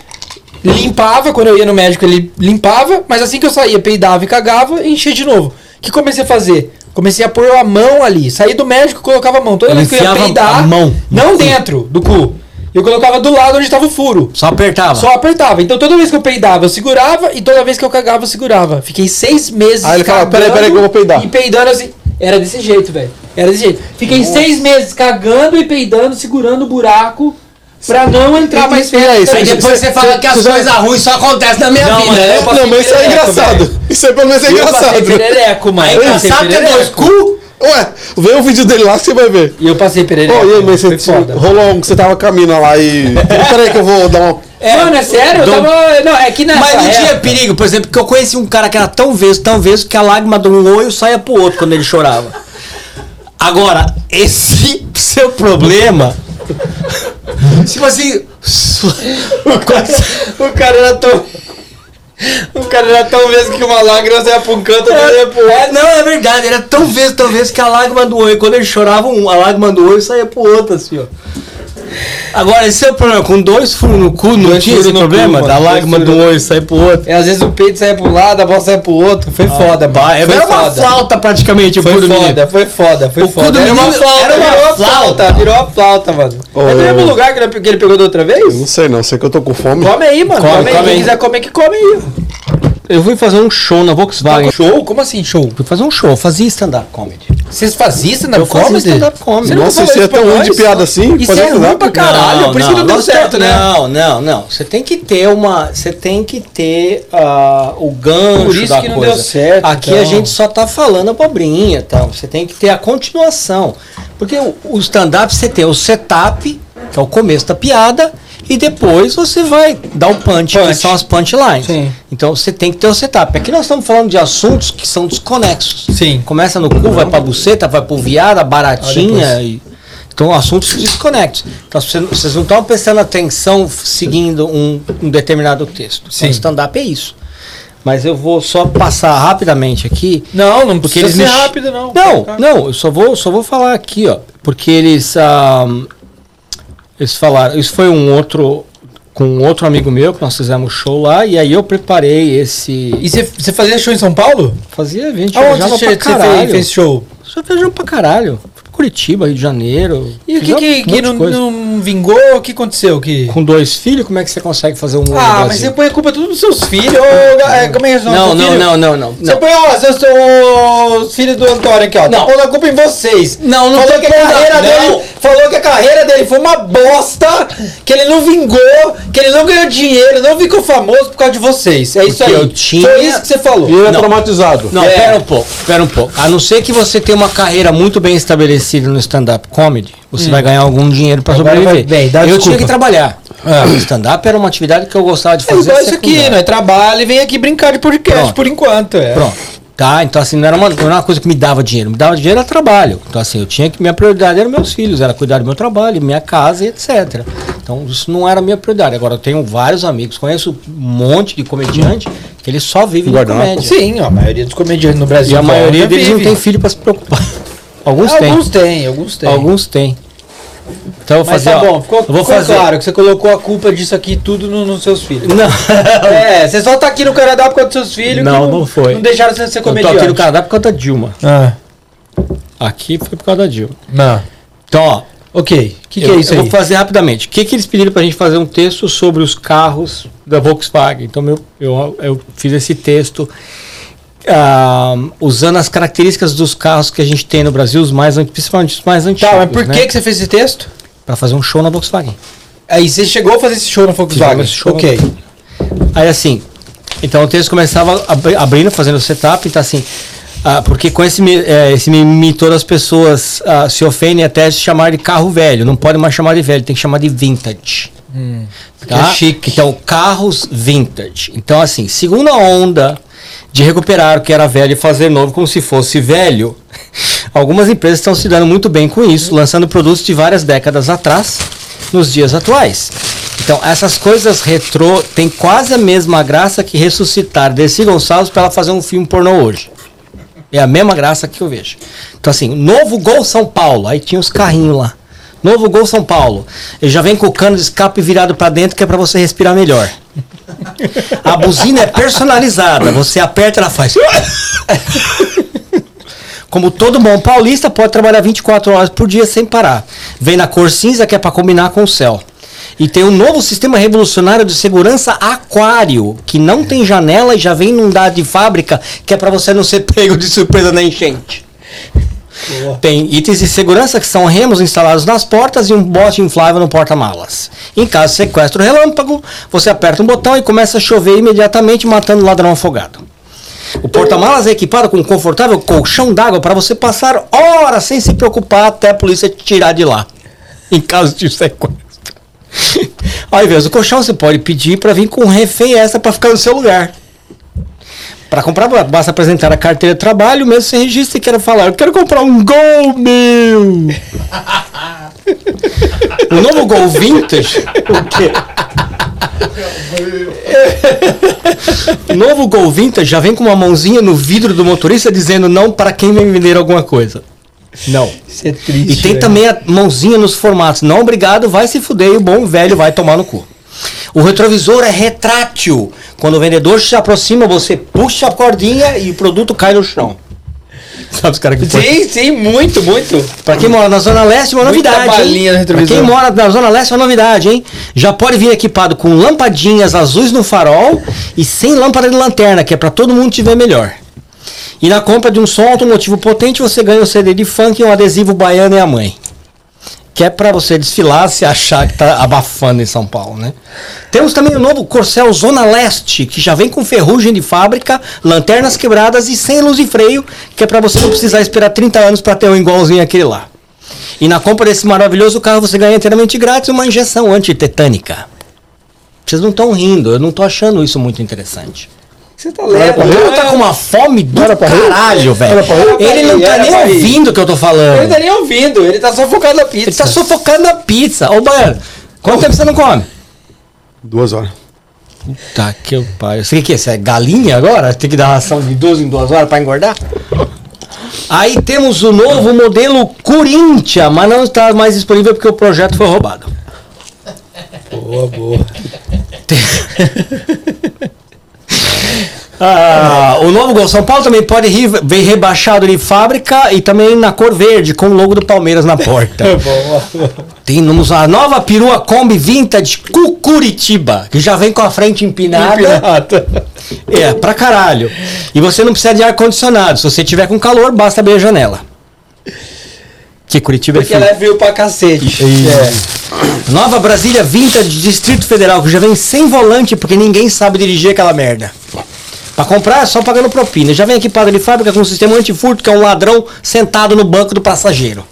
Limpava, quando eu ia no médico, ele limpava, mas assim que eu saía, peidava e cagava, enchia de novo. O que comecei a fazer? Comecei a pôr a mão ali. Saí do médico, colocava a mão. Toda Eu vez que eu ia enfiava peidar, a mão no não cu. dentro do cu. Eu colocava do lado onde estava o furo. Só Ah. apertava. Só apertava. Então toda vez que eu peidava, eu segurava, e toda vez que eu cagava, eu segurava. Fiquei seis meses. Aí ele fala, cagando "Peraí, peraí que eu vou peidar." E peidando assim. Era desse jeito, velho. Era desse jeito. Fiquei seis meses cagando e peidando, segurando o buraco pra não entrar mais E é aí, perto. você- você fala que as coisas ruins só acontecem na minha Não, mas eu passei Não, mas isso é perereco, engraçado. velho. Isso aí pelo menos é Eu passei engraçado. É perereco, mano. Eu passei engraçado ter perereco. dois Cu? Ué, vê o vídeo dele lá que você vai ver. E eu passei perereco. Ô, e aí, mas É, Foi você foda. rolou um que você tava caminhando lá e. Peraí que eu vou dar uma. É, mano, é sério? Dom- Eu tava... Não, é que nessa Mas não tinha época- perigo, por exemplo, porque eu conheci um cara que era tão vesgo, tão vesgo, que a lágrima de um olho saia pro outro quando ele chorava. Agora, esse seu problema. tipo assim. O cara era tão... O cara era tão mesmo que uma lágrima saia pra um canto, outra ia pro É, não, é verdade, era tão vesgo, tão vesgo que a lágrima do olho, quando ele chorava, um, a lágrima do olho saía pro outro, assim, ó. Agora, esse é o problema, com dois furos no cu, não tinha furos esse no problema? cu, da mano, dois lágrima do furos olho sair pro outro. É, às vezes o peito sai pro lado, a bola sai pro outro. Foi foda, mano. É foi era uma foda. flauta praticamente o Foi cu do menino. foda, foi foda, foi O cu do foda. Era uma menino flauta, era uma virou a flauta. flauta, virou a flauta, mano. É Ô. do mesmo lugar que ele, que ele pegou da outra Não vez? sei não, sei que eu tô com fome. Come aí, mano. Come, Come, aí. come Quem aí. quiser comer, que come aí. Eu fui fazer um show na Volkswagen. Show? Como assim, show? Fui fazer um show, eu fazia stand-up comedy. Vocês faziam stand-up Eu fazia comedy? stand-up comedy. Você nunca Nossa, falou você é isso tão pra ruim de nós? piada assim? Isso é ruim pra caralho, por isso que não deu nós certo, tem- né? Não, não, não. Você tem que ter uma. Você tem que ter ah, o gancho. Por isso da que não coisa. deu certo, Aqui então. a gente só tá falando a pobrinha, então. Você tem que ter a continuação. Porque o, o stand-up você tem o setup, que é o começo da piada, e depois você vai dar o punch, que Punch. são as punchlines. Sim. Então você tem que ter o setup. Aqui nós estamos falando de assuntos que são desconexos. Sim. Começa no cu, vai pra buceta, vai pro viada, baratinha. E... Então, assuntos desconexos. Então, você- vocês não estão prestando atenção f- seguindo um, um determinado texto. Então, Sim. stand-up é isso. Mas eu vou só passar rapidamente aqui. Não, não Porque precisa eles ser me- rápido, não. Não, não, eu só vou, só vou falar aqui, ó. Porque eles. ah, eles falaram. Isso foi um outro. com outro amigo meu, que nós fizemos show lá, e aí eu preparei esse. E você- você fazia show em São Paulo? Fazia evento, Aonde viajava pra você você caralho. fez, fez show? Só viajando pra caralho. Fui pra Curitiba, Rio de Janeiro. E o fiz que, um que, monte que de não, coisa. não vingou? O que aconteceu? Que... Com dois filhos, como é que você consegue fazer um humor no Ah, mas Brasil? você põe a culpa tudo nos seus filhos. Ô, ga- é, como é que resolve Não, seu não, filho? não, não, não. Você Não, põe, ó, seus, os filhos do Antônio aqui, ó. Tá Não. pondo a culpa em vocês. Não, não falou tô que a pondo a- carreira não. dele. Falou que a carreira dele foi uma bosta, que ele não vingou, que ele não ganhou dinheiro, não ficou famoso por causa de vocês. É isso Porque aí. eu tinha- Foi isso que você falou. E ele é Não. traumatizado. não É. pera um pouco, pera um pouco. A não ser que você tenha uma carreira muito bem estabelecida no stand-up comedy, você vai ganhar algum dinheiro pra Hum. Agora sobreviver. vai- bem, dá eu desculpa. Ah. tinha que trabalhar. O stand-up era uma atividade que eu gostava de É fazer. igual isso aqui, secundária. né? Trabalha e vem aqui brincar de podcast Pronto. por enquanto. É. Pronto. Tá? Então, assim, não era, uma, não era uma coisa que me dava dinheiro. Me dava dinheiro era trabalho. Então, assim, eu tinha que. Minha prioridade eram meus filhos, era cuidar do meu trabalho, minha casa e etc. Então, isso não era a minha prioridade. Agora, eu tenho vários amigos, conheço um monte de comediante que eles só vivem de Guardanapo. comédia. Sim, ó, a maioria dos comediantes no E Brasil. a maioria volta, deles não vive. tem filho pra se preocupar. Alguns têm. Alguns têm, alguns têm. Alguns têm. Então, eu vou Mas fazer. tá ó, bom, ficou, eu vou ficou fazer. claro que você colocou a culpa disso aqui tudo no- nos seus filhos. Não, É, você só tá aqui no Canadá por causa dos seus filhos. que Não, não foi. Não deixaram você ser eu tô comediante. aqui no Canadá por causa da Dilma. Ah, Aqui foi por causa da Dilma. não. Tá, Então, ó. Ok. O que, que eu, é isso eu aí? vou fazer rapidamente. O que, que eles pediram pra gente fazer um texto sobre os carros da Volkswagen? Então eu, eu, eu fiz esse texto ah, usando as características dos carros que a gente tem no Brasil, os mais, an- principalmente os mais antigos. Tá, mas por que né? que você fez esse texto? Pra fazer um show na Volkswagen. Aí você chegou a fazer esse show na Volkswagen. Fizemos esse show. Ok. Aí assim, então o texto começava abri- abrindo, fazendo o setup, então assim, ah, porque com esse, mi- eh, esse mimitor as pessoas ah, se ofendem até se chamar de carro velho, não pode mais chamar de velho, tem que chamar de vintage. é chique. Então, carros vintage. Então, assim, segunda onda de recuperar o que era velho e fazer novo como se fosse velho. Algumas empresas estão se dando muito bem com isso, lançando produtos de várias décadas atrás nos dias atuais. Então, essas coisas retrô têm quase a mesma graça que ressuscitar Desi Gonçalves para ela fazer um filme pornô hoje. É a mesma graça que eu vejo. Então, assim, o novo Gol São Paulo. Aí tinha os carrinhos lá. Novo Gol São Paulo. Ele já vem com o cano de escape virado pra dentro, que é pra você respirar melhor. A buzina é personalizada. Você aperta, ela faz. Como todo bom paulista, pode trabalhar 24 horas por dia sem parar. Vem na cor cinza, que é pra combinar com o céu. E tem um novo sistema revolucionário de segurança aquário, que não tem janela e já vem inundado de fábrica, que é pra você não ser pego de surpresa na enchente. Tem itens de segurança que são remos instalados nas portas e um bote inflável no porta-malas. Em caso de sequestro relâmpago, você aperta um botão e começa a chover imediatamente, matando o ladrão afogado. O porta-malas é equipado com um confortável colchão d'água para você passar horas sem se preocupar até a polícia te tirar de lá. Em caso de sequestro. Ao invés do colchão, você pode pedir para vir com um refém extra para ficar no seu lugar. Para comprar, basta apresentar a carteira de trabalho, mesmo sem registro, e quero falar, eu quero comprar um Gol meu. o novo Gol Vintage, o quê? O novo Gol Vintage já vem com uma mãozinha no vidro do motorista dizendo não para quem vem vender alguma coisa. Não. Isso é triste. E tem velho. também a mãozinha nos formatos. Não, obrigado, vai se fuder e o bom velho vai tomar no cu. O retrovisor é retrátil. Quando o vendedor se aproxima, você puxa a cordinha e o produto cai no chão. Sabe os caras que põem- Sim, sim, muito, muito. Pra quem mora na Zona Leste, é uma Muita novidade. balinha no Hein? Pra retrovisor. quem mora na Zona Leste, é uma novidade, hein? Já pode vir equipado com lampadinhas azuis no farol e sem lâmpada de lanterna, que é pra todo mundo te ver melhor. E na compra de um som automotivo potente, você ganha um CD de funk e um adesivo baiano e a mãe. Que é pra você desfilar se achar que tá abafando em São Paulo, né? Temos também o novo Corcel Zona Leste, que já vem com ferrugem de fábrica, lanternas quebradas e sem luz e freio, que é pra você não precisar esperar 30 anos pra ter um igualzinho aquele lá. E na compra desse maravilhoso carro você ganha inteiramente grátis uma injeção antitetânica. Vocês não estão rindo, eu não tô achando isso muito interessante. Você tá lendo. O cara tá com uma fome do caralho, velho. Ele não tá Era nem pra rir. ouvindo o que eu tô Ele não tá falando. nem ouvindo, ele tá só focado na pizza. Ele tá sufocando a pizza. Ô, Baiano, quanto tempo você não come? Duas horas. Tá que eu pai. Você que é? Você é galinha agora? Tem que dar ração de duas em duas horas pra engordar? Aí temos o novo modelo tá Corinthians, mas não está mais disponível porque o projeto foi roubado. Boa, boa. Ah, o novo gol. São Paulo também pode ri- ver rebaixado de fábrica e também na cor verde, com o logo do Palmeiras na porta. Temos a nova perua Kombi Vintage Cucuritiba, que já vem com a frente empinada. É, pra caralho. E você não precisa de ar-condicionado. Se você tiver com calor, basta abrir a janela. Que Curitiba é Porque ela frio. é frio pra cacete. É. Nova Brasília Vintage Distrito Federal, que já vem sem volante porque ninguém sabe dirigir aquela merda. Pra comprar é só pagando propina. Já vem equipada de fábrica com sistema antifurto, que é um ladrão sentado no banco do passageiro.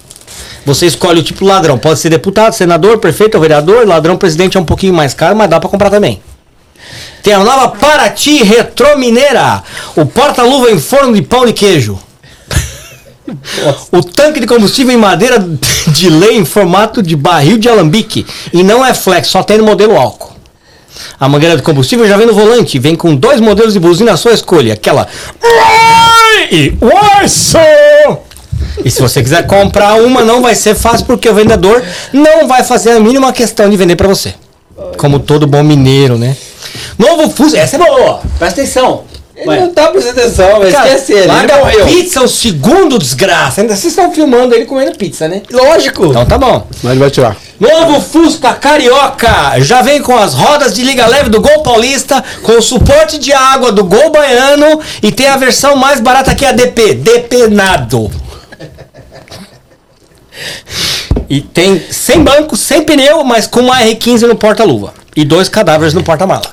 Você escolhe o tipo de ladrão. Pode ser deputado, senador, prefeito ou vereador. Ladrão presidente é um pouquinho mais caro, mas dá pra comprar também. Tem a nova Paraty Retro Mineira. O porta-luva em forno de pão de queijo. O tanque de combustível em madeira de lei em formato de barril de alambique. E não é flex, só tem no modelo álcool. A mangueira de combustível já vem no volante, vem com dois modelos de buzina à sua escolha. Aquela. "Uai!" e "Uaiçô!" E se você quiser comprar uma, não vai ser fácil porque o vendedor não vai fazer a mínima questão de vender pra você. Como todo bom mineiro, né? Novo Fusca, essa é boa, presta atenção. Ele Vai. não tá prestando atenção, vai Cara, esquece ele. Larga ele morreu. pizza, é o segundo desgraça. né? Ainda vocês estão filmando ele comendo pizza, né? Lógico. Então tá bom. Mas ele vai tirar. Novo Fusca Carioca já vem com as rodas de liga leve do Gol Paulista, com o suporte de água do Gol Baiano e tem a versão mais barata que é a DP, depenado. E tem sem banco, sem pneu, mas com uma R15 no porta-luva e dois cadáveres no porta-mala.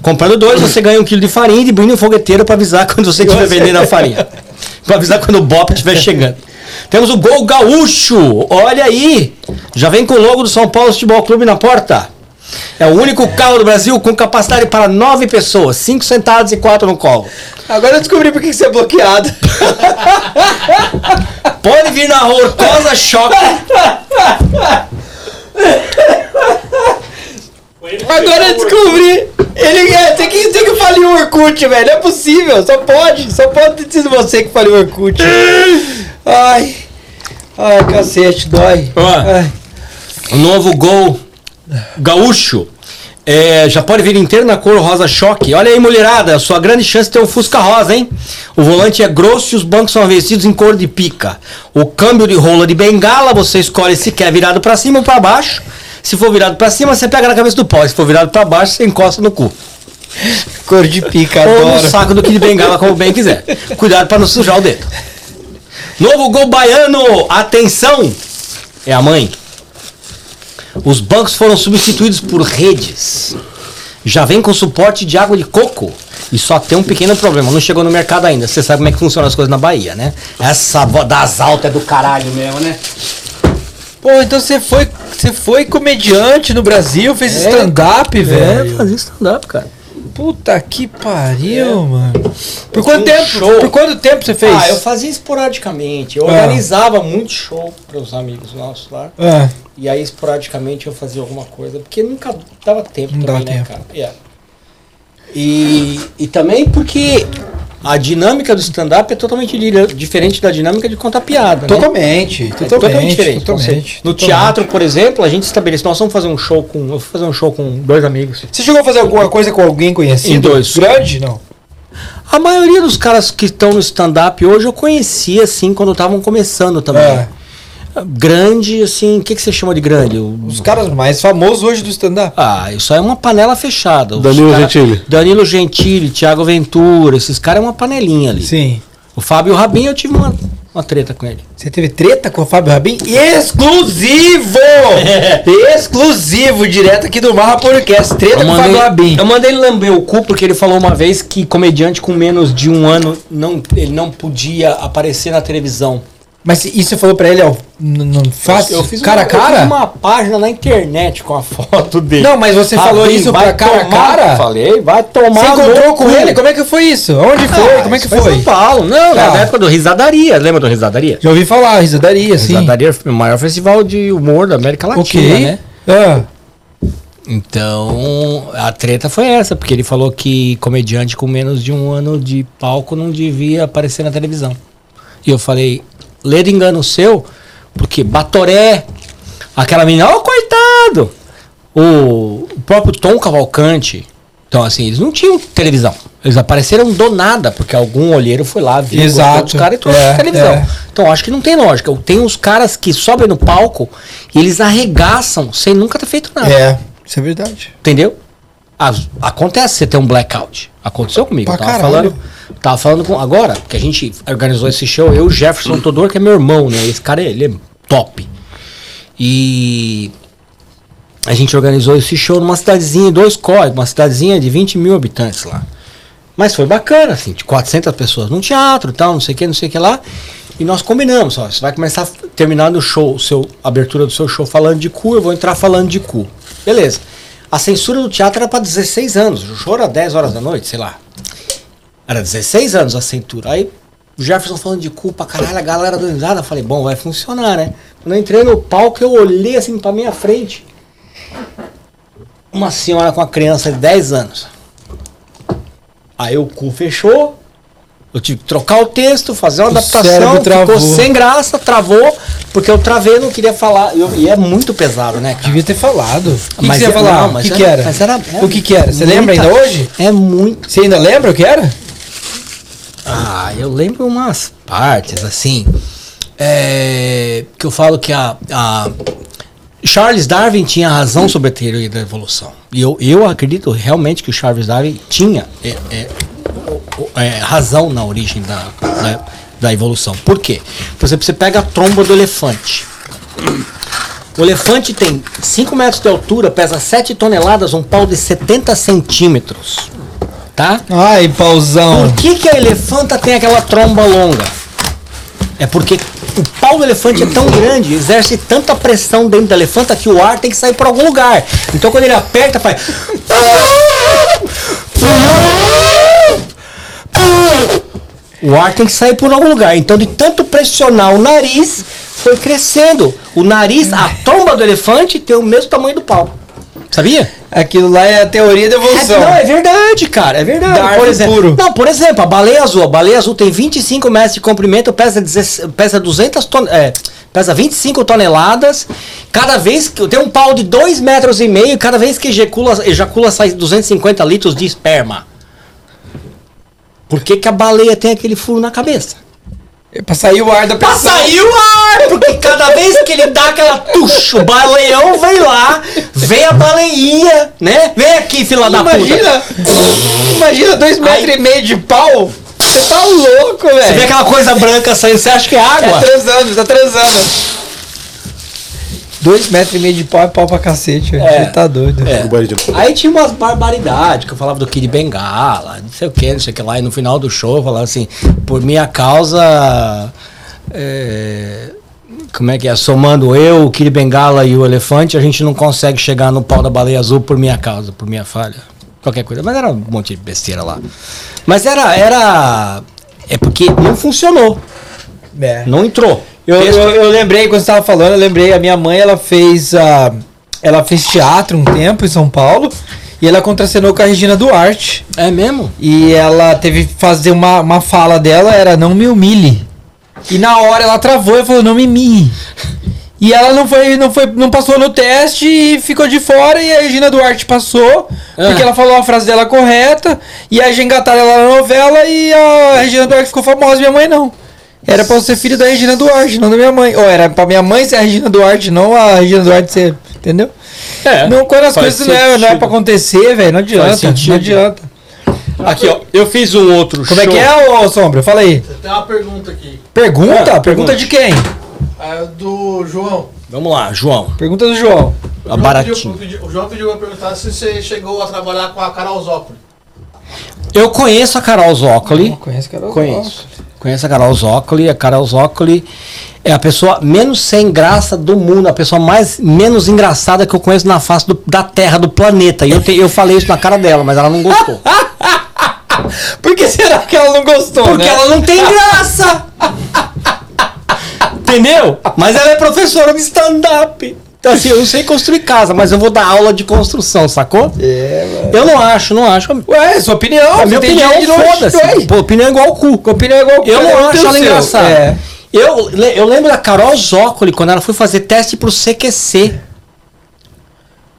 Comprando dois, você ganha um quilo de farinha e de brilho um fogueteiro pra avisar quando você estiver vendendo a farinha. Pra avisar quando o Bop estiver chegando. Temos o Gol Gaúcho. Olha aí. Já vem com o logo do São Paulo Futebol Clube na porta. É o único carro do Brasil com capacidade para nove pessoas, cinco sentadas e quatro no colo. Agora eu descobri por que que você é bloqueado. Pode vir na Hortosa Choque. Agora é eu descobri. Ele é, tem que, tem que falir o Orkut, velho. Não é possível. Só pode. Só pode ter sido você que faliu o Orkut. Ai. Ai, cacete, dói. Ó. Ai. O novo gol gaúcho. É, já pode vir inteiro na cor rosa choque. Olha aí, mulherada, sua grande chance de ter um Fusca rosa, hein? O volante é grosso e os bancos são revestidos em cor de pica. O câmbio de rola de bengala, você escolhe se quer virado pra cima ou pra baixo. Se for virado pra cima, você pega na cabeça do pau. Se for virado pra baixo, você encosta no cu. Cor de pica, Ou no adoro. saco do que de bengala, como bem quiser. Cuidado pra não sujar o dedo. Novo gol baiano, atenção! É a mãe. Os bancos foram substituídos por redes. Já vem com suporte de água de coco. E só tem um pequeno problema, não chegou no mercado ainda. Você sabe como é que funcionam as coisas na Bahia, né? Essa vo- das altas é do caralho mesmo, né? Pô, então você foi, você foi comediante no Brasil, fez stand-up, velho. fazer stand-up, cara. Puta que pariu, mano. Por quanto tempo? show. Por quanto tempo você fez? Ah, eu fazia esporadicamente. Eu Ah. organizava muito show para os amigos nossos lá. Ah, E aí, esporadicamente, eu fazia alguma coisa, porque nunca dava tempo Não também, dava né, tempo. cara? É. E, e também porque a dinâmica do stand-up é totalmente li- diferente da dinâmica de contar piada. né? totalmente, É totalmente, diferente. Então, você- totalmente. no teatro, por exemplo, a gente estabeleceu, nós vamos fazer um show com. Eu fui fazer um show com dois amigos. Você chegou a fazer alguma coisa com alguém conhecido? Em dois. Grande, não. A maioria dos caras que estão no stand-up hoje eu conhecia, assim, quando estavam começando também. É. Grande, assim, o que, que você chama de grande? O- Os caras mais famosos hoje do stand-up. Ah, isso aí é uma panela fechada. Os Danilo Gentili. Danilo Gentili, Thiago Ventura, esses caras é uma panelinha ali. Sim. O Fábio Rabin, eu tive uma, uma treta com ele. Você teve treta com o Fábio Rabin? Exclusivo! Exclusivo, direto aqui do Marra Podcast. Treta com o Fábio Rabin. eu mandei ele lamber o cu porque ele falou uma vez que comediante com menos de um ano não, ele não podia aparecer na televisão. Mas isso você falou pra ele, ó, n- não faço cara a uma, cara? Eu fiz uma página na internet com a foto dele. Não, mas você falou Rabin, isso vai pra cara a tomar- cara? Falei, vai tomar. Você no encontrou com cu. ele? Como é que foi isso? Onde foi? Ah, Como é que isso em foi? São Paulo. Não, Tá. na época do Risadaria. Lembra do Risadaria? Já ouvi falar, risadaria, sim. Risadaria foi o maior festival de humor da América Latina, Ok. né? Ah, Então, a treta foi essa, porque ele falou que comediante com menos de um ano de palco não devia aparecer na televisão. E eu falei, ledo engano seu, porque Batoré, aquela menina, ó, coitado! O próprio Tom Cavalcante. Então, assim, eles não tinham televisão. Eles apareceram do nada, porque algum olheiro foi lá, viu Exato. gostou dos caras e trouxe É, pra televisão. é. Então, acho que não tem lógica. Tem uns caras que sobem no palco e eles arregaçam sem nunca ter feito nada. É, isso é verdade. Entendeu? As- acontece você ter um blackout. Aconteceu comigo. Pra eu tava caralho. falando, tava falando com. Agora, que a gente organizou esse show, eu, Jefferson Todor, que é meu irmão, né? Esse cara, ele é top. E a gente organizou esse show numa cidadezinha, dois córregos, uma cidadezinha de 20 mil habitantes lá. Mas foi bacana, assim, de 400 pessoas num teatro e tal, não sei o que, não sei o que lá. E nós combinamos, ó, você vai começar terminando o show, o seu, a abertura do seu show falando de cu, eu vou entrar falando de cu. Beleza. A censura do teatro era pra 16 anos, o show era 10 horas da noite, sei lá. Era 16 anos a cintura. Aí o Jefferson falando de cu pra caralho, a galera do risada. Eu Falei, bom, vai funcionar, né? Quando eu entrei no palco, eu olhei assim pra minha frente. Uma senhora com uma criança de 10 anos. Aí o cu fechou. Eu tive que trocar o texto, fazer uma adaptação. cérebro Ficou travou. sem graça, travou, porque eu travei, não queria falar. Eu- e é muito pesado, né, cara? Devia ter falado. O que, que você ia é- falar? não, o mas que, era- que era? mas era- O que, que era? Você muita- lembra ainda hoje? É muito. Você ainda lembra o que é? era? Ah, eu lembro umas partes, assim. é, que eu falo que a, a- Charles Darwin tinha razão sobre a teoria da evolução. E eu, eu acredito realmente que o Charles Darwin tinha é, é, o- o- é, razão na origem da, da, da evolução. Por quê? Por exemplo, você pega a tromba do elefante. O elefante tem 5 metros de altura, pesa 7 toneladas, um pau de 70 centímetros. Tá? Ai, pauzão. Por que, que a elefanta tem aquela tromba longa? É porque o pau do elefante é tão grande, exerce tanta pressão dentro da elefanta que o ar tem que sair por algum lugar. Então quando ele aperta, faz. O ar tem que sair por algum lugar. Então, de tanto pressionar o nariz, foi crescendo. O nariz, a tromba do elefante, tem o mesmo tamanho do pau. Sabia? Aquilo lá é a teoria da É, evolução. não, é verdade, cara. É verdade. Darwin por exemplo, puro. Não, por exemplo, a baleia azul. A baleia azul tem 25 metros de comprimento, pesa, 16 pesa 200 ton, é, pesa 25 toneladas. Cada vez que. Tem um pau de 2 metros e meio, cada vez que ejacula, ejacula sai 250 litros de esperma. Por que, que a baleia tem aquele furo na cabeça? É pra sair o ar da Pra pessoa. sair o ar! Porque cada vez que ele dá aquela tuxa, o baleão vem lá, vem a baleinha, né? Vem aqui, fila da puta. Imagina! Imagina dois metros e meio de pau! Você tá louco, Você vê velho! aquela coisa branca saindo, você acha que é Tá água? transando, tá transando! Dois metros e meio de pau é pau pra cacete, velho. É. Você tá doido. É. O banho de novo. Aí tinha umas barbaridades, que eu falava do Kid Bengala, não sei o que, não sei o que lá, e no final do show eu falava assim, por minha causa. é, como é que é? Somando eu, o Kid Bengala e o elefante, a gente não consegue chegar no pau da baleia azul por minha causa, por minha falha. Qualquer coisa. Mas era um monte de besteira lá. Mas era. era é porque não funcionou. É. Não entrou. Eu, Texto- eu, eu lembrei, quando você tava falando, eu lembrei, a minha mãe, ela fez a. Ela fez teatro um tempo em São Paulo e ela contracenou com a Regina Duarte. É mesmo? E ela teve que fazer uma, uma fala dela, era não me humilhe. E na hora ela travou e falou, não me mimie. E ela não foi, não foi, não passou no teste e ficou de fora e a Regina Duarte passou, Ah. porque ela falou a frase dela correta, e a engataram ela na novela e a Regina Duarte ficou famosa, minha mãe não. Era pra eu ser filho da Regina Duarte, não da minha mãe. Ou era pra minha mãe ser a Regina Duarte, não a Regina Duarte ser. Entendeu? É, não, quando as faz coisas não é, não é sentido. pra acontecer, velho, não adianta. sentido. Não adianta. Aqui, ó. Eu fiz um outro Como é que é, ô Sombra? Fala aí. Tem uma pergunta aqui. Pergunta? Ah, pergunta pergunta. de quem? É do João. Vamos lá, João. Pergunta do João. A O João baratinha. pediu- pediu- O João pediu pra perguntar se você chegou a trabalhar com a Carol Zópolis. Eu conheço a Carol Zócoli. Conhece cara? Conheço. Conheço a Carol Zócoli. A Carol Zócoli é a pessoa menos sem graça do mundo, a pessoa mais menos engraçada que eu conheço na face do- da Terra, do planeta. E eu, te- eu falei isso na cara dela, mas ela não gostou. Por que será que ela não gostou? Porque né? ela não tem graça! Entendeu? Mas ela é professora de stand-up. Então, assim, eu não sei construir casa, mas eu vou dar aula de construção, sacou? É, mano. Eu não acho, não acho. Ué, é sua opinião. A você minha tem opinião, direito de não- foda-se. Ué, um Pô, opinião é igual ao cu. opinião é igual Eu não acho tenho ela seu. engraçada. É. Eu, le- eu lembro da Carol Zócoli quando ela foi fazer teste pro CQC.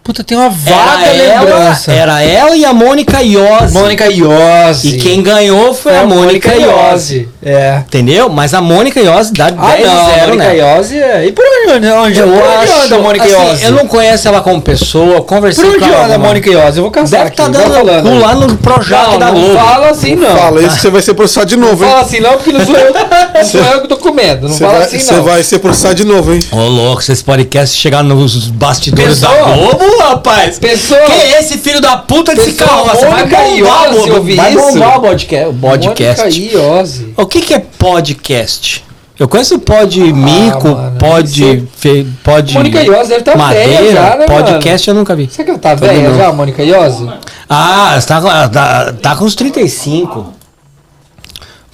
Puta, tem uma Era vaga ela, lembrança. era ela e a Mônica Iose. é Mônica Iose. E quem ganhou foi É a Mônica Iose. É. Entendeu? Mas a Mônica Iose dá 10 Ah, não, a a 0, Mônica né? Iose é... E por onde, onde, onde, por onde anda a Mônica assim, Iose? Eu não conheço ela como pessoa, eu conversei Por onde com ela. anda a mano. Mônica Iose? Eu vou casar Deve aqui. tá vai dando falando. cu lá no Projac Não, da não Globo. tá fala assim não. Fala isso, você vai ser processado de novo, hein? Fala assim não, porque não sou eu, não sou eu que tô comendo. Não Você fala vai, assim você não. vai ser processado de novo, hein? Ô, louco, vocês podcast chegar nos bastidores Pessoa. da Globo, rapaz. Pessoa. Quem é esse filho da puta desse Pessoa, carroça? Vai Mônica bombar, Iose, eu Globo. vi Vai isso. é bombar o podcast. o podcast. Mônica Iose. O que, que é podcast? Eu conheço o pod mico, Ah, mano, pod, fe, pod. Mônica Iose deve tá madeira. velha já, né, podcast eu nunca vi. Será que ela tá velha não. já, a Mônica Iose? Ah, você tá, com- tá, tá com uns 35.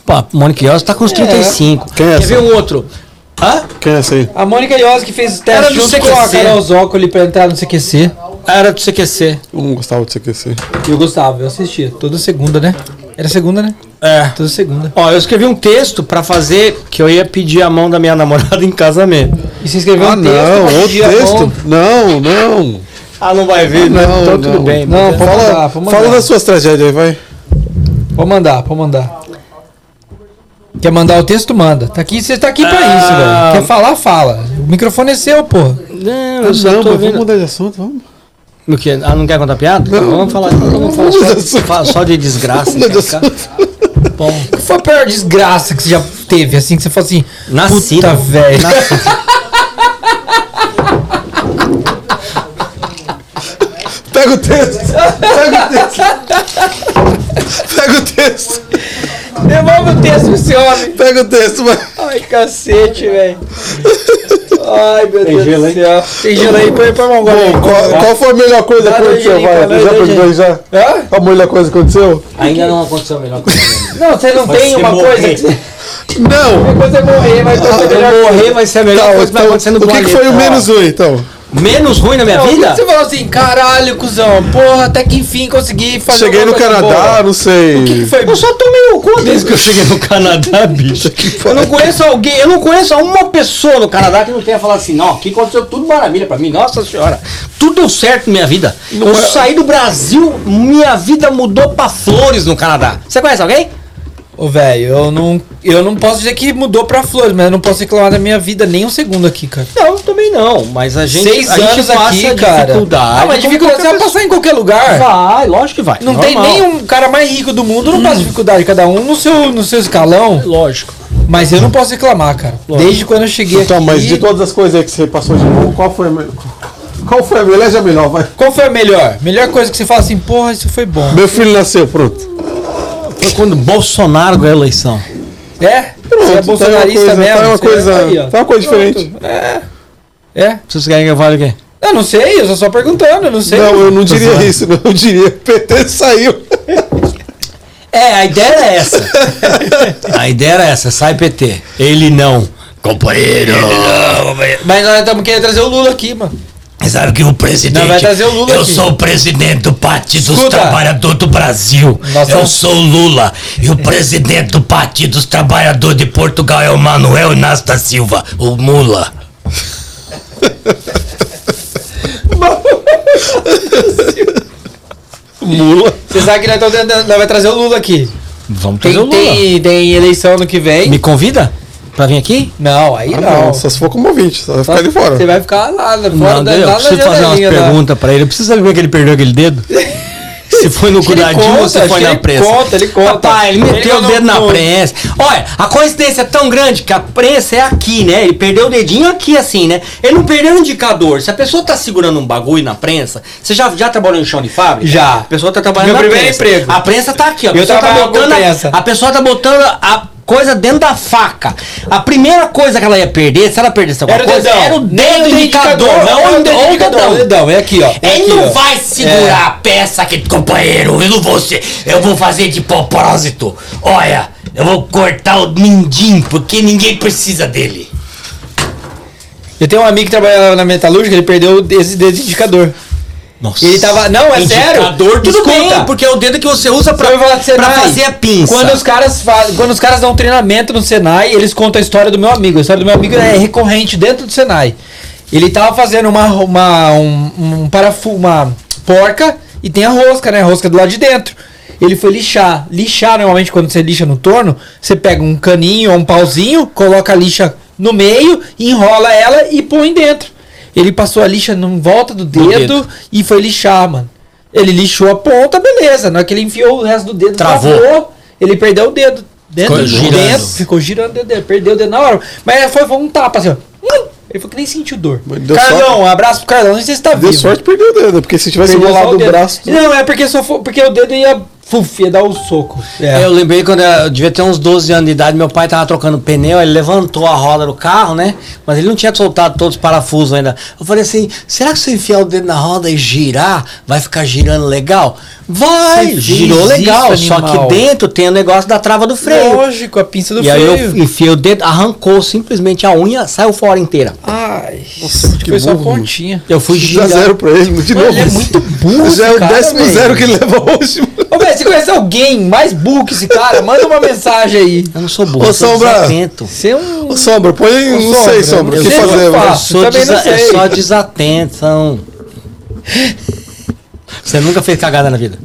Pô, a Mônica Iose tá com uns 35. Quem é Quer essa? ver um outro? Hã? Quem é essa aí? A Mônica Iose que fez o Era teste do junto com a CQC. Carol Zócoli pra entrar no CQC. Era do CQC. Eu Um, não gostava de CQC. E o Gustavo, eu assistia. Toda segunda, né? Era segunda, né? É. Toda segunda. Ó, eu escrevi um texto pra fazer que eu ia pedir a mão da minha namorada em casamento. E você escreveu Ah, um texto. não, um outro dia texto? bom. Não, não. Ah, não vai ver, né? Não, então não. tudo bem. Não, pode mandar, Fala, pode fala mandar. das suas tragédias aí, vai. Pode mandar, pode mandar. Quer mandar o texto? Manda. Tá aqui, você tá aqui pra Ah. isso, velho. Quer falar, fala. O microfone é seu, porra. Não, Ah, eu só não, tô mas vamos vendo. mudar de assunto, vamos. O quê? Ah, não quer contar piada? Não, vamos falar, vamos falar só, fa- só de desgraça. Mudar de quer ficar? assunto. Bom, Qual é foi a pior desgraça que você já teve, assim, que você falou assim, Nascido. puta, velho. Pega o texto. Pega o texto. Pega o texto. Devolve o texto pra esse homem. Pega o texto, vai. Ai, cacete, velho. Ai, meu Deus gelo do aí? céu. Tem gelo aí, põe põe uma Bom, gola qual, qual foi a melhor coisa que Dá dois aconteceu, gelinhos vai? pra nós, Já dois perguntou já? Hã? Qual A melhor coisa que aconteceu? Ainda não aconteceu a melhor coisa. Não, você não tem uma coisa que Não. você morrer, mas você morrer vai ser a Tá, melhor coisa que vai Então, acontecer no o que, que planeta. foi o Ó, menos ruim, então? menos ruim na minha Não, vida? Você falou assim, caralho, cuzão, porra, até que enfim consegui fazer Cheguei no alguma coisa Canadá, boa. não sei. tá que foi? Eu só tomei o cu desde que eu cheguei no Canadá, bicho. Eu não conheço alguém, eu não conheço uma pessoa no Canadá que não tenha falado assim, não, aqui aconteceu tudo maravilha pra mim, nossa senhora. Tudo deu certo na minha vida. eu saí do Brasil, minha vida mudou pra flores no Canadá. Você conhece alguém? Ô, velho, eu não, eu não posso dizer que mudou pra flores, mas eu não posso reclamar da minha vida nem um segundo aqui, cara. Não, também não, mas a gente, Seis a anos gente passa aqui, cara. dificuldade. é Ah, mas dificuldade você vai passar em qualquer lugar. Vai, lógico que vai. Não tem normal. Hum. nenhum cara mais rico do mundo, não passa dificuldade, cada um no seu, no seu escalão. Lógico. Mas eu não posso reclamar, cara. Desde quando eu cheguei Então, aqui. mas de todas as coisas aí que você passou de novo, qual foi a melhor? Qual foi a melhor? Elege a melhor, vai. Qual foi a melhor? Melhor coisa que você fala assim, porra, isso foi bom. Meu filho nasceu, pronto. Foi É quando Bolsonaro ganhou a eleição. É? Você é Pronto, tá aí uma bolsonarista coisa, mesmo. tá aí uma você coisa, é- aí, ó. tá uma coisa diferente. É? Vocês querem que eu fale o quê? Eu não sei, eu só só perguntando, eu não sei. Não, eu não diria isso, não. Eu diria PT saiu. É, a ideia era essa. a ideia era essa, sai PT. Ele não. Companheiro, Mas nós estamos querendo trazer o Lula aqui, mano. sabe que o presidente. Não, vai trazer o Lula eu aqui. sou o presidente do Partido dos Escuta. Trabalhadores do Brasil. Nós eu vamos- sou o Lula. E o presidente do Partido dos Trabalhadores de Portugal é o Manuel Inácio da Silva, o Mula. Lula. Você sabe que nós, estamos tentando, nós vai trazer o Lula aqui. Vamos trazer o Tem, Lula. tem, tem eleição no que vem. Me convida pra vir aqui? Não, aí Ah, não. não, só se for como ouvinte, só vai Tá ficar ali fora. Você vai ficar lá, lá fora não, da, eu lá na preciso fazer umas janelinha né? da- perguntas pra ele. Eu preciso saber como é que ele perdeu aquele dedo. Se foi no que ele cuidadinho conta, ou se acho foi que na ele prensa. conta, ele conta. Papai, ele Ele meteu o não- dedo na não- prensa. Olha, a coincidência é tão grande que a prensa é aqui, né? Ele perdeu o dedinho aqui, assim, né? Ele não perdeu o indicador. Se a pessoa tá segurando um bagulho na prensa, você já, já trabalhou em chão de fábrica? Já. A pessoa tá trabalhando Meu na primeiro prensa. emprego. A prensa tá aqui, ó. A Eu pessoa tá trabalhava com botando a- prensa. a pessoa tá botando a coisa dentro da faca. A primeira coisa que ela ia perder, se ela perdesse alguma Era o coisa, dedão. era o Nem dedo o indicador, indicador, era não o o dedo dedão, indicador. o dedão, é aqui, ó, é Ele aqui, não ó. vai segurar É. a peça aqui, companheiro. Eu não vou ser. Eu vou fazer de propósito. Olha, eu vou cortar o mindinho, porque ninguém precisa dele. Eu tenho um amigo que trabalhava na metalúrgica, ele perdeu esse dedo de indicador. Nossa. E ele tava. Não, é sério? Indicador, tudo Escuta, bem, porque é o dedo que você usa pra, eu vou falar do pra Senai. fazer a pinça. Quando os caras fazem, quando os caras dão um treinamento no Senai, eles contam a história do meu amigo. A história do meu amigo é recorrente dentro do Senai. Ele tava fazendo uma, uma, um, um parafu, uma porca e tem a rosca, né? A rosca do lado de dentro. Ele foi lixar. Lixar, normalmente, quando você lixa no torno, você pega um caninho ou um pauzinho, coloca a lixa no meio, enrola ela e põe dentro. Ele passou a lixa em volta do dedo, dedo. e foi lixar, mano. Ele lixou a ponta, beleza. Na hora que ele enfiou o resto do dedo, Travou. ele perdeu o dedo. Dentro, Ficou girando. dentro, ficou girando o dedo dele, perdeu o dedo na hora. Mas foi, foi um tapa assim, ó. Ele foi que nem sentiu dor. Mas deu Carlão, sorte. um abraço pro Carlão, não sei se tá Deu vivo. sorte, perdeu o dedo, porque se tivesse Perdeu só rolado o o dedo. braço. Não, é porque só foi, porque o dedo ia, fuf, ia dar o soco. É. Eu lembrei quando eu devia ter uns 12 anos de idade, meu pai tava trocando pneu, ele levantou a roda do carro, né? Mas ele não tinha soltado todos os parafusos ainda. Eu falei assim: será que se eu enfiar o dedo na roda e girar, vai ficar girando legal? Vai! Você girou fez legal, isso, só animal. que dentro tem o negócio da trava do freio. Lógico, a pinça do e aí freio. eu enfiei o dedo, arrancou simplesmente a unha, saiu fora inteira. Ai, que foi só a burro. pontinha. Eu fui Dá girar. zero pra ele, de novo. Ele é muito burro, Já é o cara, décimo velho. zero que ele leva hoje. mano. Ô, velho, você conhece alguém mais burro que esse cara? Manda uma mensagem aí. Eu não sou burro, Ô, eu sou Sombra. desatento. Você é um... Ô, Sombra, põe. Ô, não Sombra, né? sei, Sombra. O que eu sei fazer, que Ah, eu mano? faço. Sou Também não desa- eu sei. sou desatento. Você nunca fez cagada na vida?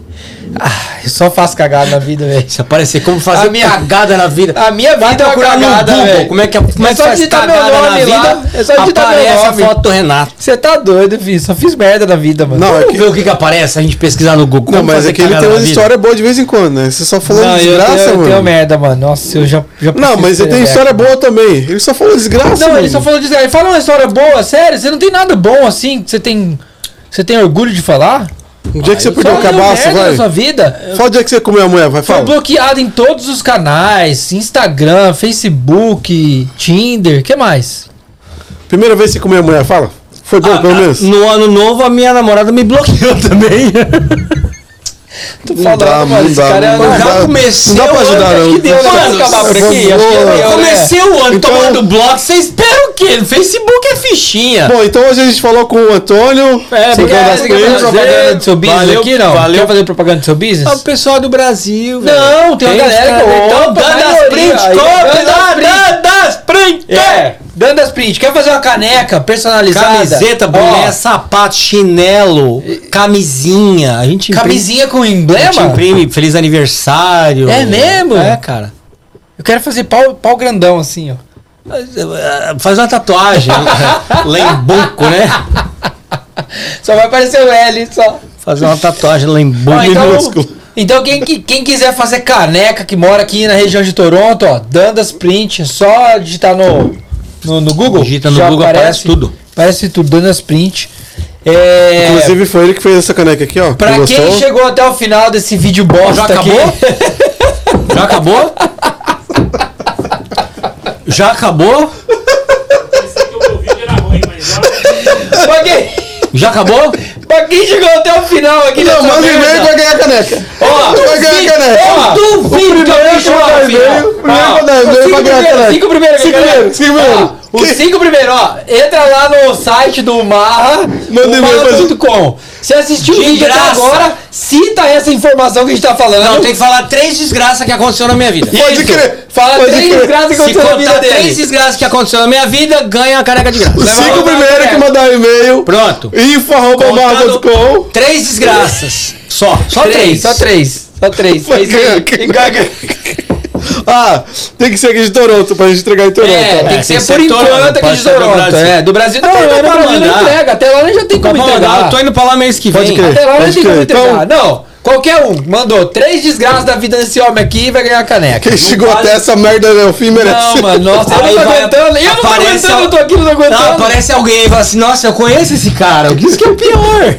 Eu só faço cagada na vida, velho. Se aparecer como fazer A minha- cagada na vida. A minha Vai vida é uma procurar no cagada, Google velho. como é que, como É é que só faz digitar meu cagada na nome lá. vida. É só digitar meu aparece a nome. foto do Renato. Você tá doido, filho. Só fiz merda na vida, mano. Não, é Vamos que. ver o que, que aparece a gente pesquisar no Google. Não, Como mas fazer é que ele cagada tem na uma vida. história boa de vez em quando, né? Você só falou Não, eu, desgraça, tenho, eu mano. tenho merda, mano. Nossa, eu já. já Não, mas ele tem história boa também. Ele só falou desgraça. Não, ele mano. só falou disso. Ele fala uma história boa, sério. Você não tem nada bom assim que você tem. Você tem orgulho de falar? Um dia que você Ah, Só perdeu o deu cabaço, merda vai. na sua vida. Fala o dia que você comeu a mulher, vai, Foi fala. bloqueado em todos os canais: Instagram, Facebook, Tinder. que mais? Primeira vez que você comeu a mulher, fala. Foi Ah, bom, pelo menos. No ano novo, a minha namorada me bloqueou também. Tu Não dá, não esse dá, cara não é- dá. já comecei Não dá pra o ano, ajudar, acho não. que deu, né? Mano, Vamos acabar por aqui? Acho que é Eu deu, né? comecei o ano Então- tomando bloco, você espera o quê? Facebook é fichinha. Bom, então hoje a gente falou com o Antônio. É, Você Porque quer, das você quer fazer coisas- propaganda do seu business Valeu, aqui, não? valeu. Quer fazer propaganda do seu business? Ah, o pessoal do Brasil, Não, tem uma galera que- Então, Opa, dando as maioria print, aí, compra, dando as print. dá- dá as print. É, dando as print. Quer fazer uma caneca personalizada? Camiseta, Ó, boné, sapato, chinelo, camisinha. A gente imprime- Camisinha com a gente emblema? imprime feliz aniversário. É mesmo? É, cara. Eu quero fazer pau, pau grandão, assim, ó. Faz uma tatuagem. lembuco, né? Só vai aparecer o L, só. Fazer uma tatuagem lembuco. Ó, então, minúsculo. então quem, qui- quem quiser fazer caneca que mora aqui na região de Toronto, ó, Dandas Print, é só digitar no, no, no Google. Digita no Google, aparece tudo. Aparece tudo, Dandas Print. É, Inclusive foi ele que fez essa caneca aqui, ó. pra Não quem gostou? chegou até o final desse vídeo bosta Já acabou? aqui... Já acabou? Já acabou? Esse que eu ouvi era ruim, mas agora pra quem- Já acabou? Pra quem chegou até o final aqui Não, nessa manda um merda. e-mail que vai ganhar a caneca. Ó, vai ganhar a caneca. Ó, duvido que alguém chegou até o final. e-mail, o é primeiro que mandar e-mail vai ganhar a caneca. Cinco primeiros, Cinco primeiros, cinco primeiros. Os Que- cinco primeiros, ó. Entra lá no site do Marra, Manda e-mail pra gente. marra.com. Se assistiu o De vídeo até graça. agora, cita essa informação que a gente tá falando. Não, tem que falar três desgraças que aconteceu na minha vida. Pode crer. Fala Pode três crer. desgraças que Se aconteceu na vida contar três dele. desgraças que aconteceu na minha vida, ganha a caneca de Os graça. cinco lá, primeiros cara. que mandar um e-mail. Pronto. Info.com. Três desgraças. Só. Só três. Só três. Só três. É Vai isso aí. ganhar a caneca. Ah, tem que ser aqui de Toronto pra gente entregar em Toronto. né? É, ó. tem É, que ser tem por que ser Toronto, enquanto aqui pode de ser do Toronto. Brasil. É, do Brasil não, Tá bom, do dá pra Brasil não mandar. entrega. Até lá já tem como Vamos mandar, entregar. eu tô indo pra lá mês que vem. Ah, Pode crer. Até lá não Pode tem como crer. entregar. Então- Não, qualquer um mandou três desgraças da vida desse homem aqui e vai ganhar a caneca. Quem chegou até essa merda ao fim merece. Não, mano, nossa, eu Aí não tô vai- aguentando. Eu não tô aparece aguentando, a- eu tô aqui, não tô Não, aguentando. aparece alguém e fala assim, nossa, eu conheço esse cara. Isso que é pior.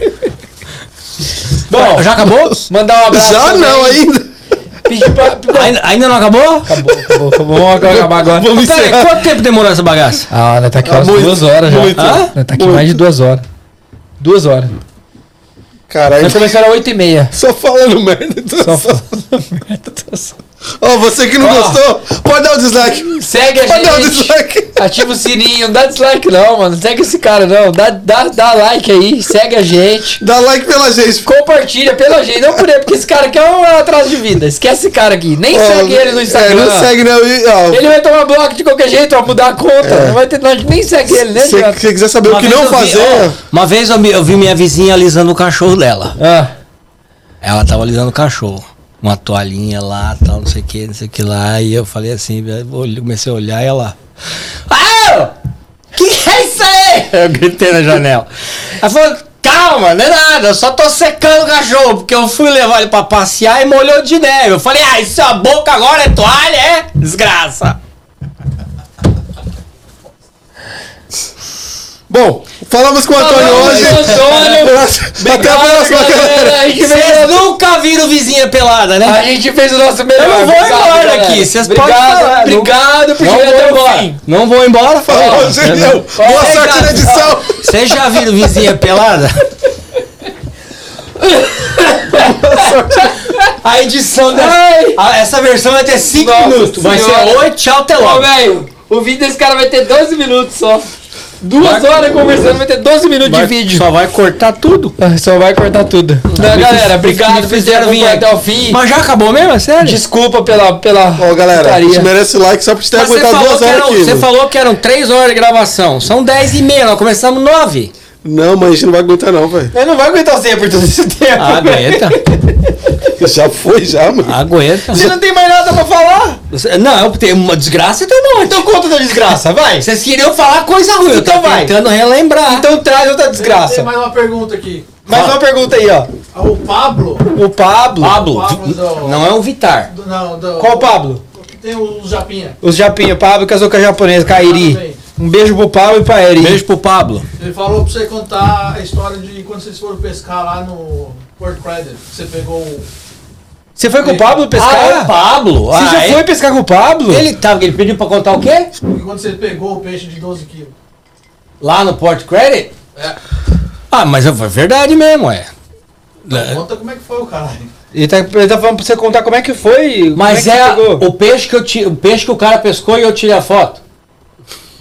Bom, Já acabou? mandar um abraço. Já também. não, ainda. Pedir pra- Ainda, ainda não acabou? Acabou, acabou, acabou. Vamos acabar agora. Vamos Peraí, encerrar. quanto tempo demorou essa bagaça? Ah, nós tá aqui umas Muito, duas horas já. muito. Hã? Nós tá aqui mais de duas horas. Duas horas. Caralho, É Nós começaram às oito e meia. só falando merda. Só falando merda. tô só- Ó, você que não Ó. gostou, pode dar o dislike. Segue a Pode dar o gente. dislike. Ativa o sininho, não dá dislike não, mano. Não segue esse cara não. Dá, dá, dá like aí, segue a gente. Dá like pela gente. Compartilha pela gente, não por ele, porque esse cara aqui é um atraso de vida. Esquece esse cara aqui. Nem Ó, segue ele no Instagram. É, não segue não. E, ó, Ele vai tomar bloco de qualquer jeito, vai mudar a conta. Não vai ter, nós nem segue ele, né, se Jonathan? É. você quiser saber o que vez não eu vi- fazer, ó, uma vez eu, me- eu vi minha vizinha alisando o cachorro dela. Ah, Ela tava alisando o cachorro. Uma toalhinha lá, tal, não sei o que, não sei o que lá. E eu falei assim, eu olhei- comecei a olhar e ela. Ah! Que que é isso aí? Eu gritei na janela. Ela falou, calma, não é nada, eu só tô secando o cachorro, porque eu fui levar ele pra passear e molhou de neve. Eu falei, ah, isso é a boca agora, é toalha, é? Desgraça. Bom, falamos com o Antônio Falamos hoje. com o Antônio. Até a próxima, galera. galera. A gente fez Vocês nunca viram vizinha pelada, né? A gente fez o nosso melhor. Eu não vou Obrigado, embora galera. daqui, vocês podem obrigado, falar. Obrigado por Não chegar vou até o embora. fim. Não vou embora, fala. Falou, Genil. Ó, Boa sorte na obrigado. edição. Vocês já viram vizinha pelada? A edição da. Ai, a- essa versão vai ter 5 Nossa minutos. Vai ser Senhora. 8, tchau, até Ô, logo. velho, o vídeo desse cara vai ter 12 minutos só. Duas horas conversando, vai ter 12 minutos de vídeo. Só vai cortar tudo. Ah, Só vai cortar tudo. Não, galera, obrigado por ter fizeram vir acompanhado aqui. até o fim. Mas já acabou mesmo? É sério? Desculpa pela. pela Ó, galera, putaria. isso merece like só por ter Mas você, aguentado falou duas que horas eram, aqui. você falou que eram 3 horas de gravação. São 10 e meia, nós começamos 9. Não, mas a gente não vai aguentar não, velho. Eu não vai aguentar você por todo esse tempo. Ah, Aguenta, Já foi, já, mano. aguenta. Você não tem mais nada pra falar? Você- Não, eu tenho uma desgraça e tem um monte. Então conta da desgraça, vai. Vocês queriam falar coisa ruim, eu tô Então vai. tentando relembrar. Então traz outra Tem desgraça. mais uma pergunta aqui. Ah, Mais uma pergunta aí, ó. O Pablo. O Pablo. Pablo, Pablo vi- do- não é o Vitar. do- não, do- Qual o Pablo? Tem o Japinha. Os Japinha, Pablo casou com a japonesa, Kairi. Também. Um beijo pro Pablo e pra Eri. Beijo pro Pablo. Ele falou pra você contar a história de quando vocês foram pescar lá no Port Credit. Você pegou o. Você foi com o Pablo Ah, pescar? Pablo? Você Ah, já ele- foi pescar com o Pablo? Ele tava, ele pediu pra contar o quê? Quando você pegou o peixe de 12 quilos. Lá no Port Credit? É. Ah, mas é verdade mesmo, é. É. Conta como é que foi o caralho. Ele tá, ele tá falando pra você contar como é que foi. Mas como é, que pegou. o peixe que eu ti, o peixe que o cara pescou e eu tirei a foto.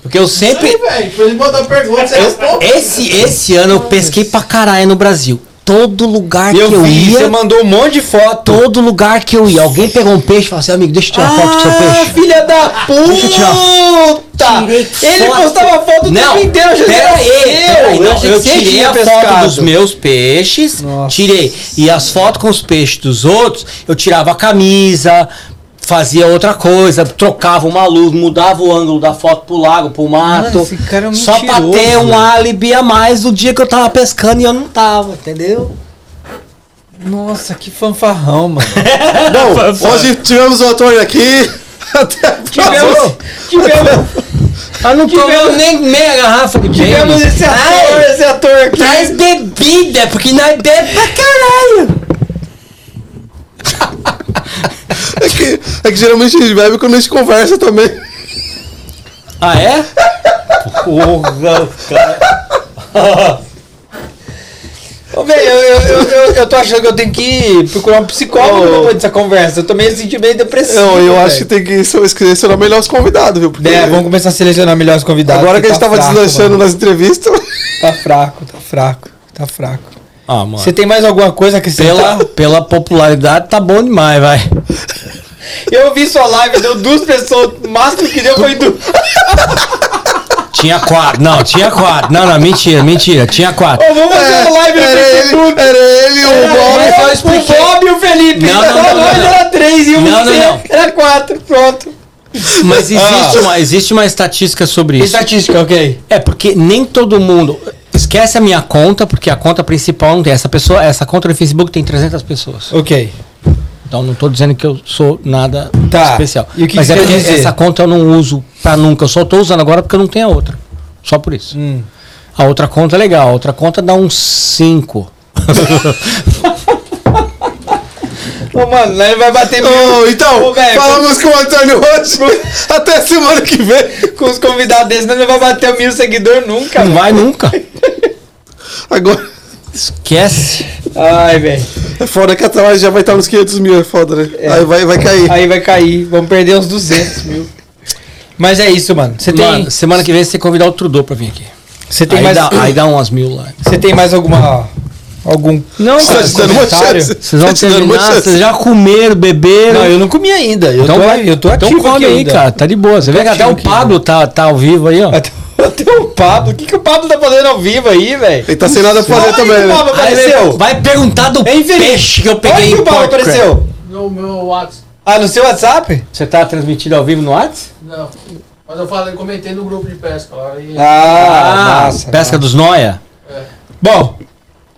Porque eu sempre Aí, velho, pra ele mandar pergunta, você responde. esse esse ano eu pesquei pra caralho no Brasil. Todo lugar que Eu eu vi, você ia, mandou um monte de foto. todo lugar que eu ia, alguém pegou um peixe e falou assim: "Amigo, deixa eu tirar foto do seu peixe". Ah, filha da Deixa eu tirar. puta! Tirei Ele foto. postava foto o Não, tempo Tá inteiro, Jesus. pera aí, pera aí, eu, não, eu, eu tirei a foto dos meus peixes, Nossa. tirei. E as fotos com os peixes dos outros, eu tirava a camisa, fazia outra coisa, trocava uma luz, mudava o ângulo da foto pro lago, pro mato. Mano, esse cara é um só pra mentiroso, ter um velho. álibi a mais do dia que eu tava pescando e eu não tava, entendeu? Nossa, que fanfarrão, mano. Bom, hoje tivemos o Antônio aqui. Até a próxima. Tivemos, tivemos, Eu não um tomei nem meia garrafa de tivemos Jameson. esse ator, Ai, esse ator aqui. Traz bebida, porque nós bebemos pra caralho. É que, é que geralmente a gente bebe quando a gente conversa também. Ah, é? Ô, velho, eu, eu, eu, eu, eu tô achando que eu tenho que procurar um psicólogo Ô. depois dessa conversa. Eu tô meio sentindo meio depressivo. Eu, eu acho que velho. tem que se- selecionar melhor os convidados, viu? tá Porque É, vamos começar a selecionar melhores convidados. agora que a gente tá tava fraco, deslanchando mano. nas entrevistas. Tá fraco, tá fraco, tá fraco. Ah, mano. Você tem mais alguma coisa que Pela, pela popularidade tá bom demais, vai. Eu vi sua live, deu duas pessoas. O máximo que deu foi duas. Tinha quatro. Não, tinha quatro. Não, não, mentira, mentira. Tinha quatro. Ô, vamos fazer uma live no É, era, Facebook. É, ele, era ele, o Bob. eu só Era o expliquei. Bob e o Felipe. Não, não, Só não, não, nós não. era três e o Não, não, você não. era quatro. Pronto. Mas existe, uma, existe uma estatística sobre isso. Estatística, ok. Ah. É porque nem todo mundo. Esquece a minha conta, porque a conta principal não tem. Essa, pessoa, essa conta do Facebook tem 300 pessoas. Ok. Então não tô dizendo que eu sou nada Tá. especial. E o que Mas que é quer porque dizer? essa conta eu não uso pra nunca. Eu só tô usando agora porque eu não tenho a outra. Só por isso. A outra conta é legal. A outra conta dá uns 5. Ô, mano, nós vai bater mil Ô, então, Ô, velho, falamos com o Antônio hoje. Até semana que vem. com os convidados desses, nós não vai bater mil seguidores nunca, Não mano. vai nunca. Agora. Esquece. Ai, velho. É foda que atrás já vai estar uns 500 mil, é foda, né? Aí vai, vai cair. Aí vai cair. Vamos perder uns 200 mil. Mas é isso, mano. Você tem, Mano, semana que vem você tem que convidar o Trudeau pra vir aqui. você tem aí, mais. um dá, aí dá umas mil lá. Você tem mais alguma. Algum. Não, Você tá te dando uma chance. Vocês vão Tá te dando uma terminar, chance. vocês já comeram, beberam. Não, eu não comi ainda. Eu então, tô, vai- eu tô então ativo come aqui aí, ainda. cara. Tá de boa. Você vê que até ativo o aqui, Pablo tá, tá ao vivo aí, ó. Até, até o Pablo. um O que, que o Pablo tá fazendo ao vivo aí, velho? Ele tá sem nada pra fazer Olha aí, também, né? Pablo Aí ele apareceu. Vai perguntar do É infeliz. peixe que eu Olha peguei que em o Pablo Porto Crab. apareceu. No meu WhatsApp. Ah, no seu WhatsApp? Você tá transmitindo ao vivo no WhatsApp? Não. Mas eu falei, comentei no grupo de pesca lá. E... Ah, Ah, massa. pesca dos Noia. Bom,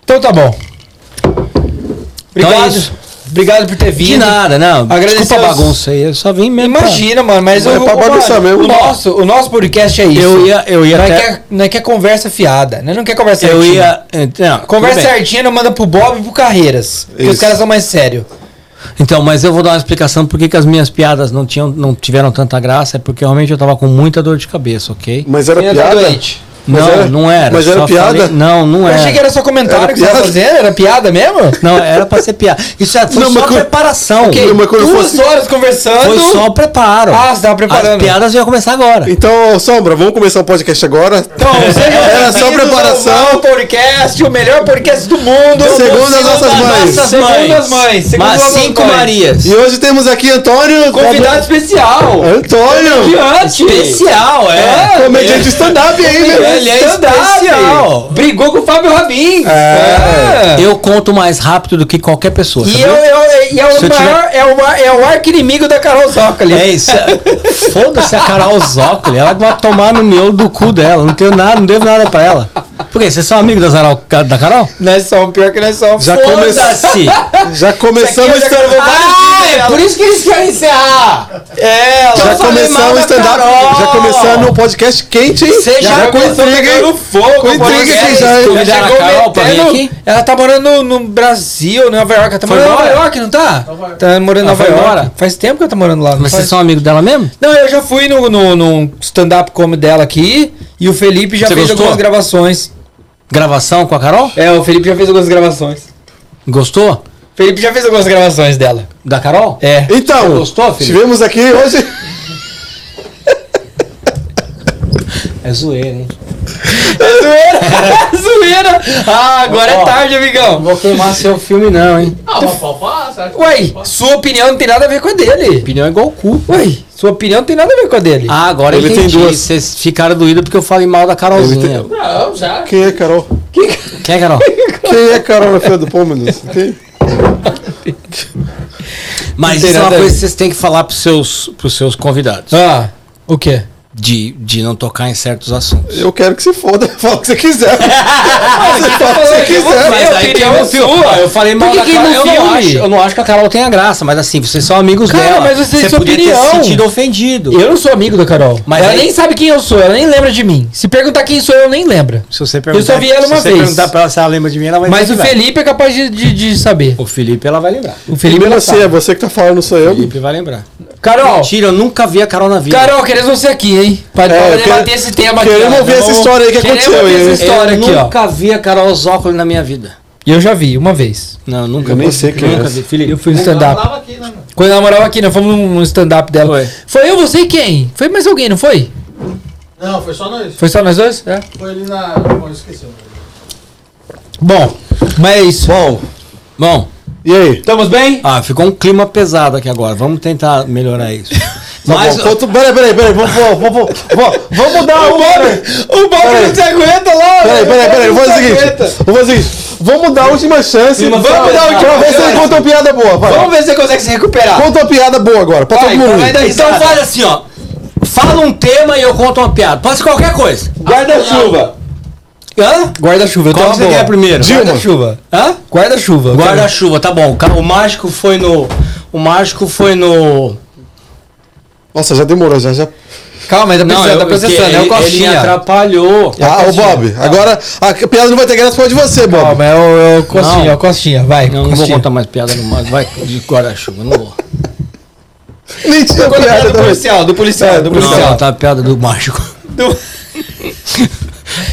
então tá bom. Então é Obrigado. isso. Obrigado por ter De vindo. nada, não. Agradecer Desculpa a aos- bagunça aí. Eu só vim mesmo. pra- Ah, Imagina, mano, mas É o, pra o- bagunçar o- mesmo. O nosso, o nosso podcast é isso. Eu ia, eu ia não, é até- que é, não é que é conversa fiada, né? Não quer conversa Eu certinha. ia. Não, Conversa tudo bem. certinha, não manda pro Bob e pro Carreiras. Porque os Isso. caras são mais sérios. Então, mas eu vou dar uma explicação por que que as minhas piadas não, tinham, não tiveram tanta graça. É porque realmente eu tava com muita dor de cabeça, ok? Mas era Eu tá tô piada? doente. Mas não, era- não era. mas era só piada? falei- não, não Eu era. achei que era só comentário Era que você tá piada? fazendo, era piada mesmo? Não, era pra ser piada. Isso é, foi Não, só mas quando- preparação. Não, mas quando Duas fosse- horas conversando. Foi só preparo. Ah, você tava preparando. As piadas iam começar agora. Então, Sombra, vamos começar o podcast agora? Então, sejam Era só bem-vindos ao preparação. Val Podcast, o melhor podcast do mundo. Segundo as nossas mães. Então, Segundo as mães. Segundo Mas as cinco mães. Marias. E hoje temos aqui Antônio. Convidado especial. É. Antônio! Diante. Especial, é. É, Comediante stand-up aí, meu. Ele é stand-up. especial. Brigou com o Fábio Rabin. É. Eu conto mais rápido do que qualquer pessoa. Tá E sabia? eu, eu- e é Se o eu maior, é o, ar- é o arqui-inimigo da Carol Zócoli. É isso. Foda-se a Carol Zócoli. Ela vai tomar no miolo do cu dela. Não tenho nada, não devo nada pra ela. Por quê? Vocês são amigos da, Zarau- da Carol? Nós somos, é pior que nós somos. Já come- Foda-se! Já começamos. Isso aqui eu já gravou Ah, é por isso que eles querem encerrar! É, Já ela- começamos o stand-up. Já começando o podcast quente, hein? Você já com começou intriga, pegando hein? fogo, Com mano. intriga aqui É, já, hein? ela Convidaram chegou a Carol pra vir metendo- aqui? Ela tá morando no Brasil, Nova York. Ela tá morando em Nova embora? York, não tá? Tá morando em Ah, Nova foi York. embora? Faz tempo que ela tá morando lá. não Mas faz? vocês são amigos dela mesmo? Não, eu já fui no, no, no stand-up comedy dela aqui e o Felipe já Você fez gostou? algumas gravações. Gravação com a Carol? É, o Felipe já fez algumas gravações. Gostou? O Felipe já fez algumas gravações dela. Da Carol? É. Então, Gostou, filho? tivemos aqui hoje. É zoeira, hein? Zoeira! Zoeira! Ah, agora é Ó. tarde, amigão. Vou queimar seu filme, não, hein? Ah, mas papá, será que Uai, sua opinião não tem nada a ver com a dele. Opinião é igual o cu. Uai, sua opinião não tem nada a ver com a dele. Ah, agora Ele ele tem entendi. duas. Vocês ficaram doídos porque eu falei mal da Carolzinha. Não, já. Quem é Carol? Quem é, Carol? Quem é Carol na fila do pão, menino? Quem? Mas tem isso é uma nada a coisa ver. que vocês têm que falar pros seus, pros seus convidados. Ah, o quê? De, de não tocar em certos assuntos. Eu quero que se foda, fala o que você quiser. você fala o que você vou- quiser. Mas aí queimou o filme. Ah, eu falei mal que da queimou Carol. o Eu não, filme? acho, eu não acho que a Carol tenha graça, mas assim, vocês são amigos Cara, dela. mas você- você sua podia ter opinião. se sentido ofendido. Eu não sou amigo da Carol. Mas ela aí- nem sabe quem eu sou, ela nem lembra de mim. Se perguntar quem sou eu, nem lembra. Se você perguntar- só vi ela uma se você vez. perguntar pra ela se ela lembra de mim, ela vai Mas dizer o que vai. Felipe é capaz de, de, de saber. O Felipe, ela vai lembrar. O E Felipe mesmo ela assim, é você que tá falando, não sou eu. O Felipe vai lembrar. Carol, Mentira, eu nunca vi a Carol na vida. Carol, queremos você aqui, hein? Pra É, eu pra debater quero- esse tema aqui. queremos ó, ver tá essa bom? história aí que Queremos aconteceu aí, ver essa hein? eu história aqui, ó. nunca vi a Carol Zócoli na minha vida. Eu já vi, uma vez. Não, nunca Eu vi. nem sei quem é Nunca essa. vi. Felipe. Eu fui no Ela stand-up. tava aqui, né, mano? Quando ela morava aqui, nós fomos num num stand-up dela. Foi. Foi. eu, você e quem? Foi mais alguém, não foi? Não, foi só nós. Foi só nós dois? É. Foi ali na. Bom, esqueci. o nome. Bom, mas é isso. Bom, Bom, e aí? Estamos bem? ah, ficou um clima pesado aqui agora. Vamos tentar melhorar isso. Mas, Tá Bom, conta- Peraí, peraí, peraí. Vamos, vamos, vamos, vamos, vamos mudar o nome. O Bob Peraí. não se aguenta lá, Peraí, velho. peraí, peraí. O Bob Vamos não fazer o se seguinte. aguenta. Vamos fazer o seguinte. Vamos dar a última chance. Vamos dar a última Pra ver se ele chance. conta uma piada boa. Vai. Vamos ver se você consegue se recuperar. Conta uma piada boa agora, pra Vai, todo mundo. vai rir. dar então faz assim, ó. Fala um tema e eu conto uma piada. Pode ser qualquer coisa. Guarda-chuva. Hã? Guarda-chuva, eu tenho Qual que uma você boa. quer primeiro? Guarda-chuva. Hã? Guarda-chuva. eu quero- Guarda-chuva, tá bom. O ca- O mágico foi no. O mágico foi no. Nossa, já demorou, já, já. Calma, ele tá Não, processando, eu, tá processando. É o ele, ele me Costinha. atrapalhou. Ah, ô Bob, agora a piada não vai ter graça por causa de você, Bob. Calma, é o, é o Costinha, Não. é o Costinha. Vai, Não, não vou Costinha. contar mais piada no mágico. Vai de guarda-chuva, não vou. Nem tinha Quando é piada também. do tá tá policial, do policial, do Não, policial. tá a piada do mágico.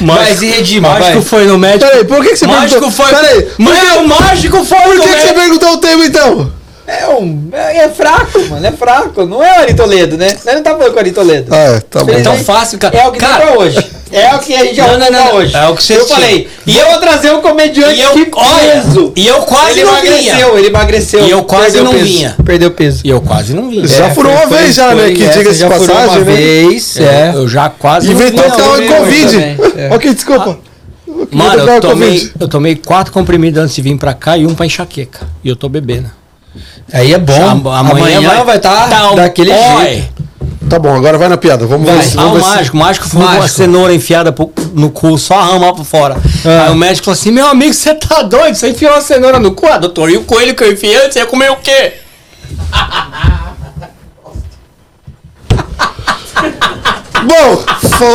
Mas e Edima, Mágico vai. foi no médico. Peraí, por que, que você mágico perguntou? foi. Peraí, Mas o mágico foi por no que, que você médico. perguntou o tema então? É, um, é, é fraco, mano. É fraco. Não é o Ari Toledo, né? Nós não tá falando com o Ari Toledo. Ah, é, tá bom. É tão fácil, cara. É o que tem Cara, pra hoje. É o que a gente Não, arrumou não, não, pra não. hoje. É o que você Eu tinha. falei, e eu vou trazer um comediante E eu, que olha, peso. e eu quase ele não emagreceu, vinha. ele emagreceu. E eu quase perdeu não peso, vinha. Perdeu peso. E eu quase não vi. Já furou uma vez já, né? é, Que diga-se de passagem, É. uma né? vez, é. Eu já quase Inventou que não vi. tava eu de também, Covid. eu também, é. Ok, desculpa. Inventou Mano, eu que tava de tomei, Covid. eu tomei quatro comprimidos antes de vir pra cá e um pra enxaqueca. E eu tô bebendo. Aí é bom. Am- tá Amanhã, vai estar um daquele Oi. jeito. Tá bom, agora vai na piada. Vamos Vai. ver se Ah, é. o vamos ver se- mágico, o mágico foi com a Mágico. cenoura enfiada pro- no cu, só a rama pra fora. Ah. Aí o médico falou assim: Meu amigo, você tá doido? Você enfiou a cenoura no cu? Ah, doutor, e o coelho que eu enfiei antes, você ia comer o quê? Bom,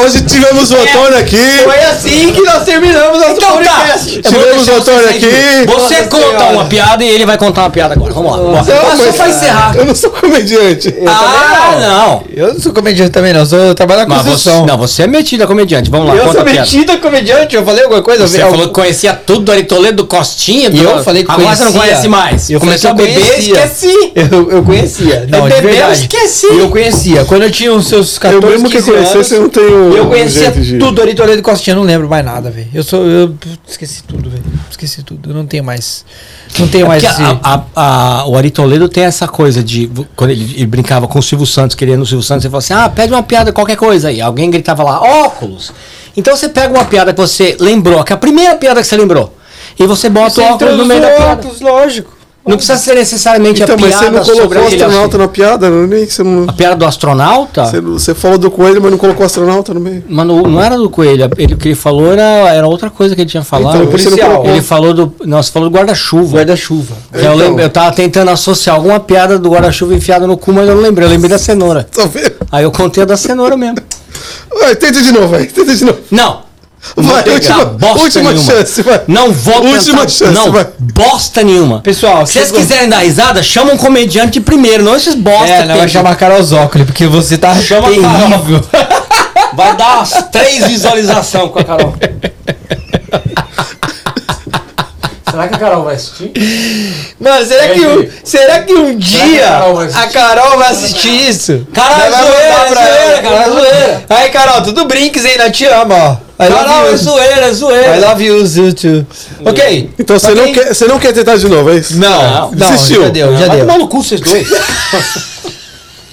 hoje tivemos o Antônio aqui. Foi assim que nós terminamos nosso Então tá. podcast. Eu vou Tivemos deixar o Antônio vocês aí. aqui. Você Nossa conta Senhora. uma piada e ele vai contar uma piada agora. Vamos lá. bora. Não, Ah, só mas- pra encerrar. Eu não sou comediante. Ah, não. Eu não sou comediante também, não. Sou, eu trabalho na Mas você, construção. não, você é metido a comediante. Vamos lá, eu conta sou a piada. metido a comediante. Eu falei alguma coisa? Você Eu- falou que conhecia tudo do Aritoledo Costinha. E eu do- falei que Agora você não conhecia. conhece mais. Eu falei Começou a que eu beber, conhecia. esqueci. Eu, eu conhecia. Não, de bebeu, verdade. esqueci. Eu conhecia. Quando eu tinha os seus 14, Eu mesmo que 15 conhecesse, eu anos, não tenho. eu conhecia jeito de- tudo ali do Toledo Costinha. Eu não lembro mais nada, velho. Eu sou... Eu putz, esqueci tudo, velho. Esqueci tudo. Eu não tenho mais... Não tenho mais... É Porque a- esse- a- a- o Ari Toledo tem essa coisa de. vo- Quando ele, ele brincava com o Silvio Santos, querendo o Silvio Santos, ele falou assim: ah, pede uma piada, qualquer coisa. aí alguém gritava lá, óculos. Então você pega uma piada que você lembrou, que é a primeira piada que você lembrou, e você bota Você o óculos no introduz meio da o piada. óculos, lógico. Não precisa ser necessariamente Então, a mas piada você não sobre colocou o aquele astronauta assunto. na piada, não, é nem que você não. A piada do astronauta? Você, não- você falou do coelho, mas não colocou o astronauta no meio. Mano, não era do coelho. Ele, o que ele falou era, era outra coisa que ele tinha falado. Então, você não policial. colocou. Então. ele falou do. Não, você falou do guarda-chuva. É, Guarda-chuva. Eu, lembro, eu tava tentando associar alguma piada do guarda-chuva enfiado no cu, mas eu não lembrei. Eu lembrei da cenoura. Tá vendo? Aí eu contei a da cenoura mesmo. Vai, tenta de novo, vai. Tenta de novo. Não! Não Vai, vou última- tentar bosta última nenhuma. chance, vai. Não vou Última tentar, chance, não, vai. bosta nenhuma. Pessoal, se vocês chegou- quiserem dar risada, chama um comediante de primeiro, não esses bosta. É, não, que vai tem. chamar Carol Zócoli, porque você tá Chama a terrível. Vai dar umas três visualizações com a Carol. Será que a Carol vai assistir? Mano, será que, um, será que um dia a Carol vai a assistir? Carol vai assistir isso? Caralho, Ela vai zoeira, mandar pra zoeira, ela. cara, zoeira. Aí, Carol, tudo brinques, hein? Nós te ama, ó. I Carol, é love you. zoeira, é zoeira. I love you, you too. Ok. Então você não, quer, você não quer tentar de novo, é isso? Não, não, Desistiu. já deu, já Vai deu. tomar no cu vocês dois.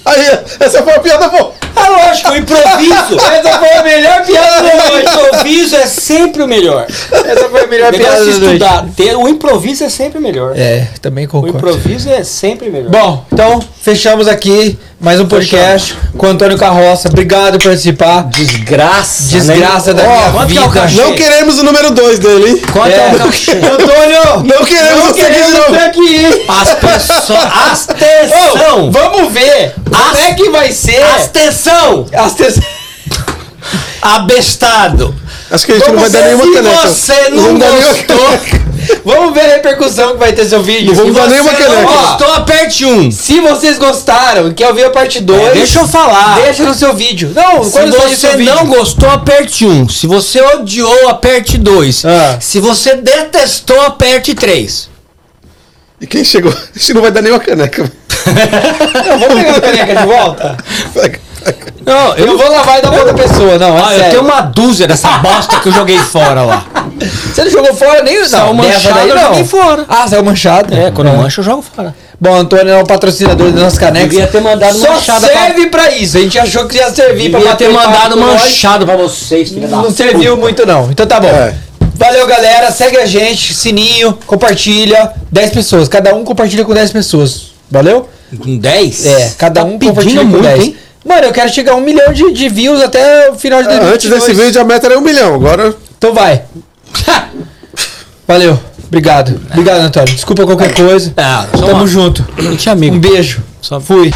Aí, essa foi a piada boa. É lógico, o improviso. Essa foi a melhor piada do O mundo. improviso é sempre o melhor. Essa foi a melhor O piada negócio de do mundo. estudar. Ter, o improviso é sempre melhor. É, também O concordo. improviso é sempre melhor. Bom, então fechamos aqui mais um podcast com o Antônio Carroça. Obrigado por participar. desgraça. né? Desgraça da minha quanto que é o vida. cachê? Não queremos o número 2 dele, hein? Quanto é, o cachê? Antônio! Não queremos Não você é aqui de queremos novo. você aqui! As pessoas. Ô, Atenção! vamos ver como é que vai ser Atenção! as terças. Abestado! Acho que a gente não vai dar Se nenhuma caneca. você não Vamos dar nenhuma gostou, Vamos ver a repercussão que vai ter seu vídeo. Não vamos Se dar nenhuma você não caneca. gostou- gostou, aperte um. Se vocês gostaram e quer ouvir a parte 2, É, Deixa eu falar. deixa no seu vídeo. Não, Se quando sair seu você vídeo. não gostou, aperte um. Se você odiou, aperte dois. Ah. Se você detestou, aperte é três. E quem chegou? A gente não vai dar nenhuma caneca. Não, vamos pegar a caneca de volta? Pega. Não, Eu não vou lavar e dar pra outra pessoa, não. é Ah, eu sério. tenho uma dúzia dessa bosta que eu joguei fora lá. Você não jogou fora nem o Saiu manchado, eu joguei fora. Ah, saiu manchado? É, quando mancha eu jogo fora. Bom, Antônio é o patrocinador das nossas canecas. Devia ter mandado Só manchada pra- serve pra... isso. A gente achou que ia servir pra Devia bater um ter papo mandado com nós. manchado pra vocês, filha da Não serviu muito, não. Então tá bom. É. Valeu, galera. Segue a gente. Sininho. Compartilha. 10 pessoas. Cada um compartilha com 10 pessoas. Valeu? Com 10? É, cada um compartilha tá pedindo com muito, 10. hein? Mano, eu quero chegar a um milhão de, de views até o final de É, Ah, 2022. Antes desse vídeo a meta era um milhão, agora. Então vai. Valeu. Obrigado. Obrigado, Antônio. Desculpa qualquer coisa. Ah, só Tamo uma- junto. Não tinha amigo. Um beijo. Só- Fui.